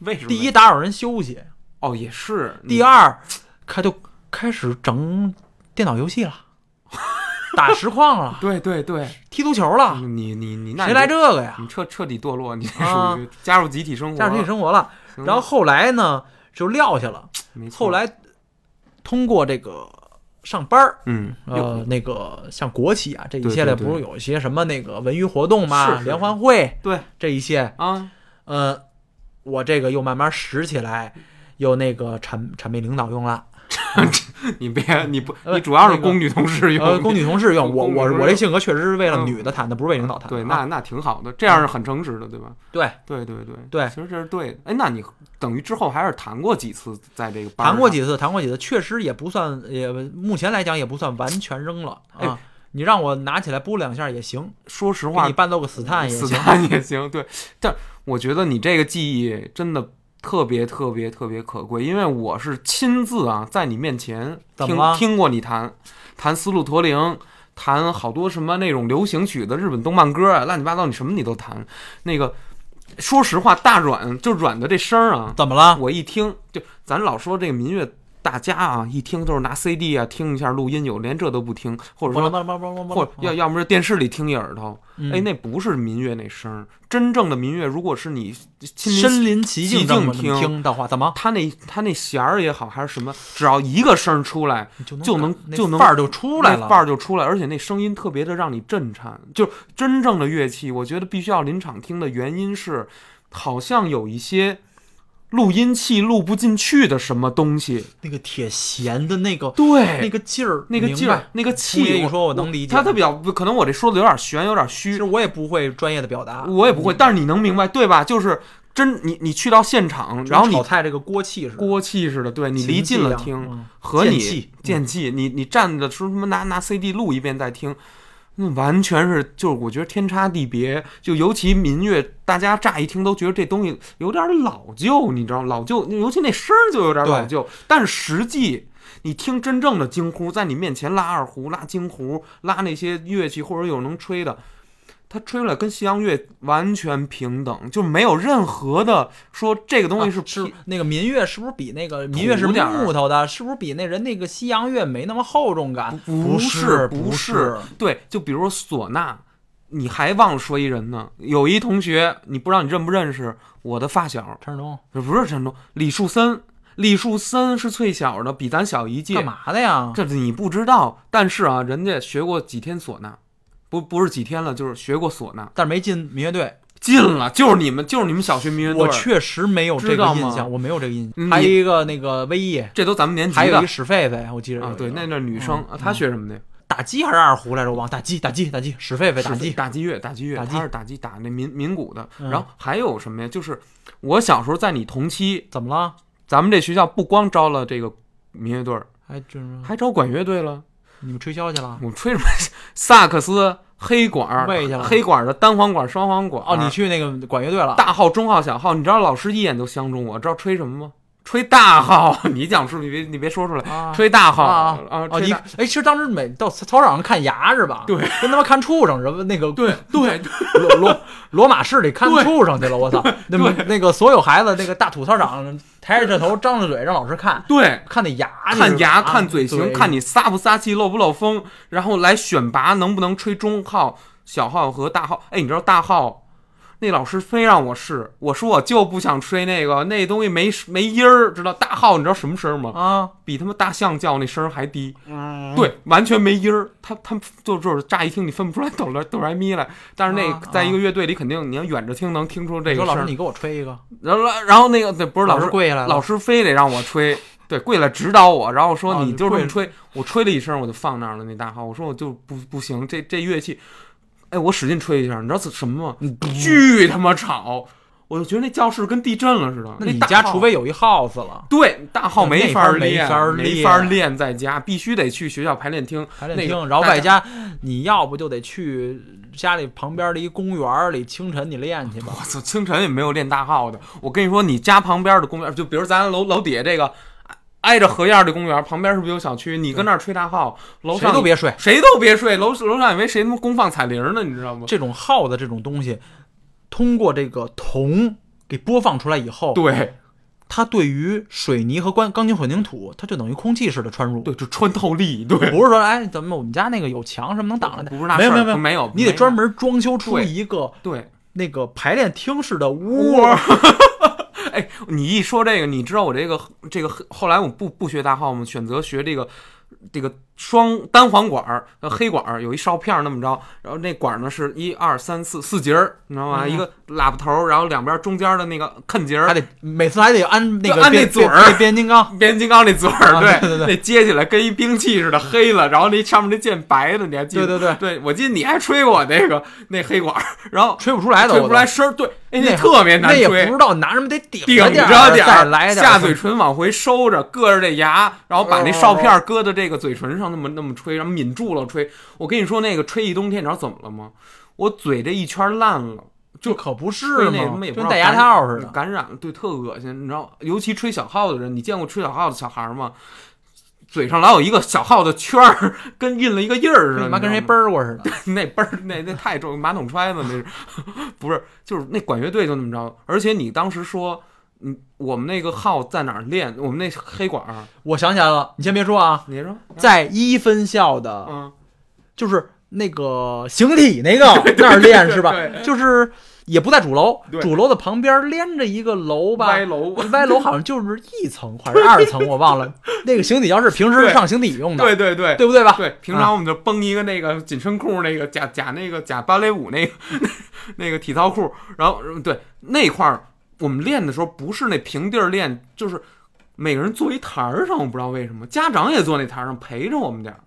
Speaker 2: 为什么？
Speaker 4: 第一，打扰人休息；
Speaker 2: 哦，也是。
Speaker 4: 第二，开就开始整电脑游戏
Speaker 2: [laughs]
Speaker 4: 了，打实况了，
Speaker 2: 对对对，
Speaker 4: 踢足球了，
Speaker 2: 你你你嗯那
Speaker 4: 谁
Speaker 2: 你
Speaker 4: 来这个呀？
Speaker 2: 你彻彻底堕落，你这
Speaker 4: 啊
Speaker 2: 属于加入集体生活，
Speaker 4: 加入集体生活了。
Speaker 2: 行
Speaker 4: 然后后来呢，就撂下了。
Speaker 2: 嗯没错
Speaker 4: 后来通过这个上班儿。
Speaker 2: 嗯，
Speaker 4: 呃，那个像国企啊，这一系
Speaker 2: 对
Speaker 4: 列
Speaker 2: 对
Speaker 4: 不是有一些什么那个文娱活动嘛，
Speaker 2: 是是
Speaker 4: 联欢会
Speaker 2: 对
Speaker 4: 这一些，
Speaker 2: 啊，
Speaker 4: 呃，我这个又慢慢拾起来，又那个谄谄媚领导用了，
Speaker 2: 你别你不
Speaker 4: 呃
Speaker 2: 你主要是
Speaker 4: 那个
Speaker 2: 供女同事用
Speaker 4: 呃，
Speaker 2: [laughs] 的，
Speaker 4: 供女同事用，我
Speaker 2: 哎供女
Speaker 4: 我
Speaker 2: 同事
Speaker 4: 我这性格确实是为了
Speaker 2: 嗯
Speaker 4: 女的谈的，不是为领导谈的啊。
Speaker 2: 对，那那挺好的，这样是很诚实的，对吧？
Speaker 4: 对
Speaker 2: 对对对
Speaker 4: 对
Speaker 2: 其实这是对的。哎，那你等于之后还是谈过几次在这个班儿
Speaker 4: 谈过
Speaker 2: 上
Speaker 4: 几次，谈过几次，确实也不算，也目前来讲也不算完全扔了
Speaker 2: 哎
Speaker 4: 啊。你让我拿起来拨两下也行，
Speaker 2: 说实
Speaker 4: 给
Speaker 2: 话
Speaker 4: 你，伴奏个死探也
Speaker 2: 死
Speaker 4: 行。
Speaker 2: 探也行。对，但我觉得你这个记忆真的特别特别特别可贵，因为我是亲自啊在你面前
Speaker 4: 怎
Speaker 2: 听
Speaker 4: 么了
Speaker 2: 听过你弹弹丝路驼铃。弹好多什么那种流行曲的日本动漫歌啊，乱七八糟，你什么你都弹。那个，说实话，大阮就阮的这声儿啊，
Speaker 4: 怎么
Speaker 2: [laughs]
Speaker 4: 了？
Speaker 2: 我一听就咱老说这个民乐大家啊，一听就是拿 CD 啊听一下录音，有连这都不听，或者
Speaker 4: 不了
Speaker 2: 说
Speaker 4: 不了不了不了不了
Speaker 2: 或者要要么是电视里听一耳朵，
Speaker 4: 嗯
Speaker 2: 哎，那不是民乐那声儿，真正的民乐，如果是你亲
Speaker 4: 身临其境
Speaker 2: 其
Speaker 4: 这
Speaker 2: 境
Speaker 4: 么这么
Speaker 2: 听
Speaker 4: 听的话，怎么
Speaker 2: 他那他那弦儿也好还是什么，只要一个声儿出来，
Speaker 4: 你就
Speaker 2: 就能
Speaker 4: 感那
Speaker 2: 就能
Speaker 4: 范儿就出来
Speaker 2: 那
Speaker 4: 了？
Speaker 2: 范儿就出来，而且那声音特别的让你震颤。就是真正的乐器，我觉得必须要临场听的原因是，好像有一些录音器录不进去的什么东西。
Speaker 4: 那个铁弦的那个
Speaker 2: 对，
Speaker 4: 那个劲儿，
Speaker 2: [clears throat] 那个劲
Speaker 4: 明
Speaker 2: 儿
Speaker 4: 白。，
Speaker 2: 那个
Speaker 4: 同意
Speaker 2: 气，
Speaker 4: 你说我能理解
Speaker 2: 他他比较可能我这说的有点悬，有点
Speaker 4: 其
Speaker 2: 虚
Speaker 4: 实，我也不会专业的表达，
Speaker 2: 我也不会，
Speaker 4: 嗯
Speaker 2: 但是你能明白对吧？就是真你你去到现场，
Speaker 4: 就跟
Speaker 2: 然后你
Speaker 4: 炒菜这个锅气似的，
Speaker 2: 锅气似的，对你
Speaker 4: 琴
Speaker 2: 离近
Speaker 4: 技
Speaker 2: 了
Speaker 4: 一样
Speaker 2: 听，
Speaker 4: 嗯
Speaker 2: 和
Speaker 4: 剑
Speaker 2: 你
Speaker 4: 气
Speaker 2: 剑气，你你站着说什么拿拿 CD 录一遍再
Speaker 4: 嗯
Speaker 2: 听，那完全是就是我觉得天差地别。就尤其民乐，大家乍一听都觉得这东西有点老旧，你知道老旧，尤其那声儿就有点老
Speaker 4: 对
Speaker 2: 旧。但是实际你听真正的京胡，在你面前拉二胡、拉京胡、拉那些乐器或者有能吹的。它吹出来跟西洋乐完全平等，就没有任何的说这个东西
Speaker 4: 啊
Speaker 2: 是
Speaker 4: 是
Speaker 2: 劈
Speaker 4: 那个民乐是不是比那个民乐是
Speaker 2: 土点儿
Speaker 4: 木头的，是不是比那人那个西洋乐没那么厚重感？
Speaker 2: 不
Speaker 4: 是
Speaker 2: 是
Speaker 4: 不
Speaker 2: 不是，对，就比如说唢呐，你还忘说一人呢。有一同学，你不知道你认不认识，我的发小，
Speaker 4: 陈世忠
Speaker 2: 不是陈忠，李树森。李树森是最小的，比咱小一届
Speaker 4: 干。嘛的呀？
Speaker 2: 这你不知道，但是啊，人家学过几天唢呐，不不是几天了，就是学过唢呐，
Speaker 4: 但是没进民乐队，
Speaker 2: 进了，就是你们，就是你们小学民乐队。
Speaker 4: 我，确实没有这
Speaker 2: 知
Speaker 4: 个
Speaker 2: 道吗
Speaker 4: 印象，我没有这个印象。
Speaker 2: 嗯
Speaker 4: 还有一个那个威毅，
Speaker 2: 这都咱们年
Speaker 4: 还
Speaker 2: 级
Speaker 4: 有一
Speaker 2: 的
Speaker 4: 个史狒狒，我记着有
Speaker 2: 啊，
Speaker 4: 一个嗯
Speaker 2: 对，那那女生，啊她学什么的？
Speaker 4: 打击还是二胡来着？我忘打击，打击，打击，史狒狒打击，
Speaker 2: 打击乐，打击乐，
Speaker 4: 打击
Speaker 2: 他是打击打那民民鼓的。
Speaker 4: 嗯
Speaker 2: 然后还有什么呀？就是我小时候在你同期，
Speaker 4: 怎么了？
Speaker 2: 咱们这学校不光招了这个民乐队儿，
Speaker 4: 哎，就是
Speaker 2: 还招管乐队了。
Speaker 4: 你们吹箫去了
Speaker 2: 我？们吹什么萨克斯、黑管儿
Speaker 4: 喂去了、
Speaker 2: 黑管儿的单簧管、双簧管。
Speaker 4: 哦，你去那个管乐队了？
Speaker 2: 啊大号、中号、小号，你知道老师一眼就相中我，知道吹什么吗？吹大号。 [laughs] 你讲是不是？你别你别说出来，
Speaker 4: 啊
Speaker 2: 吹大号
Speaker 4: 啊
Speaker 2: 啊！
Speaker 4: 哦，
Speaker 2: 吹
Speaker 4: 你
Speaker 2: 大
Speaker 4: 哎，其实当时每到操操场上看牙是吧？
Speaker 2: 对，
Speaker 4: 跟他妈看畜生似的，那个
Speaker 2: 对对对
Speaker 4: [laughs] 罗罗罗马市里看
Speaker 2: 对
Speaker 4: 畜生去了，我操！那么那个所有孩子，那个大土操场抬着这头，张着嘴让老师看，
Speaker 2: 对，
Speaker 4: 看那牙，啊
Speaker 2: 看牙、看嘴型、看
Speaker 4: 你
Speaker 2: 你撒不撒气、漏不漏风，然后来选拔能不能吹中号、小号和大号。哎，你知道大号，那老师非让我试，我说我就不想吹那个，那东西没没音儿，知道大号你知道什么声儿吗？
Speaker 4: 啊，
Speaker 2: 比他妈大象叫那声儿还低，
Speaker 4: 嗯
Speaker 2: 对，完全没音儿。他他就就是乍一听你分不出来哆来哆来咪来，但是那
Speaker 4: 啊
Speaker 2: 个在一个乐队里肯定你要远着听能听出这
Speaker 4: 你
Speaker 2: 个
Speaker 4: 说
Speaker 2: 声
Speaker 4: 老师
Speaker 2: 儿。
Speaker 4: 你给我吹一个，
Speaker 2: 然后然后那个对不是老师
Speaker 4: 师跪下来了，
Speaker 2: 老师非得让我吹，对，跪了指导我，然后
Speaker 4: 哦
Speaker 2: 说你就这
Speaker 4: 跪
Speaker 2: 么吹，我吹了一声我就放那儿了那大号，我说我就不不行，这这乐器，哎，我使劲吹一下，你知道是什么
Speaker 4: 嗯
Speaker 2: 吗？巨他妈吵，我就觉得那教室跟地震了似的。
Speaker 4: 那你
Speaker 2: 大
Speaker 4: 家
Speaker 2: 号
Speaker 4: 除非有一耗子了，
Speaker 2: 对大号
Speaker 4: 那
Speaker 2: 没
Speaker 4: 那
Speaker 2: 法
Speaker 4: 边没
Speaker 2: 练，
Speaker 4: 法
Speaker 2: 没
Speaker 4: 练
Speaker 2: 法练在家，必须得去学校排练厅。
Speaker 4: 还得
Speaker 2: 那
Speaker 4: 听，
Speaker 2: 个
Speaker 4: 然后
Speaker 2: 大
Speaker 4: 外加你要不就得去家里旁边的一公园儿里清晨你练去吧，
Speaker 2: 我操，清晨也没有练大号的。我跟你说，你家旁边的公园，就比如咱楼楼底下这个。挨着河沿儿的公园，旁边是不是有小区？你跟那儿吹大号，楼
Speaker 4: 谁
Speaker 2: 上
Speaker 4: 都别睡。
Speaker 2: 谁都别睡，楼楼上以为谁他妈公放彩铃呢，你知道吗？
Speaker 4: 这种耗子这种东西，通过这个铜给播放出来以后，
Speaker 2: 对
Speaker 4: 它对于水泥和钢钢筋混凝土，它就等于空气似的穿入。
Speaker 2: 对，就穿透力，对，
Speaker 4: 不是说哎，咱们我们家那个有墙什么能挡着的，
Speaker 2: 不是那
Speaker 4: 没有没有
Speaker 2: 事儿
Speaker 4: 没
Speaker 2: 没有
Speaker 4: 你
Speaker 2: 没
Speaker 4: 得
Speaker 2: 有
Speaker 4: 专门装修出
Speaker 2: 对
Speaker 4: 一个
Speaker 2: 对。
Speaker 4: 那个排练厅式的屋。
Speaker 2: [laughs] 哎，你一说这个，你知道我这个这个后来我不不学大号吗？选择学这个这个双单簧管儿，呃，黑管儿有一哨片儿那么着，然后那管儿呢是一二三四四节儿，你知道吗？
Speaker 4: 嗯
Speaker 2: 一个喇叭头儿，然后两边中间的那个啃节儿
Speaker 4: 还，得每次还得按那
Speaker 2: 就
Speaker 4: 个
Speaker 2: 按那
Speaker 4: 变
Speaker 2: 嘴儿
Speaker 4: 变变变形金刚，
Speaker 2: 变形金刚那嘴
Speaker 4: 啊
Speaker 2: 儿，
Speaker 4: 对对对
Speaker 2: 那接起来跟一兵器似的黑了，然后那上面那剑白的，你还记得？
Speaker 4: 对对
Speaker 2: 对，我记得你还吹过我那个那黑管儿，然后
Speaker 4: 吹不出来的，
Speaker 2: 吹不出来
Speaker 4: 我都，
Speaker 2: 声儿，对，哎，
Speaker 4: 那
Speaker 2: 特别难
Speaker 4: 那也
Speaker 2: 吹
Speaker 4: 不知。道拿什么得顶
Speaker 2: 顶着
Speaker 4: 点
Speaker 2: 点
Speaker 4: 儿再
Speaker 2: 儿，
Speaker 4: 来点儿哦
Speaker 2: 下嘴唇往回收着，硌着这牙，然后把那哨片搁到这个嘴唇上，那么那么吹，然后抿住了吹。我跟你说，那个吹一冬天，你知道怎么了吗？我嘴这一圈烂了，
Speaker 4: 就可不是
Speaker 2: 吹那
Speaker 4: 嘛
Speaker 2: 他妈也，不知
Speaker 4: 跟
Speaker 2: 道
Speaker 4: 戴牙
Speaker 2: 感
Speaker 4: 套似的。
Speaker 2: 感染了，对，特恶心。你知道，尤其吹小号的人，你见过吹小号的小孩儿吗？嘴上老有一个小号的圈儿， [laughs] 跟印了一个印儿似的，
Speaker 4: 他妈跟谁
Speaker 2: 谁
Speaker 4: 嘚儿过似的，
Speaker 2: [laughs] 那倍儿那那太重，马桶揣子那是， [laughs] 不是就是那管乐队就那么着。而且你当时说，嗯，我们那个号在哪儿练？我们那黑管儿，
Speaker 4: 我想起来了，你先别说啊，
Speaker 2: 你说
Speaker 4: 在一分校的，
Speaker 2: 嗯，
Speaker 4: 就是那个形体那个那儿练是吧？
Speaker 2: 对
Speaker 4: 就是也不在主楼，
Speaker 2: 对
Speaker 4: 主楼的旁边连着一个楼吧
Speaker 2: 歪， [laughs] 楼，
Speaker 4: 歪楼好像就是一层还是二层，我忘了。那个形体要是平时是
Speaker 2: 对
Speaker 4: 上形体用的，
Speaker 2: 对对对。啊
Speaker 4: 对不对吧？
Speaker 2: 对，平常我们就绷一个那个紧身裤，那个假假那个假芭蕾舞那个 [laughs] 那个体操裤，然后嗯对那块儿我们练的时候不是那平地儿练，就是每个人坐一台儿上，我不知道为什么家长也坐那台儿上陪着我们点儿，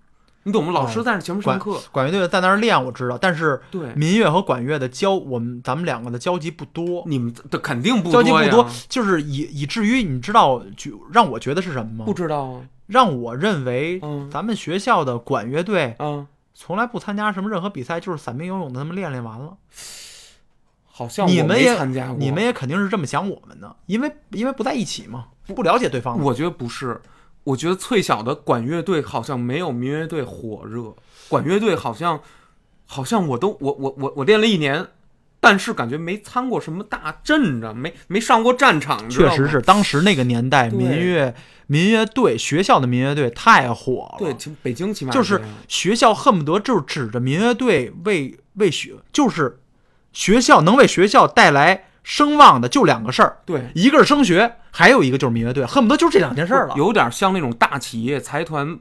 Speaker 2: 你懂吗？老师在那前面上课，
Speaker 4: 管乐队在那儿练我知道，但是
Speaker 2: 对，
Speaker 4: 民乐和管乐的交，我们咱们两个的交集不多，
Speaker 2: 你们这肯定嗯不
Speaker 4: 交集
Speaker 2: 多
Speaker 4: 不
Speaker 2: 呀
Speaker 4: 多，就是以以至于你知道，就让我觉得是什么
Speaker 2: 不
Speaker 4: 吗？
Speaker 2: 知道啊，
Speaker 4: 让我认为
Speaker 2: 嗯
Speaker 4: 咱们学校的管乐队
Speaker 2: 啊，
Speaker 4: 从来不参加什么任何比赛，就是散兵游泳的，他们练练完了。
Speaker 2: 好像
Speaker 4: 你
Speaker 2: 我
Speaker 4: 们
Speaker 2: 没
Speaker 4: 也
Speaker 2: 参加过，
Speaker 4: 你们也肯定是这么想我们的，因为因为不在一起嘛，不了解对方嘛。
Speaker 2: 我觉得不是，我觉得最小的管乐队好像没有民乐队火热，管乐队好像好像我都我我我我练了一年，但是感觉没参过什么大阵仗，没没上过战场，你知
Speaker 4: 确
Speaker 2: 道
Speaker 4: 实
Speaker 2: 吗
Speaker 4: 是，。当时那个年代，
Speaker 2: 对
Speaker 4: 民乐民乐队学校的民乐队太火了，
Speaker 2: 对，其北京起码
Speaker 4: 就是是
Speaker 2: 这样
Speaker 4: 学校恨不得就是指着民乐队为为学，就是学校能为学校带来声望的就两个事儿，
Speaker 2: 对
Speaker 4: 一个是升学，还有一个就是民乐队，恨不得就是这两件事儿了。
Speaker 2: 有点像那种大企业财团。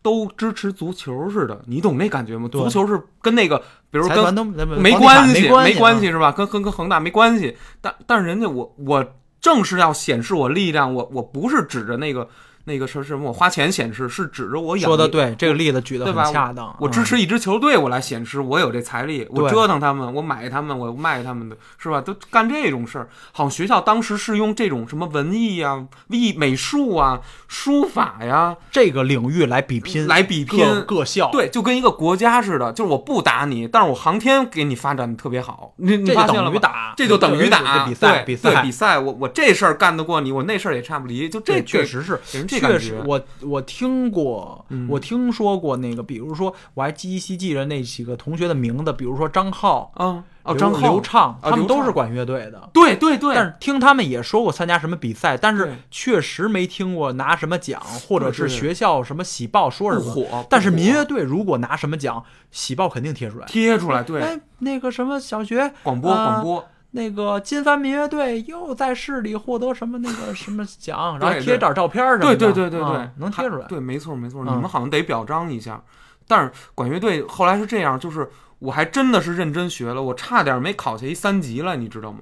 Speaker 2: 都支持足球似的，你懂那感觉吗？
Speaker 4: 对
Speaker 2: 足球是跟那个，比如
Speaker 4: 财
Speaker 2: 跟
Speaker 4: 团都
Speaker 2: 没
Speaker 4: 关
Speaker 2: 系，
Speaker 4: 没
Speaker 2: 没
Speaker 4: 关
Speaker 2: 关
Speaker 4: 系啊。
Speaker 2: 是吧？跟跟跟恒大没关系，但但是人家我我正是要显示我力量，我我不是指着那个那个是什么我花钱显示，是指着我养
Speaker 4: 说的
Speaker 2: 力，
Speaker 4: 对，这个例子举得
Speaker 2: 对吧
Speaker 4: 很恰当。嗯
Speaker 2: 我支持一支球队，我来显示我有这财力，我
Speaker 4: 对
Speaker 2: 折腾他们，我买他们，我卖他们的是吧？都干这种事儿，好像学校当时是用这种什么文艺啊、艺美术啊、书法呀、
Speaker 4: 嗯这个领域来比拼，
Speaker 2: 来比拼
Speaker 4: 各各校。
Speaker 2: 对，就跟一个国家似的，就是我不打你，但是我航天给你发展的特别好，你你
Speaker 4: 这
Speaker 2: 发
Speaker 4: 就
Speaker 2: 现了
Speaker 4: 等于
Speaker 2: 吗？
Speaker 4: 打，
Speaker 2: 这就等于打
Speaker 4: 这比赛，
Speaker 2: 对对
Speaker 4: 赛，
Speaker 2: 比赛，我我这事儿干得过你，我那事儿也差不离，就这
Speaker 4: 这确，实是，
Speaker 2: 给人这感
Speaker 4: 确
Speaker 2: 觉嗯
Speaker 4: 实，我我听过，我听说过那个，比如说我还依稀记着那几个同学的名字，比如说张浩、
Speaker 2: 嗯，哦，
Speaker 4: 刘
Speaker 2: 张浩
Speaker 4: 刘畅，他们
Speaker 2: 刘畅
Speaker 4: 都是管乐队的。
Speaker 2: 对对对，
Speaker 4: 但是听他们也说过参加什么比赛，但是
Speaker 2: 对
Speaker 4: 确实没听过拿什么奖，或者是
Speaker 2: 对对
Speaker 4: 学校什么喜报说什
Speaker 2: 不
Speaker 4: 么。
Speaker 2: 火，
Speaker 4: 但是
Speaker 2: 不火
Speaker 4: 民乐队如果拿什么奖，喜报肯定贴出来。
Speaker 2: 贴出来，对，
Speaker 4: 哎，那个什么小学
Speaker 2: 广播
Speaker 4: 啊
Speaker 2: 广播，
Speaker 4: 那个金帆民乐队又在市里获得什么那个什么奖，然后
Speaker 2: 对对
Speaker 4: 贴点照片什么的，
Speaker 2: 对对对对对
Speaker 4: 啊，能贴出来
Speaker 2: 还。对，没错没错，
Speaker 4: 嗯
Speaker 2: 你们好像得表彰一下。但是管乐队后来是这样，就是我还真的是认真学了，我差点没考下一三级来，你知道吗？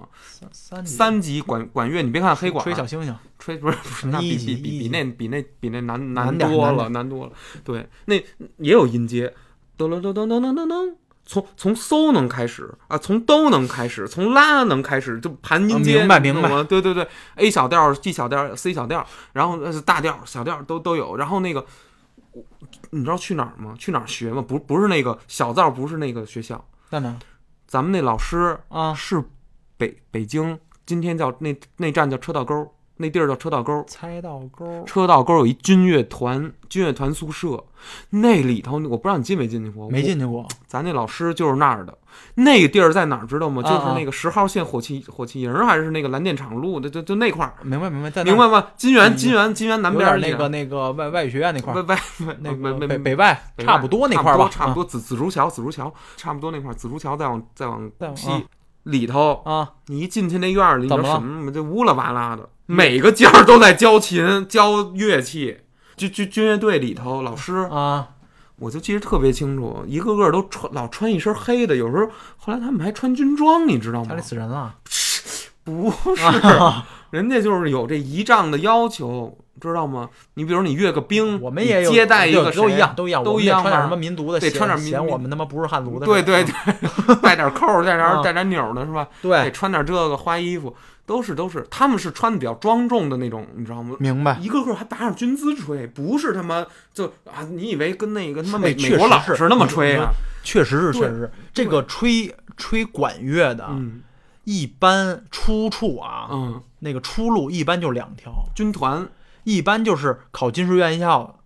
Speaker 4: 三三级
Speaker 2: 三级管管乐，你别看黑管啊
Speaker 4: 吹，小星星，
Speaker 2: 吹不是不是，那
Speaker 4: 一
Speaker 2: 比
Speaker 4: 级
Speaker 2: 比
Speaker 4: 一
Speaker 2: 比
Speaker 4: 级
Speaker 2: 比那比那比那难
Speaker 4: 难点儿
Speaker 2: 多
Speaker 4: 难
Speaker 2: 了，难多了。对，那也有音阶，噔噔噔噔噔噔噔噔，从从搜能开始啊，从哆能开始，从拉能开始，就盘音阶，
Speaker 4: 啊明白
Speaker 2: 你
Speaker 4: 明
Speaker 2: 懂
Speaker 4: 白
Speaker 2: 吗？对对对，A 小调、G 小调、C 小调，然后呃大调、小调都都有。然后那个，你知道去哪儿吗？去哪儿学吗？不不是那个小灶，不是那个学校，
Speaker 4: 在哪
Speaker 2: 咱们那老师
Speaker 4: 啊？
Speaker 2: 是北北京，今天叫那那站叫车道沟，那地儿叫车道沟。
Speaker 4: 猜到勾，
Speaker 2: 车道沟有一军乐团，军乐团宿舍，那里头我不知道你进没进去过，
Speaker 4: 没
Speaker 2: 我。
Speaker 4: 进去过，
Speaker 2: 咱那老师就是那儿的，那个地儿在哪儿知道吗？
Speaker 4: 啊
Speaker 2: 就
Speaker 4: 啊
Speaker 2: 是那个十号线火器火器营还是那个蓝电厂路的，就就那块儿，
Speaker 4: 明白明白，在那
Speaker 2: 明白吗？金
Speaker 4: 嗯
Speaker 2: 源金源金源南
Speaker 4: 有
Speaker 2: 边
Speaker 4: 点
Speaker 2: 儿
Speaker 4: 那个那个外外语学院那块
Speaker 2: 外
Speaker 4: 儿，
Speaker 2: 外
Speaker 4: 那个
Speaker 2: 外
Speaker 4: 北
Speaker 2: 北
Speaker 4: 北外
Speaker 2: 北外
Speaker 4: 差不多那块儿吧，嗯
Speaker 2: 差不多紫紫竹桥紫竹桥差不多那块儿，紫竹桥再往再往
Speaker 4: 再往
Speaker 2: 西
Speaker 4: 啊
Speaker 2: 里头
Speaker 4: 啊啊，
Speaker 2: 你一进去那院儿里，你知
Speaker 4: 怎
Speaker 2: 道什
Speaker 4: 么了嗯
Speaker 2: 么吗？这乌啦哇啦的，每 [laughs] 个角儿都在教琴、教乐器。军军军乐队里头，老师
Speaker 4: 啊，
Speaker 2: 我就记得特别清楚，一个个都穿老穿一身黑的，有时候后来他们还穿军装，你知道
Speaker 4: 家
Speaker 2: 吗
Speaker 4: 里？死人了，
Speaker 2: [laughs] 不
Speaker 4: [laughs]
Speaker 2: 是，人家就是有这仪仗的要求，知道吗？你比如你阅个兵，
Speaker 4: 我们也
Speaker 2: 嗯
Speaker 4: 有
Speaker 2: 你接待一个
Speaker 4: 都一样，
Speaker 2: 谁
Speaker 4: 都一样，
Speaker 2: 都
Speaker 4: 我
Speaker 2: 一
Speaker 4: 们也
Speaker 2: 样
Speaker 4: 穿点
Speaker 2: 吧
Speaker 4: 什么民族的，
Speaker 2: 得
Speaker 4: 显
Speaker 2: 穿点民
Speaker 4: 显
Speaker 2: 民
Speaker 4: 我们他妈不是汉族的，嗯
Speaker 2: 对对对， [laughs] 带点扣儿，带点带点钮儿的是吧？得
Speaker 4: 对，
Speaker 2: 穿点这个花衣服，都是都是，他们是穿的比较庄重的那种，你知道吗？
Speaker 4: 明白。
Speaker 2: 一个个还打上军姿吹，不是他妈就啊！你以为跟那个他妈
Speaker 4: 哎
Speaker 2: 美
Speaker 4: 确
Speaker 2: 美国
Speaker 4: 实
Speaker 2: 佬
Speaker 4: 是嗯
Speaker 2: 似的那么吹啊？
Speaker 4: 确实是，
Speaker 2: 对
Speaker 4: 确实是这个吹吹管乐的，
Speaker 2: 嗯
Speaker 4: 一般出处啊，
Speaker 2: 嗯，
Speaker 4: 那个出路一般就两条，
Speaker 2: 军团，
Speaker 4: 一般就是考军事院校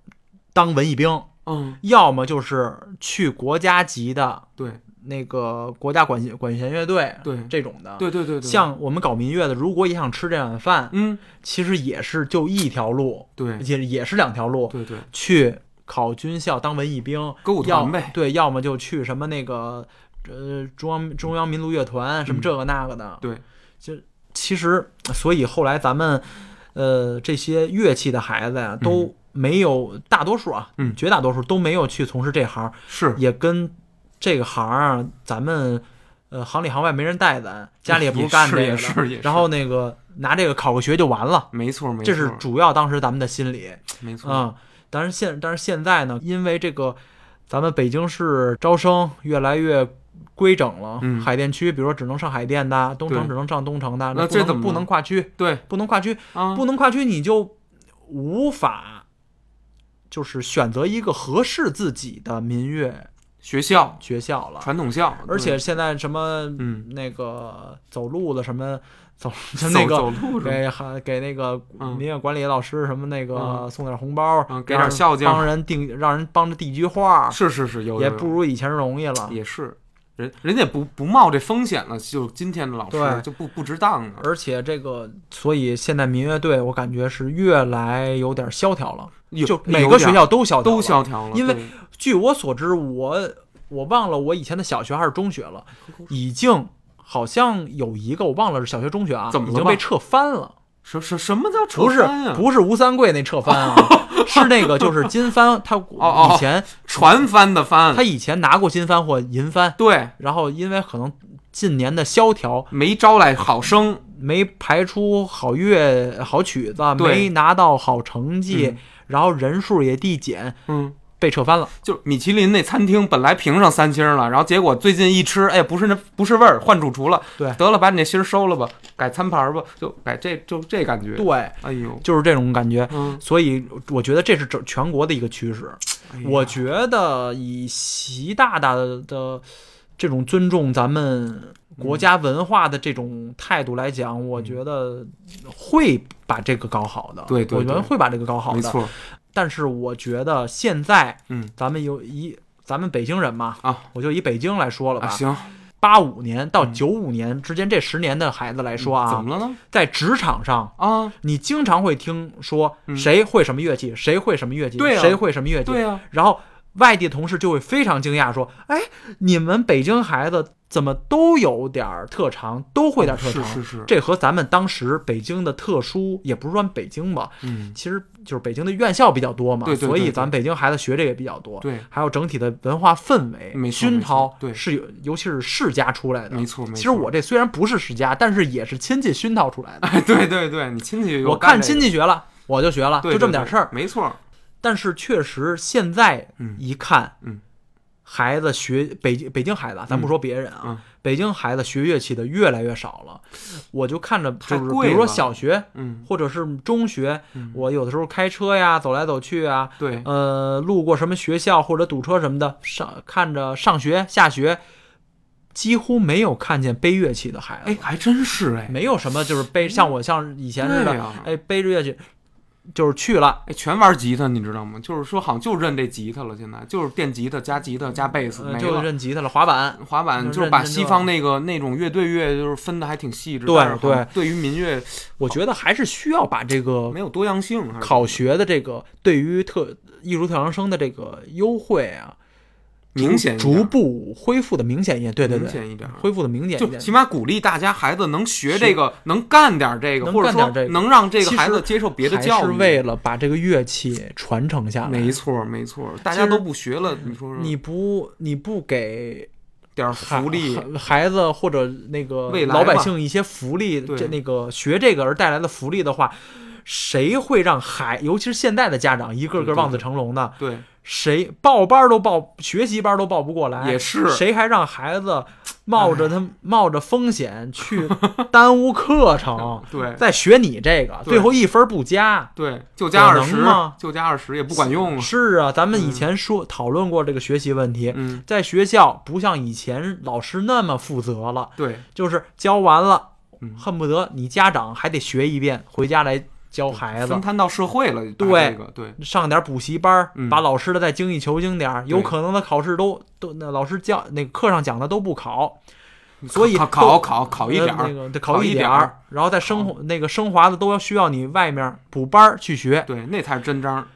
Speaker 4: 当文艺兵，
Speaker 2: 嗯，
Speaker 4: 要么就是去国家级的
Speaker 2: 对
Speaker 4: 那个国家管弦管弦乐队，
Speaker 2: 对
Speaker 4: 这种的。
Speaker 2: 对对对对，
Speaker 4: 啊像我们搞民乐的，如果也想吃这碗饭，
Speaker 2: 嗯，
Speaker 4: 其实也是就一条路，
Speaker 2: 对
Speaker 4: 也也是两条路，
Speaker 2: 对对，
Speaker 4: 去考军校当文艺兵，
Speaker 2: 歌舞
Speaker 4: 要
Speaker 2: 团呗，
Speaker 4: 对，要么就去什么那个呃中央中央民族乐团什么
Speaker 2: 嗯
Speaker 4: 这个那个的。
Speaker 2: 对，
Speaker 4: 就其实所以后来咱们呃这些乐器的孩子呀、都没有、大多数啊，
Speaker 2: 嗯
Speaker 4: 绝大多数都没有去从事这行，
Speaker 2: 是
Speaker 4: 也跟这个行儿啊咱们。呃，行里行外没人带咱，家里也不
Speaker 2: 也
Speaker 4: 干
Speaker 2: 是
Speaker 4: 这个
Speaker 2: 也
Speaker 4: 的，
Speaker 2: 是也是
Speaker 4: 然后那个拿这个考个学就完了，
Speaker 2: 没错没错，
Speaker 4: 这是主要当时咱们的心理。
Speaker 2: 没错，
Speaker 4: 啊、但是现但是现在呢，因为这个咱们北京市招生越来越规整了，
Speaker 2: 嗯
Speaker 4: 海淀区比如说只能上海淀的，东城
Speaker 2: 对
Speaker 4: 只能上东城的，
Speaker 2: 那
Speaker 4: 不
Speaker 2: 这
Speaker 4: 能
Speaker 2: 怎么
Speaker 4: 不
Speaker 2: 弄
Speaker 4: 能跨区？
Speaker 2: 对
Speaker 4: 不能跨区，
Speaker 2: 啊，
Speaker 4: 不能跨区，你就无法就是选择一个合适自己的民乐
Speaker 2: 学校
Speaker 4: 学校了。
Speaker 2: 传统校，
Speaker 4: 而且
Speaker 2: 对
Speaker 4: 现在什么
Speaker 2: 嗯
Speaker 4: 那个走路的什么
Speaker 2: [laughs]
Speaker 4: 走
Speaker 2: 走
Speaker 4: 那个哎
Speaker 2: 走路什么
Speaker 4: 给还给那个
Speaker 2: 嗯
Speaker 4: 民乐管理老师什么那个
Speaker 2: 嗯
Speaker 4: 送点红包，
Speaker 2: 嗯给
Speaker 4: 让
Speaker 2: 点孝敬
Speaker 4: 帮人定让人帮着递句话，
Speaker 2: 是是是有
Speaker 4: 也
Speaker 2: 有有
Speaker 4: 不如以前容易了。
Speaker 2: 也是，人人家不不冒这风险了，就今天的老
Speaker 4: 对
Speaker 2: 师就不不值当了。
Speaker 4: 而且这个，所以现在民乐队我感觉是越来有点萧条了，
Speaker 2: 有
Speaker 4: 就
Speaker 2: 有
Speaker 4: 每个
Speaker 2: 点
Speaker 4: 学校都萧条，
Speaker 2: 都萧。条了，
Speaker 4: 因为
Speaker 2: 对
Speaker 4: 据我所知，我我忘了我以前的小学还是中学了，已经好像有一个我忘了是小学中学啊，
Speaker 2: 怎么了
Speaker 4: 已经
Speaker 2: 吧
Speaker 4: 被撤翻了。
Speaker 2: 什什什么叫扯
Speaker 4: 不是
Speaker 2: 翻啊呀？
Speaker 4: 不是吴三桂那撤翻
Speaker 2: [laughs]
Speaker 4: 啊，是那个就是金帆，他
Speaker 2: 哦
Speaker 4: 以前
Speaker 2: 船翻的翻
Speaker 4: 他，以前拿过金帆或银帆，
Speaker 2: 对，
Speaker 4: 然后因为可能近年的萧条，
Speaker 2: 没招来好生，
Speaker 4: 没排出好乐好曲子，
Speaker 2: 对
Speaker 4: 没拿到好成绩
Speaker 2: 嗯，
Speaker 4: 然后人数也递减，
Speaker 2: 嗯，
Speaker 4: 被撤翻了。
Speaker 2: 就是米其林那餐厅本来评上三星了，然后结果最近一吃，哎，不是那不是味儿，换主厨了，
Speaker 4: 对
Speaker 2: 得了，把你那星儿收了吧，改餐盘吧，就改这就这感觉，
Speaker 4: 对，
Speaker 2: 哎呦，
Speaker 4: 就是这种感觉。
Speaker 2: 嗯，
Speaker 4: 所以我觉得这是整全国的一个趋势。
Speaker 2: 哎呀
Speaker 4: 我觉得以习大大的的这种尊重咱们国
Speaker 2: 嗯
Speaker 4: 家文化的这种态度来讲，我觉得会把这个搞好的。
Speaker 2: 对对
Speaker 4: 我觉得
Speaker 2: 对
Speaker 4: 会把这个搞好的。
Speaker 2: 没。错，
Speaker 4: 但是我觉得现在，
Speaker 2: 嗯
Speaker 4: 咱们有一咱们北京人嘛，
Speaker 2: 啊，
Speaker 4: 我就以北京来说了
Speaker 2: 啊
Speaker 4: 吧，
Speaker 2: 行，嗯
Speaker 4: 八五、年到九五年之间这十年的孩子来说啊，
Speaker 2: 怎么了呢？
Speaker 4: 在职场上。
Speaker 2: 啊，
Speaker 4: 你经常会听说
Speaker 2: 嗯
Speaker 4: 谁会什么乐器，谁会什么乐器，
Speaker 2: 对啊
Speaker 4: 谁会什么乐器，
Speaker 2: 对呀，
Speaker 4: 然后外地同事就会非常惊讶说：“哎，你们北京孩子怎么都有点儿特长，都会点儿特
Speaker 2: 是
Speaker 4: 长？”
Speaker 2: 是是，
Speaker 4: 这和咱们当时北京的特殊，也不是说北京吧，
Speaker 2: 嗯，
Speaker 4: 其实就是北京的院校比较多嘛，
Speaker 2: 对对对
Speaker 4: 所以
Speaker 2: 对
Speaker 4: 咱北京孩子学这也比较多。
Speaker 2: 对，
Speaker 4: 还有整体的文化氛围、
Speaker 2: 没错
Speaker 4: 熏
Speaker 2: 没
Speaker 4: 陶
Speaker 2: 错，对
Speaker 4: 是有，尤其是世家出来的，
Speaker 2: 没错没错。
Speaker 4: 其实我这虽然不是世家，但是也是亲戚熏陶出来的。
Speaker 2: 哎， [laughs] 对对对，你亲戚有
Speaker 4: 我
Speaker 2: 干
Speaker 4: 看
Speaker 2: 这
Speaker 4: 亲
Speaker 2: 个，
Speaker 4: 戚学了，我就学了，
Speaker 2: 对
Speaker 4: 就这么点事儿。
Speaker 2: 对对没错，
Speaker 4: 但是确实现在
Speaker 2: 嗯
Speaker 4: 一看，
Speaker 2: 嗯
Speaker 4: 孩子学北京北京孩子啊，咱不说别人啊，
Speaker 2: 嗯
Speaker 4: 北京孩子学乐器的越来越少了。我就看着就
Speaker 2: 太
Speaker 4: 是，
Speaker 2: 贵
Speaker 4: 比如说
Speaker 2: 了
Speaker 4: 小学
Speaker 2: 嗯，
Speaker 4: 或者是中学，
Speaker 2: 嗯
Speaker 4: 我有的时候开车呀，走来走去啊，
Speaker 2: 对，
Speaker 4: 呃，路过什么学校或者堵车什么的，上看着上学下学，几乎没有看见背乐器的孩子
Speaker 2: [laughs] 哎，，还真是哎，
Speaker 4: 没有什么就是背像我像以前似
Speaker 2: 对
Speaker 4: 的，
Speaker 2: 呀，
Speaker 4: 哎，背着乐器就是去了。
Speaker 2: 哎，全玩吉他，你知道吗？就是说，好像就认这吉他了，现在就是电吉他加吉他加贝斯，
Speaker 4: 呃，
Speaker 2: 没
Speaker 4: 就
Speaker 2: 了。
Speaker 4: 认吉他了，滑板。
Speaker 2: 滑板
Speaker 4: 就
Speaker 2: 就是
Speaker 4: 认
Speaker 2: 把
Speaker 4: 真
Speaker 2: 西
Speaker 4: 这
Speaker 2: 方那个那种乐队乐就是分的还挺细致，
Speaker 4: 对
Speaker 2: 但是好像
Speaker 4: 对
Speaker 2: 对于民乐
Speaker 4: 我觉得还是需要把这个
Speaker 2: 没有多样性，还是
Speaker 4: 考学的这个对于特艺术特长生的这个优惠啊，
Speaker 2: 明显一点
Speaker 4: 逐步恢复的明显一点，对对
Speaker 2: 明
Speaker 4: 对，
Speaker 2: 显一点儿。
Speaker 4: 恢复的明显一
Speaker 2: 就
Speaker 4: 点。
Speaker 2: 起码鼓励大家孩子能学
Speaker 4: 是
Speaker 2: 这个，能干点儿这个，
Speaker 4: 能
Speaker 2: 或者
Speaker 4: 干点
Speaker 2: 说
Speaker 4: 儿这个
Speaker 2: 能让这个
Speaker 4: 其
Speaker 2: 孩子
Speaker 4: 实
Speaker 2: 接受别的
Speaker 4: 还
Speaker 2: 教
Speaker 4: 是
Speaker 2: 育。
Speaker 4: 为了把这个乐器传承下来
Speaker 2: 没。错，没错，大
Speaker 4: 其
Speaker 2: 家
Speaker 4: 实
Speaker 2: 都不学了，你说说
Speaker 4: 你不你不给
Speaker 2: 点儿
Speaker 4: 孩
Speaker 2: 福利，
Speaker 4: 孩孩子或者那个
Speaker 2: 未来吧
Speaker 4: 老百姓一些福利，
Speaker 2: 对
Speaker 4: 这那个学这个而带来的福利的话，谁会让孩，尤其是现在的家长一个
Speaker 2: 对对
Speaker 4: 个望子成龙呢？
Speaker 2: 对，
Speaker 4: 谁报班都报，学习班都报不过来，
Speaker 2: 也是
Speaker 4: 谁还让孩子冒着他冒着风险去耽误课程？
Speaker 2: [laughs] 对
Speaker 4: 再学你这个，
Speaker 2: 对
Speaker 4: 最后一分不加。
Speaker 2: 对，就加二
Speaker 4: 可
Speaker 2: 十
Speaker 4: 能吗，
Speaker 2: 就加二十也不管用啊。
Speaker 4: 是啊，咱们以前说、讨论过这个学习问题，
Speaker 2: 嗯，
Speaker 4: 在学校不像以前老师那么负责了，
Speaker 2: 对，
Speaker 4: 就是教完了，
Speaker 2: 嗯
Speaker 4: 恨不得你家长还得学一遍，回家来教孩子
Speaker 2: 分。摊到社会了，把
Speaker 4: 对
Speaker 2: 这个对，
Speaker 4: 上点补习班儿，
Speaker 2: 嗯
Speaker 4: 把老师的再精益求精点儿。有
Speaker 2: 对
Speaker 4: 可能他考试都都那老师教那个课上讲的都不考，所以
Speaker 2: 考考
Speaker 4: 都
Speaker 2: 考考一点
Speaker 4: 呃那
Speaker 2: 儿，
Speaker 4: 个得
Speaker 2: 考
Speaker 4: 考
Speaker 2: 一
Speaker 4: 点
Speaker 2: 点儿哦
Speaker 4: 儿，然后再升华那个升华的都要需要你外面补班儿去学。
Speaker 2: 对，那才是真章。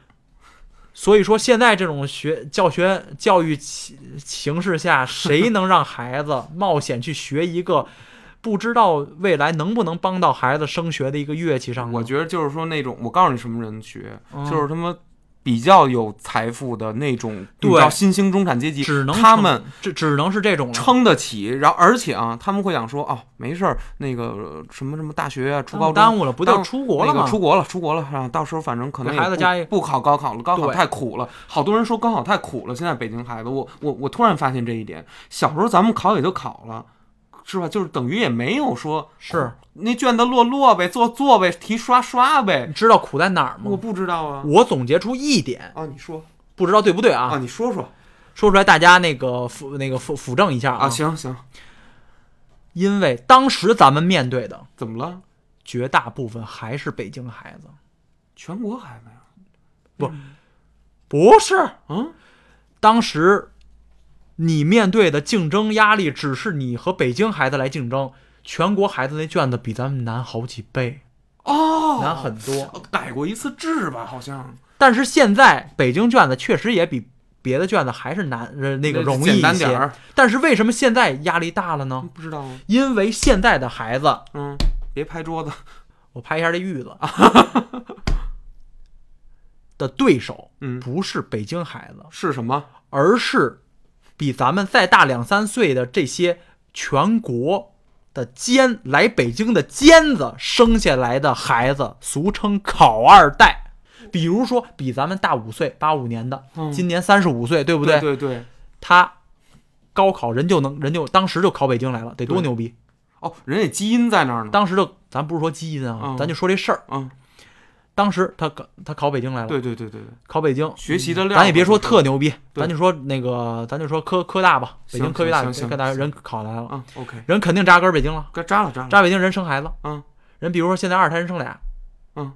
Speaker 4: 所以说现在这种学教学教育形形势下，谁能让孩子冒险去学一个不知道未来能不能帮到孩子升学的一个乐器上呢？
Speaker 2: 我觉得就是说那种，我告诉你什么人学，
Speaker 4: 嗯
Speaker 2: 就是他妈比较有财富的那种，
Speaker 4: 对
Speaker 2: 你知道新兴中产阶级，
Speaker 4: 只能
Speaker 2: 他
Speaker 4: 成
Speaker 2: 们
Speaker 4: 只只能是这种了。
Speaker 2: 撑得起，然后而且啊，他们会想说哦，没事儿，那个呃什么什么大学啊，初
Speaker 4: 耽
Speaker 2: 高中
Speaker 4: 误耽误了，不就
Speaker 2: 耽误
Speaker 4: 出国了
Speaker 2: 那
Speaker 4: 吗？
Speaker 2: 个出国了，出国了啊！到时候反正可能
Speaker 4: 给
Speaker 2: 也
Speaker 4: 孩子
Speaker 2: 不
Speaker 4: 加一
Speaker 2: 不考高考了，高考
Speaker 4: 对
Speaker 2: 太苦了。好多人说高考太苦了，现在北京孩子，我我我突然发现这一点。小时候咱们考也就考了，是吧？就是等于也没有说
Speaker 4: 是
Speaker 2: 那卷子落落呗，做做呗，题刷刷呗
Speaker 4: 你。知道苦在哪儿吗？
Speaker 2: 我不知道啊。
Speaker 4: 我总结出一点，
Speaker 2: 啊，你说
Speaker 4: 不知道对不对啊？
Speaker 2: 啊，你说说
Speaker 4: 说出来大家那个辅那个辅辅正一下
Speaker 2: 啊，行行，
Speaker 4: 因为当时咱们面对的
Speaker 2: 怎么了？
Speaker 4: 绝大部分还是北京孩子，
Speaker 2: 全国孩子呀，
Speaker 4: 不是？
Speaker 2: 嗯，
Speaker 4: 当时你面对的竞争压力只是你和北京孩子来竞争，全国孩子那卷子比咱们难好几倍，
Speaker 2: 哦，
Speaker 4: 难很多。
Speaker 2: 改过一次制吧，好像
Speaker 4: 但是现在北京卷子确实也比别的卷子还是难，呃，那个容易
Speaker 2: 简
Speaker 4: 一
Speaker 2: 单点
Speaker 4: 些。
Speaker 2: 儿，
Speaker 4: 但是为什么现在压力大了呢？
Speaker 2: 不知道啊，
Speaker 4: 因为现在的孩子，
Speaker 2: 嗯，别拍桌子，
Speaker 4: 我拍一下这
Speaker 2: [laughs]
Speaker 4: 玉子，的对手
Speaker 2: 嗯，
Speaker 4: 不是北京孩子，
Speaker 2: 是什么？
Speaker 4: 而是比咱们再大两三岁的这些全国的尖来北京的尖子生下来的孩子，俗称“考二代”。比如说，比咱们大五岁，八五年的，
Speaker 2: 嗯
Speaker 4: 今年三十五岁，对不
Speaker 2: 对对对，
Speaker 4: 他高考人就能人就当时就考北京来了，得多
Speaker 2: 对
Speaker 4: 牛逼！
Speaker 2: 哦，人家基因在那儿呢。
Speaker 4: 当时就咱不是说基因啊，
Speaker 2: 嗯
Speaker 4: 咱就说这事儿。
Speaker 2: 嗯，
Speaker 4: 当时他考他考北京来了，
Speaker 2: 对对对对对，
Speaker 4: 考北京
Speaker 2: 学习的料，
Speaker 4: 嗯咱也别说特牛逼，
Speaker 2: 对
Speaker 4: 咱就说那个，咱就说科科大吧，北
Speaker 2: 行
Speaker 4: 京科学大
Speaker 2: 行
Speaker 4: 北
Speaker 2: 行
Speaker 4: 京科大
Speaker 2: 行
Speaker 4: 人考来了，
Speaker 2: 啊，OK，
Speaker 4: 人肯定扎根北京了，
Speaker 2: 该扎了扎了，
Speaker 4: 扎北京人生孩子，
Speaker 2: 嗯，
Speaker 4: 人比如说现在二胎人生俩，
Speaker 2: 嗯，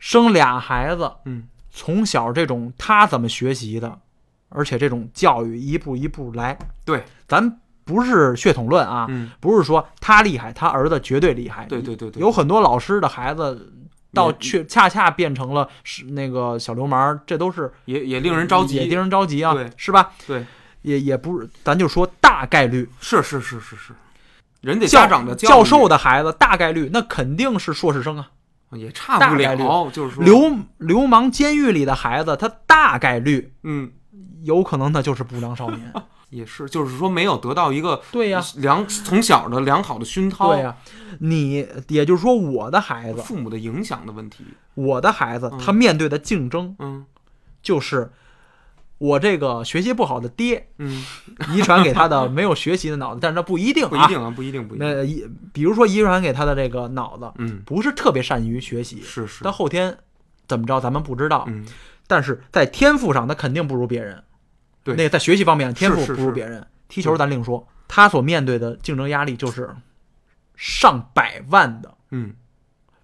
Speaker 4: 生俩孩子，
Speaker 2: 嗯，
Speaker 4: 从小这种他怎么学习的，而且这种教育一步一步来，
Speaker 2: 对，
Speaker 4: 咱不是血统论啊，
Speaker 2: 嗯，
Speaker 4: 不是说他厉害，他儿子绝对厉害，
Speaker 2: 对对对对，
Speaker 4: 有很多老师的孩子。到
Speaker 2: 也
Speaker 4: 却恰恰变成了是那个小流氓，这都是
Speaker 2: 也也令人着
Speaker 4: 也
Speaker 2: 急
Speaker 4: 令，人着急啊，
Speaker 2: 对
Speaker 4: 是吧？
Speaker 2: 对，
Speaker 4: 也也不是，咱就说大概率，
Speaker 2: 是是是是是，人家家长的
Speaker 4: 教
Speaker 2: 育
Speaker 4: 授的孩子大概率那肯定是硕士生啊。
Speaker 2: 也差不
Speaker 4: 大概率
Speaker 2: 了，就是说
Speaker 4: 流流氓监狱里的孩子，他大概率
Speaker 2: 嗯。
Speaker 4: 有可能他就是不良少
Speaker 2: [laughs]
Speaker 4: 年。
Speaker 2: 也是，就是说没有得到一个
Speaker 4: 对呀、
Speaker 2: 良从小的良好的熏陶，
Speaker 4: [laughs] 对呀、你也就是说，我的孩子，
Speaker 2: 父母的影响的问题，
Speaker 4: 我的孩子
Speaker 2: 嗯，
Speaker 4: 他面对的竞争
Speaker 2: 嗯
Speaker 4: 就是。我这个学习不好的爹
Speaker 2: 嗯，
Speaker 4: 遗传给
Speaker 2: [laughs]
Speaker 4: 他的没有学习的脑子，但是他不一定啊，
Speaker 2: 不一定啊，不一定，不一定，
Speaker 4: 那遗比如说遗传给他的这个脑子
Speaker 2: 嗯，
Speaker 4: 不是特别善于学习，
Speaker 2: 是是
Speaker 4: 他，后天怎么着咱们不知道，
Speaker 2: 嗯，
Speaker 4: 但是在天赋上他肯定不如别人。
Speaker 2: 对
Speaker 4: 那个在学习方面天赋
Speaker 2: 是
Speaker 4: 不如别人，踢球咱另说。他所面对的竞争压力就是上百万的
Speaker 2: 嗯，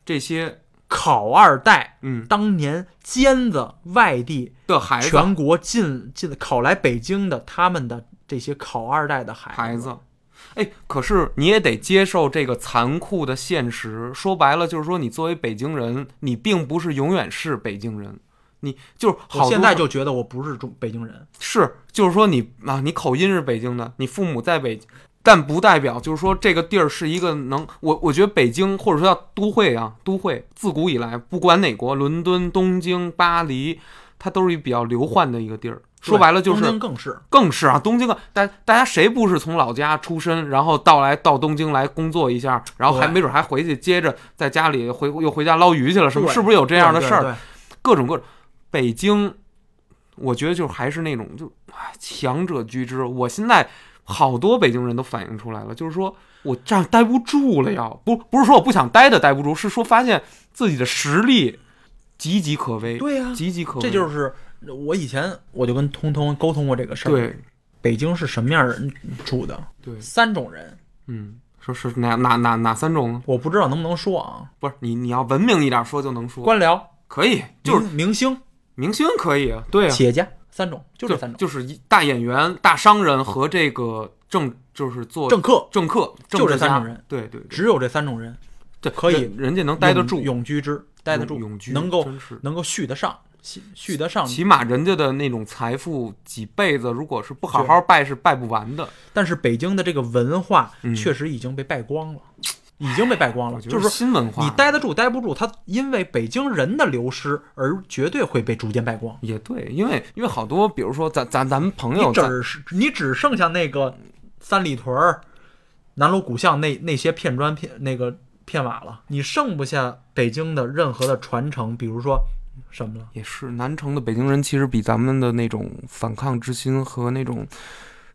Speaker 2: 这些，
Speaker 4: 考二代，
Speaker 2: 嗯
Speaker 4: 当年尖子外地
Speaker 2: 的孩子，
Speaker 4: 全国进进考来北京的他们的这些考二代的
Speaker 2: 孩
Speaker 4: 孩子，
Speaker 2: 子。哎，可是你也得接受这个残酷的现实。说白了，就是说你作为北京人，你并不是永远是北京人，你就是
Speaker 4: 我
Speaker 2: 好
Speaker 4: 现
Speaker 2: 多
Speaker 4: 在就觉得我不是中北京人，
Speaker 2: 是，就是说你啊，你口音是北京的，你父母在北京，但不代表就是说这个地儿是一个能我我觉得北京或者说叫都会啊，都会自古以来不管哪国，伦敦、东京、巴黎，它都是一比较流患的一个地儿。说
Speaker 4: 对
Speaker 2: 白了就
Speaker 4: 东
Speaker 2: 是
Speaker 4: 京更是
Speaker 2: 更是啊，东京啊，大大家谁不是从老家出身，然后到来到东京来工作一下，然后还
Speaker 4: 对
Speaker 2: 没准还回去接着在家里回又回家捞鱼去了，什么
Speaker 4: 对
Speaker 2: 是不是有这
Speaker 4: 这
Speaker 2: 样的事儿？
Speaker 4: 儿，
Speaker 2: 各种各种。北京，我觉得就还是那种就哎强者居之。我现在好多北京人都反映出来了，就是说我这样待不住了呀，不不是说我不想待的待不住，是说发现自己的实力岌岌可危，
Speaker 4: 对呀、
Speaker 2: 岌岌可危。
Speaker 4: 这就是我以前我就跟通通沟通过这个事儿。，
Speaker 2: 对
Speaker 4: 北京是什么样人住的？
Speaker 2: 对，
Speaker 4: 三种人，
Speaker 2: 嗯，说是哪哪哪哪三种呢？
Speaker 4: 我不知道能不能说啊。
Speaker 2: 不是你你要文明一点说就能说，
Speaker 4: 官僚
Speaker 2: 可以，
Speaker 4: 嗯
Speaker 2: 就是
Speaker 4: 明明星、
Speaker 2: 明星可以啊，对啊，
Speaker 4: 企业家三种，就这
Speaker 2: 就
Speaker 4: 三种。
Speaker 2: 就是一大演员、大商人和这个政就是做
Speaker 4: 政客
Speaker 2: 政客，政
Speaker 4: 就这
Speaker 2: 治家
Speaker 4: 三种人，
Speaker 2: 对对对
Speaker 4: 只有这三种人
Speaker 2: 对，
Speaker 4: 可以
Speaker 2: 人人家能待得住，
Speaker 4: 永永居之，待得住，
Speaker 2: 永居
Speaker 4: 能够
Speaker 2: 真是
Speaker 4: 能够续得上，续续得上。
Speaker 2: 起码人家的那种财富几辈子，如果是不好好拜是拜不完的。
Speaker 4: 但是北京的这个文化
Speaker 2: 嗯
Speaker 4: 确实已经被败光了，已经被败光了。
Speaker 2: 我觉
Speaker 4: 就
Speaker 2: 得
Speaker 4: 是说，
Speaker 2: 新文化，
Speaker 4: 你待得住待不住，它因为北京人的流失而绝对会被逐渐败光。
Speaker 2: 也对，因为因为好多，比如说咱咱咱们朋友
Speaker 4: 你
Speaker 2: 在，
Speaker 4: 只是你只剩下那个三里屯儿、南锣鼓巷那那些片砖片那个片瓦了，你剩不下北京的任何的传承，比如说什么了。
Speaker 2: 也是南城的北京人，其实比咱们的那种反抗之心和那种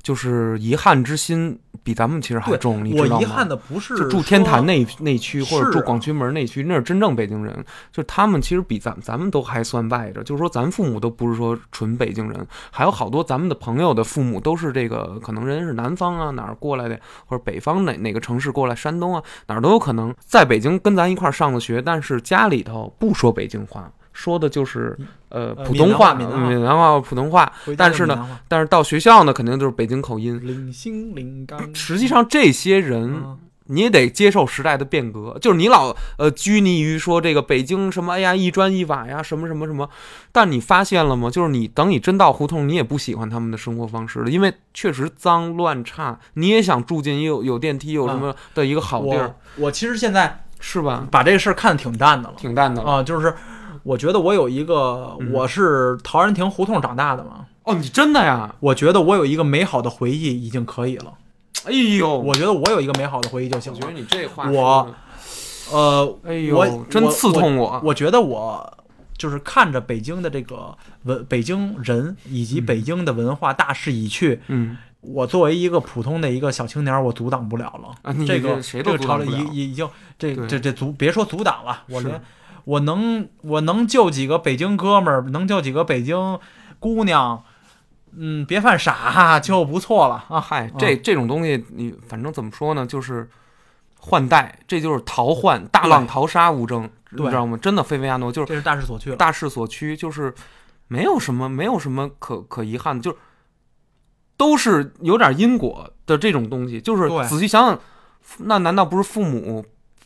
Speaker 2: 就是遗憾之心，比咱们其实还
Speaker 4: 对
Speaker 2: 重，你
Speaker 4: 我
Speaker 2: 知道吗？
Speaker 4: 遗憾的不是
Speaker 2: 就住天坛
Speaker 4: 说
Speaker 2: 那那区或者
Speaker 4: 是
Speaker 2: 住
Speaker 4: 啊
Speaker 2: 广渠门那区，那是真正北京人。就他们其实比咱咱们都还算外着，就是说咱父母都不是说纯北京人，还有好多咱们的朋友的父母都是这个，可能人家是南方啊哪儿过来的，或者北方哪哪个城市过来，山东啊哪儿都有可能。在北京跟咱一块儿上的学，但是家里头不说北京话，说的就是呃
Speaker 4: 呃
Speaker 2: 普通话、
Speaker 4: 闽南话
Speaker 2: 闽南话、普通话。
Speaker 4: 回家
Speaker 2: 但
Speaker 4: 就是闽
Speaker 2: 呢
Speaker 4: 南话，
Speaker 2: 但是到学校呢，肯定就是北京口音。
Speaker 4: 零星零刚，
Speaker 2: 实际上，这些人。
Speaker 4: 嗯
Speaker 2: 你也得接受时代的变革，就是你老呃拘泥于说这个北京什么哎呀一砖一瓦呀什么什么什么，但你发现了吗？就是你等你真到胡同，你也不喜欢他们的生活方式了，因为确实脏乱差，你也想住进有有电梯有什么的一个好地儿，
Speaker 4: 我嗯我其实现在
Speaker 2: 是吧？
Speaker 4: 把这个事儿看得挺淡的了
Speaker 2: 挺嗯淡的
Speaker 4: 啊，就是我觉得我有一个，我是陶然亭胡同长大的嘛，
Speaker 2: 哦，你真的呀？
Speaker 4: 我觉得我有一个美好的回忆已经可以了，
Speaker 2: 哎呦，我
Speaker 4: 我觉得我有一个美好的回忆就行
Speaker 2: 觉得
Speaker 4: 了。
Speaker 2: 你这话
Speaker 4: 我
Speaker 2: 说的
Speaker 4: 呃，
Speaker 2: 哎
Speaker 4: 我
Speaker 2: 呦真刺痛啊
Speaker 4: 我
Speaker 2: 我
Speaker 4: 我觉得我就是看着北京的这个文，北京人以及北京的文化大势已去，
Speaker 2: 嗯
Speaker 4: 我作为一个普通的一个小青年儿，我阻挡不了了。
Speaker 2: 啊你
Speaker 4: 这个
Speaker 2: 这谁都
Speaker 4: 这个
Speaker 2: 阻
Speaker 4: 潮
Speaker 2: 挡
Speaker 4: 流
Speaker 2: 不了
Speaker 4: 已已已经这
Speaker 2: 对
Speaker 4: 这这阻别说阻挡了，我
Speaker 2: 是
Speaker 4: 连我能我能救几个北京哥们儿，能救几个北京姑娘，嗯，别犯傻就不错了啊。
Speaker 2: 嗨，这这种东西，你反正怎么说呢，就是换代，这就是淘换，大浪淘沙无争，你
Speaker 4: 对
Speaker 2: 知道吗？真的非菲亚诺就是
Speaker 4: 这是大势所趋了。
Speaker 2: 大势所趋，就是没有什么没有什么可可遗憾的，就是都是有点因果的这种东西，就是
Speaker 4: 对
Speaker 2: 仔细想想，那难道不是父母？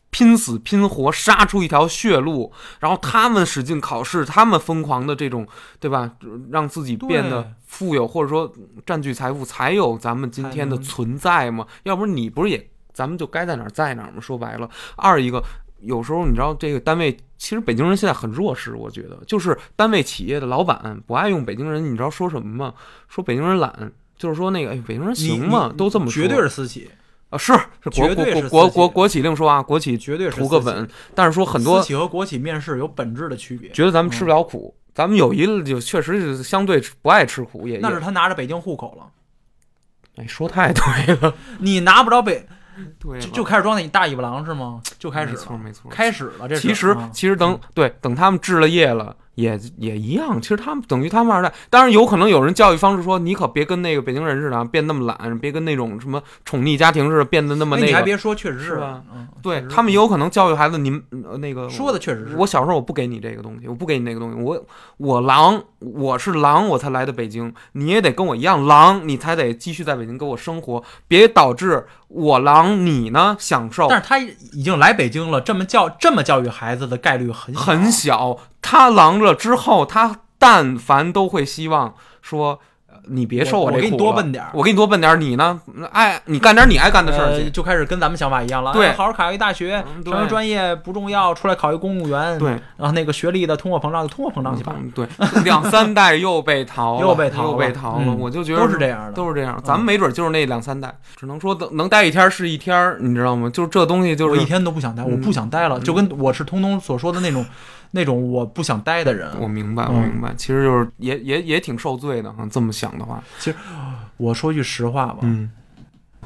Speaker 2: 拼死拼活杀出一条血路，然后他们使劲考试，他们疯狂的这种，对吧？让自己变
Speaker 4: 对
Speaker 2: 得富有，或者说占据财富，才有咱们今天的存在嘛。要不然你不是也，咱们就该在哪儿在哪儿嘛。说白了，二一个。有时候你知道这个单位，其实北京人现在很弱势，我觉得就是单位企业的老板不爱用北京人，你知道说什么吗？说北京人懒，就是说那个、哎、北京人
Speaker 4: 你
Speaker 2: 行吗？
Speaker 4: 你
Speaker 2: 都这么说，
Speaker 4: 绝对是私企，
Speaker 2: 啊，是是国
Speaker 4: 绝
Speaker 2: 国
Speaker 4: 对
Speaker 2: 国
Speaker 4: 是
Speaker 2: 国
Speaker 4: 私企
Speaker 2: 国国企另说啊，国企
Speaker 4: 绝对是
Speaker 2: 图个
Speaker 4: 私企
Speaker 2: 稳，但是说很多
Speaker 4: 私企和嗯国企面试有本质的区别。
Speaker 2: 觉得咱们吃不了苦，咱们有一个就确实是相对不爱吃苦，也
Speaker 4: 那
Speaker 2: 也
Speaker 4: 是他拿着北京户口了，
Speaker 2: 哎说太对了，
Speaker 4: 你拿不着北
Speaker 2: 对
Speaker 4: 就
Speaker 2: 了
Speaker 4: 就开始装那大尾巴狼是吗？就开始
Speaker 2: 没错
Speaker 4: 了，
Speaker 2: 没错，
Speaker 4: 开始了。这是
Speaker 2: 其实
Speaker 4: 啊
Speaker 2: 其实等对等他们置了业了，也也一样。其实他们等于他们二代，当然有可能有人教育方式说，你可别跟那个北京人似的啊，变那么懒，别跟那种什么宠溺家庭似的变得那么
Speaker 4: 哎
Speaker 2: 那
Speaker 4: 你还
Speaker 2: 个。
Speaker 4: 别说，确实
Speaker 2: 是吧？
Speaker 4: 嗯，
Speaker 2: 对
Speaker 4: 确实
Speaker 2: 他们也有可能教育孩子，您呃那个
Speaker 4: 说的确实是
Speaker 2: 我小时候我不给你这个东西，我不给你那个东西，我我狼，我是狼，我才来的北京，你也得跟我一样狼，你才得继续在北京跟我生活，别导致我狼你呢享受
Speaker 4: 但是他已经来北京了，这么教这么教育孩子的概率很
Speaker 2: 很小，他狼了之后，他但凡都会希望说。呃你别受
Speaker 4: 我
Speaker 2: 这苦
Speaker 4: 我给你
Speaker 2: 了
Speaker 4: 多奔点儿
Speaker 2: 我给你多奔点儿，你呢？爱你干点儿你爱干的事儿
Speaker 4: 呃，
Speaker 2: 去。
Speaker 4: 就开始跟咱们想法一样了。
Speaker 2: 对
Speaker 4: 哎好好考一大学，
Speaker 2: 嗯
Speaker 4: 什
Speaker 2: 对
Speaker 4: 么专业不重要，出来考一公务员。，
Speaker 2: 对，
Speaker 4: 然后那个学历的通货膨胀就通货膨胀去吧。
Speaker 2: 嗯，对，两三代又被逃了，
Speaker 4: [laughs] 又被逃了
Speaker 2: 又被逃了。
Speaker 4: 嗯
Speaker 2: 我就觉得
Speaker 4: 都是这样的嗯
Speaker 2: 都是这样。咱们没准就是那两三代，只能说能能待一天是一天儿，你知道吗？就是这东西，就
Speaker 4: 我一
Speaker 2: 是嗯
Speaker 4: 天都不想待，我不想待了，就跟我是通通所说的那
Speaker 2: [laughs]
Speaker 4: 种，那种我不想待的人。
Speaker 2: 我明白，我
Speaker 4: 嗯
Speaker 2: 明白。其实就是也也也挺受罪的哈，这么想的话，
Speaker 4: 我说句实话吧，
Speaker 2: 嗯，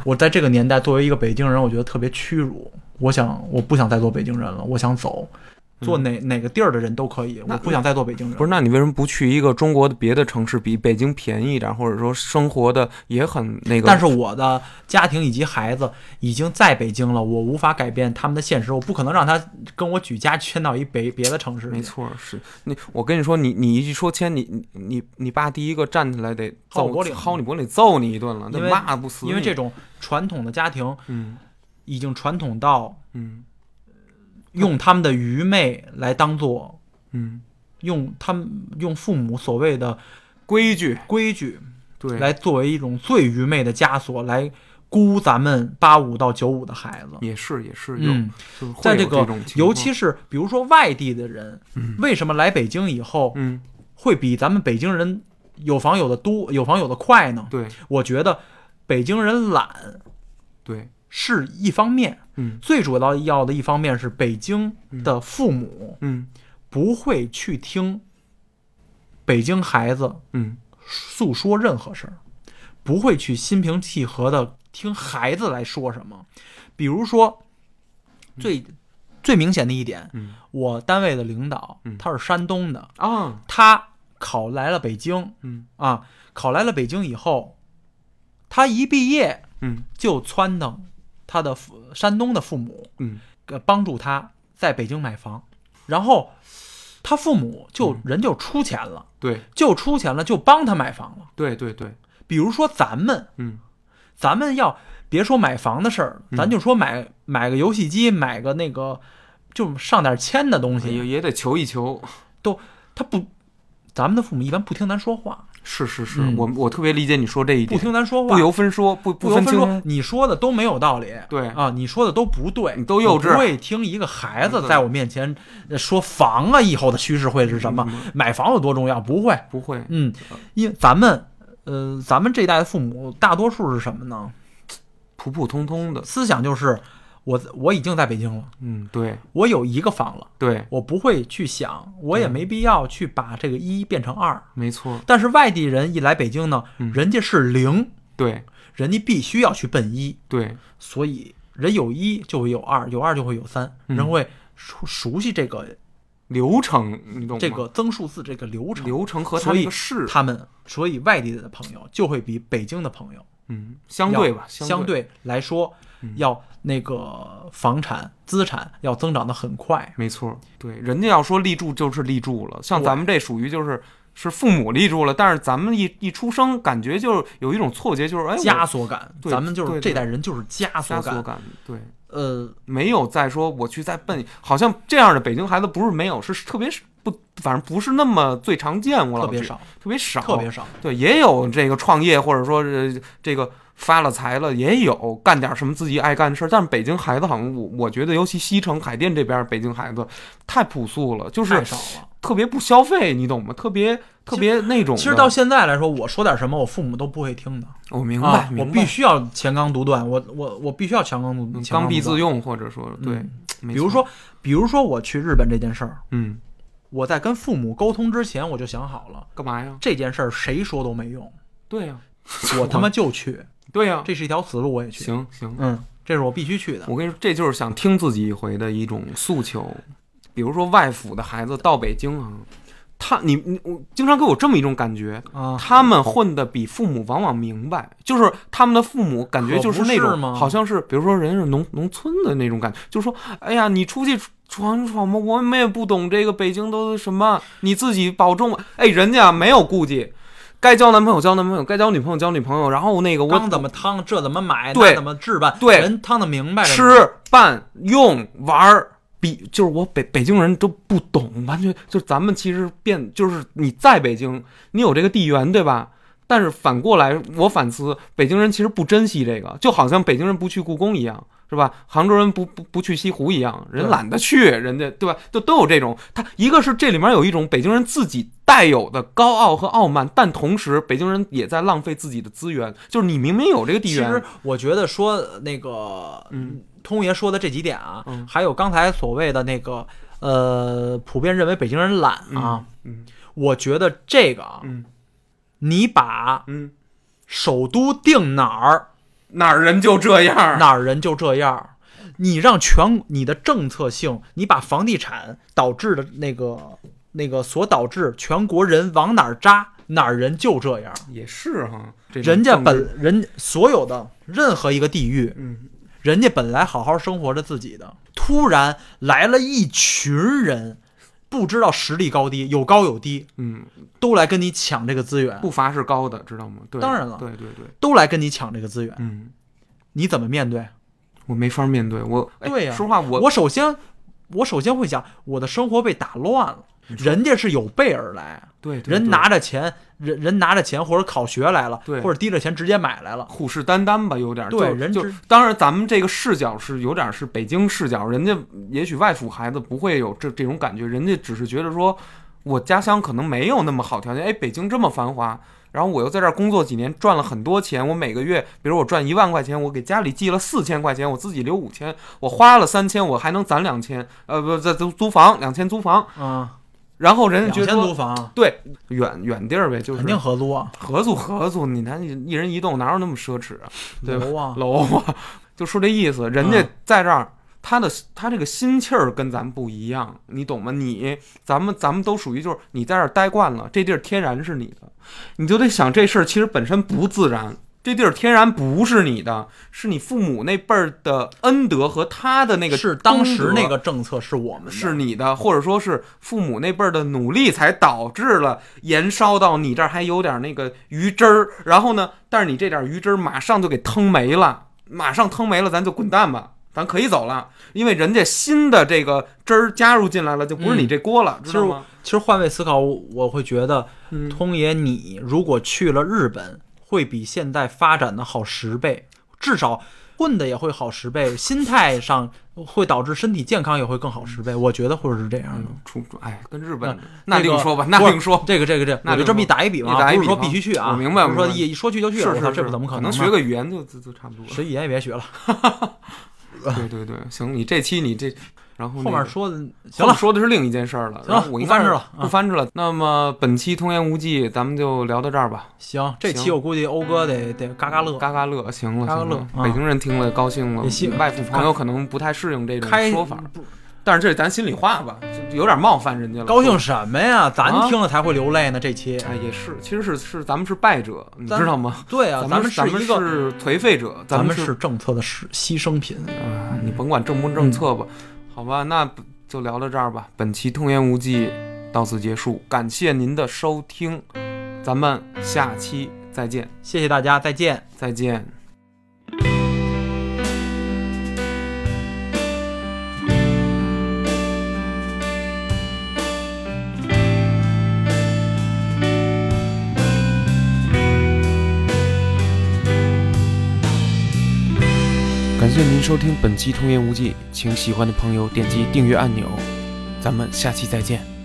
Speaker 4: 我在这个年代作为一个北京人，我觉得特别屈辱。我想，我不想再做北京人了，我想走，做哪、哪个地儿的人都可以，我不想再做北京人。
Speaker 2: 嗯不是？那你为什么不去一个中国的别的城市，比北京便宜一点，或者说生活的也很那个？
Speaker 4: 但是我的家庭以及孩子已经在北京了，我无法改变他们的现实，我不可能让他跟我举家 [laughs] 迁到一别别的城市去。
Speaker 2: 没错，是你。我跟你说，你你一说签，你你你你爸第一个站起来得
Speaker 4: 薅
Speaker 2: 揍
Speaker 4: 我脖领
Speaker 2: 薅你脖领，揍你一顿了，
Speaker 4: 因
Speaker 2: 得
Speaker 4: 为
Speaker 2: 骂不死你。
Speaker 4: 因为这种传统的家庭
Speaker 2: 嗯
Speaker 4: 已经传统到
Speaker 2: 嗯
Speaker 4: 用他们的愚昧来当做
Speaker 2: 嗯，
Speaker 4: 用他们用父母所谓的
Speaker 2: 规矩
Speaker 4: 规矩
Speaker 2: 对，
Speaker 4: 来作为一种最愚昧的枷锁来箍咱们八五到九五的孩子。
Speaker 2: 也是也是有，
Speaker 4: 嗯，
Speaker 2: 就是会
Speaker 4: 在
Speaker 2: 有这
Speaker 4: 个
Speaker 2: 种情，况
Speaker 4: 尤其是比如说外地的人，为什么来北京以后
Speaker 2: 嗯
Speaker 4: 会比咱们北京人有房有的多、有房有的快呢？
Speaker 2: 对
Speaker 4: 我觉得北京人懒
Speaker 2: 对
Speaker 4: 是一方面，
Speaker 2: 嗯
Speaker 4: 最主要要的一方面是北京的父母
Speaker 2: 嗯
Speaker 4: 不会去听北京孩子
Speaker 2: 嗯
Speaker 4: 诉说任何事儿，不会去心平气和的听孩子来说什么。比如说，最、最明显的一点，
Speaker 2: 嗯
Speaker 4: 我单位的领导
Speaker 2: 嗯
Speaker 4: 他是山东的，
Speaker 2: 啊
Speaker 4: 他考来了北京
Speaker 2: 嗯
Speaker 4: 啊，考来了北京以后，他一毕业
Speaker 2: 嗯
Speaker 4: 就撺掇他的父山东的父母
Speaker 2: 嗯
Speaker 4: 呃帮助他在北京买房，然后他父母就、
Speaker 2: 嗯
Speaker 4: 人就出钱了，
Speaker 2: 对
Speaker 4: 就出钱了，就帮他买房了。
Speaker 2: 对对对
Speaker 4: 比如说咱们，
Speaker 2: 嗯
Speaker 4: 咱们要别说买房的事儿，咱就说买买个游戏机，买个那个，就上点签的东西，
Speaker 2: 也也得求一求。
Speaker 4: 他不，咱们的父母一般不听咱说话，
Speaker 2: 是是是，
Speaker 4: 嗯
Speaker 2: 我我特别理解你说这一
Speaker 4: 不
Speaker 2: 点，
Speaker 4: 听咱说话，
Speaker 2: 不由分说，不
Speaker 4: 不由
Speaker 2: 分
Speaker 4: 分说
Speaker 2: 青，
Speaker 4: 你说的都没有道理。
Speaker 2: 对
Speaker 4: 啊，你说的都不对，
Speaker 2: 你都幼稚嗯
Speaker 4: 我不会听一个孩子在我面前说房啊，以后的趋势会是什么，
Speaker 2: 嗯
Speaker 4: 买房有多重要，不会。
Speaker 2: 不会。
Speaker 4: 嗯，因为咱们，呃，咱们这一代的父母大多数是什么呢？
Speaker 2: 普普通通的，
Speaker 4: 思想就是我我已经在北京了，
Speaker 2: 嗯，对
Speaker 4: 我有一个房了，
Speaker 2: 对，
Speaker 4: 我不会去想，我
Speaker 2: 嗯
Speaker 4: 也没必要去把这个一变成二。
Speaker 2: 没错，
Speaker 4: 但是外地人一来北京呢，
Speaker 2: 嗯
Speaker 4: 人家是零，
Speaker 2: 对
Speaker 4: 人家必须要去奔一，
Speaker 2: 对，
Speaker 4: 所以人有一就会有二，有二就会有三，
Speaker 2: 嗯
Speaker 4: 人会熟熟悉这个
Speaker 2: 流程你懂吗？
Speaker 4: 这个增数字这个流程。
Speaker 2: 流程和它
Speaker 4: 所
Speaker 2: 那
Speaker 4: 以
Speaker 2: 个是，
Speaker 4: 他们，所以外地的朋友就会比北京的朋友
Speaker 2: 嗯，相对
Speaker 4: 要
Speaker 2: 吧，
Speaker 4: 相
Speaker 2: 对，嗯
Speaker 4: 对来说，要那个房产资产要增长的很快。
Speaker 2: 没错，对，人家要说立柱就是立柱了，像
Speaker 4: 对
Speaker 2: 咱们这属于就是是父母立柱了，但是咱们一一出生感觉就是有一种错觉，就是哎，我
Speaker 4: 枷锁感，
Speaker 2: 对
Speaker 4: 咱们就
Speaker 2: 对
Speaker 4: 是
Speaker 2: 对
Speaker 4: 这代人就是枷
Speaker 2: 枷
Speaker 4: 锁
Speaker 2: 锁
Speaker 4: 感。
Speaker 2: 感，对，
Speaker 4: 呃，
Speaker 2: 没有再说我去再奔，好像这样的北京孩子不是没有，是特别不，反正不是那么最常见，我老
Speaker 4: 特别
Speaker 2: 觉得
Speaker 4: 少，
Speaker 2: 特别少，
Speaker 4: 特别少。
Speaker 2: 对，也有这个创业，或者说是这个发了财了，也有干点什么自己爱干的事儿。但是北京孩子好像我我觉得，尤其西城海淀这边儿，北京孩子太朴素了，就
Speaker 4: 太
Speaker 2: 是
Speaker 4: 少了。
Speaker 2: 特别不消费，你懂吗？特别特别那种的。
Speaker 4: 其实到现在来说，我说点什么，我父母都不会听的
Speaker 2: 我哦明白，
Speaker 4: 啊！我
Speaker 2: 明白
Speaker 4: 必须要前刚独断，我我我必须要强刚独
Speaker 2: 嗯
Speaker 4: 强
Speaker 2: 刚
Speaker 4: 刚
Speaker 2: 愎
Speaker 4: 独
Speaker 2: 自
Speaker 4: 断。
Speaker 2: 用，或者说对，没
Speaker 4: 嗯比如
Speaker 2: 错，
Speaker 4: 说，比如说我去日本这件事儿，
Speaker 2: 嗯，
Speaker 4: 我在跟父母沟通之前，我就想好了，
Speaker 2: 干嘛呀？
Speaker 4: 这件事儿谁说都没
Speaker 2: [laughs]
Speaker 4: 用，
Speaker 2: 对呀、
Speaker 4: 我他妈
Speaker 2: [laughs]
Speaker 4: 就去，
Speaker 2: 对呀、
Speaker 4: 这是一条死路，我也去。
Speaker 2: 行行，
Speaker 4: 嗯，这是我必须去的。
Speaker 2: 我跟你说，这就是想听自己一回的一种诉求。比如说外府的孩子到北京啊，他你你我经常给我这么一种感觉，
Speaker 4: 啊，
Speaker 2: 他们混的比父母往往明白，就是他们的父母感觉就是那
Speaker 4: 可不
Speaker 2: 种
Speaker 4: 是吗
Speaker 2: 好像是，比如说人是农农村的那种感觉，就是说，哎呀，你出去闯闯吧，我们也不懂这个北京都什么，你自己保重吧。哎，人家没有顾忌，该交男朋友交男朋友，该交女朋友交女朋友，然后那个
Speaker 4: 刚
Speaker 2: 我
Speaker 4: 怎么汤，这怎么买，
Speaker 2: 对
Speaker 4: 那怎么置办，
Speaker 2: 对
Speaker 4: 人汤的明白着呢。
Speaker 2: 吃饭用玩儿比就是我北北京人都不懂，完全就是咱们其实变就是你在北京，你有这个地缘对吧？但是反过来，我反思北京人其实不珍惜这个，就好像北京人不去故宫一样，是吧？杭州人不不不去西湖一样，人
Speaker 4: 对
Speaker 2: 懒得去，人家对吧？就都有这种，他一个是这里面有一种北京人自己带有的高傲和傲慢，但同时北京人也在浪费自己的资源，就是你明明有这个地
Speaker 4: 其
Speaker 2: 缘，
Speaker 4: 实我觉得说呃那个，
Speaker 2: 嗯，
Speaker 4: 通爷说的这几点啊，
Speaker 2: 嗯
Speaker 4: 还有刚才所谓的那个，呃，普遍认为北京人懒啊，
Speaker 2: 嗯
Speaker 4: 我觉得这个啊，
Speaker 2: 嗯
Speaker 4: 你把
Speaker 2: 嗯，
Speaker 4: 首都定哪儿，
Speaker 2: 哪儿人就这样儿，
Speaker 4: 哪儿人就这样。你让全你的政策性，你把房地产导致的那个那个所导致全国人往哪儿扎，哪儿人就这样。
Speaker 2: 也是哈，这种
Speaker 4: 人家
Speaker 2: 政治
Speaker 4: 本人所有的任何一个地域，
Speaker 2: 嗯
Speaker 4: 人家本来好好生活着自己的，突然来了一群人，不知道实力高低，有高有低，
Speaker 2: 嗯
Speaker 4: 都来跟你抢这个资源，
Speaker 2: 步伐是高的，知道吗？对，
Speaker 4: 当然了
Speaker 2: 对对对，
Speaker 4: 都来跟你抢这个资源，
Speaker 2: 嗯，
Speaker 4: 你怎么面对？
Speaker 2: 我没法面对我，哎
Speaker 4: 对呀
Speaker 2: 说实话
Speaker 4: 我
Speaker 2: 我
Speaker 4: 首先，我首先会想，我的生活被打乱了，人家是有备而来，
Speaker 2: 对对
Speaker 4: 人
Speaker 2: 对
Speaker 4: 拿着钱，人人拿着钱或者考学来了，
Speaker 2: 对
Speaker 4: 或者提着钱直接买来了，
Speaker 2: 虎视眈眈吧，有点儿
Speaker 4: 对
Speaker 2: 就
Speaker 4: 人
Speaker 2: 就
Speaker 4: 之
Speaker 2: 当然，咱们这个视角是有点儿是北京视角，人家也许外府孩子不会有这这种感觉，人家只是觉得说，我家乡可能没有那么好条件，哎，北京这么繁华，然后我又在这儿工作几年，赚了很多钱，我每个月，比如我赚一万块钱，我给家里寄了四千块钱，我自己留五千，我花了三千，我还能攒两千，呃，不，这租租房两千租房，
Speaker 4: 嗯，
Speaker 2: 然后人
Speaker 4: 两
Speaker 2: 家觉
Speaker 4: 千
Speaker 2: 得
Speaker 4: 租
Speaker 2: 说
Speaker 4: 房
Speaker 2: 对远远地儿呗，就是
Speaker 4: 肯定合租啊，
Speaker 2: 合租合租，你看一人一栋哪有那么奢侈啊？对吧
Speaker 4: 楼啊，
Speaker 2: 楼啊， [laughs] 就说这意思，人家
Speaker 4: 嗯
Speaker 2: 在这儿，他的他这个心气儿跟咱们不一样，你懂吗？你咱们咱们都属于就是你在这儿待惯了，这地儿天然是你的，你就得想这事儿其实本身不自然。这地儿天然不是你的，是你父母那辈儿的恩德和他的那个
Speaker 4: 是当时
Speaker 2: 功德
Speaker 4: 那个政策是我们的，
Speaker 2: 是你的，或者说是父母那辈儿的努力才导致了延烧到你这儿还有点那个鱼汁儿，然后呢，但是你这点鱼汁儿马上就给腾没了，马上腾没了，咱就滚蛋吧，咱可以走了，因为人家新的这个汁儿加入进来了，就不是你这锅了，知
Speaker 4: 其实
Speaker 2: 道
Speaker 4: 我
Speaker 2: 吗？
Speaker 4: 嗯其实换位思考，我我会觉得，
Speaker 2: 嗯
Speaker 4: 通爷，你如果去了日本，会比现在发展的好十倍，至少混的也会好十
Speaker 2: [laughs]
Speaker 4: 倍，心态上会导致身体健康也会更好十倍。我觉得会是这样的。
Speaker 2: 出哎，跟日本
Speaker 4: 嗯
Speaker 2: 那
Speaker 4: 这
Speaker 2: 另
Speaker 4: 个
Speaker 2: 说吧，那
Speaker 4: 不是
Speaker 2: 另说。
Speaker 4: 这个这个这个，
Speaker 2: 那
Speaker 4: 我就
Speaker 2: 另
Speaker 4: 这么
Speaker 2: 说
Speaker 4: 一打一比
Speaker 2: 一打
Speaker 4: 方，
Speaker 2: 一
Speaker 4: 不是说
Speaker 2: 比方
Speaker 4: 必须去啊，
Speaker 2: 我明白
Speaker 4: 不是说
Speaker 2: 我明白
Speaker 4: 一一说去就是去，我操
Speaker 2: 是
Speaker 4: 这
Speaker 2: 是，
Speaker 4: 怎么
Speaker 2: 可
Speaker 4: 能呢？
Speaker 2: 学个语言就就就差不多了。
Speaker 4: 学语言也别学了，
Speaker 2: 对对对，行，你这期你这，然后
Speaker 4: 后
Speaker 2: 那
Speaker 4: 面
Speaker 2: 个
Speaker 4: 说的行
Speaker 2: 行了，
Speaker 4: 了，
Speaker 2: 说的是另一件事儿了。
Speaker 4: 行了
Speaker 2: 然后我
Speaker 4: 不
Speaker 2: 应该
Speaker 4: 翻
Speaker 2: 是
Speaker 4: 着了嗯
Speaker 2: 不翻着了。那么本期《童言无忌》咱们就聊到这儿吧。
Speaker 4: 行，这期
Speaker 2: 行
Speaker 4: 我估计欧哥得得嘎嘎乐，
Speaker 2: 嘎嘎乐，行了，
Speaker 4: 嘎嘎
Speaker 2: 行了
Speaker 4: 乐啊
Speaker 2: 北京人听了高兴了
Speaker 4: 也希，
Speaker 2: 外府朋友可能不太适应这种
Speaker 4: 开
Speaker 2: 嗯说法，但是这是咱心里话吧，就有点冒犯人家了。
Speaker 4: 高兴什么呀？咱
Speaker 2: 啊
Speaker 4: 听了才会流泪呢。这期，
Speaker 2: 哎，也是，其实是是咱们是败者，你
Speaker 4: 咱
Speaker 2: 知道吗？
Speaker 4: 对啊，
Speaker 2: 咱们
Speaker 4: 是一个，
Speaker 2: 是颓废者，
Speaker 4: 咱
Speaker 2: 们
Speaker 4: 是政策的牺牺牲品。
Speaker 2: 啊，你甭管政不政策吧，好吧，那就聊到这儿吧。本期《通言无忌》到此结束，感谢您的收听，咱们下期再见，
Speaker 4: 谢谢大家，再见。
Speaker 2: 再见。
Speaker 1: 感谢您收听本期《童言无忌》，请喜欢的朋友点击订阅按钮，咱们下期再见。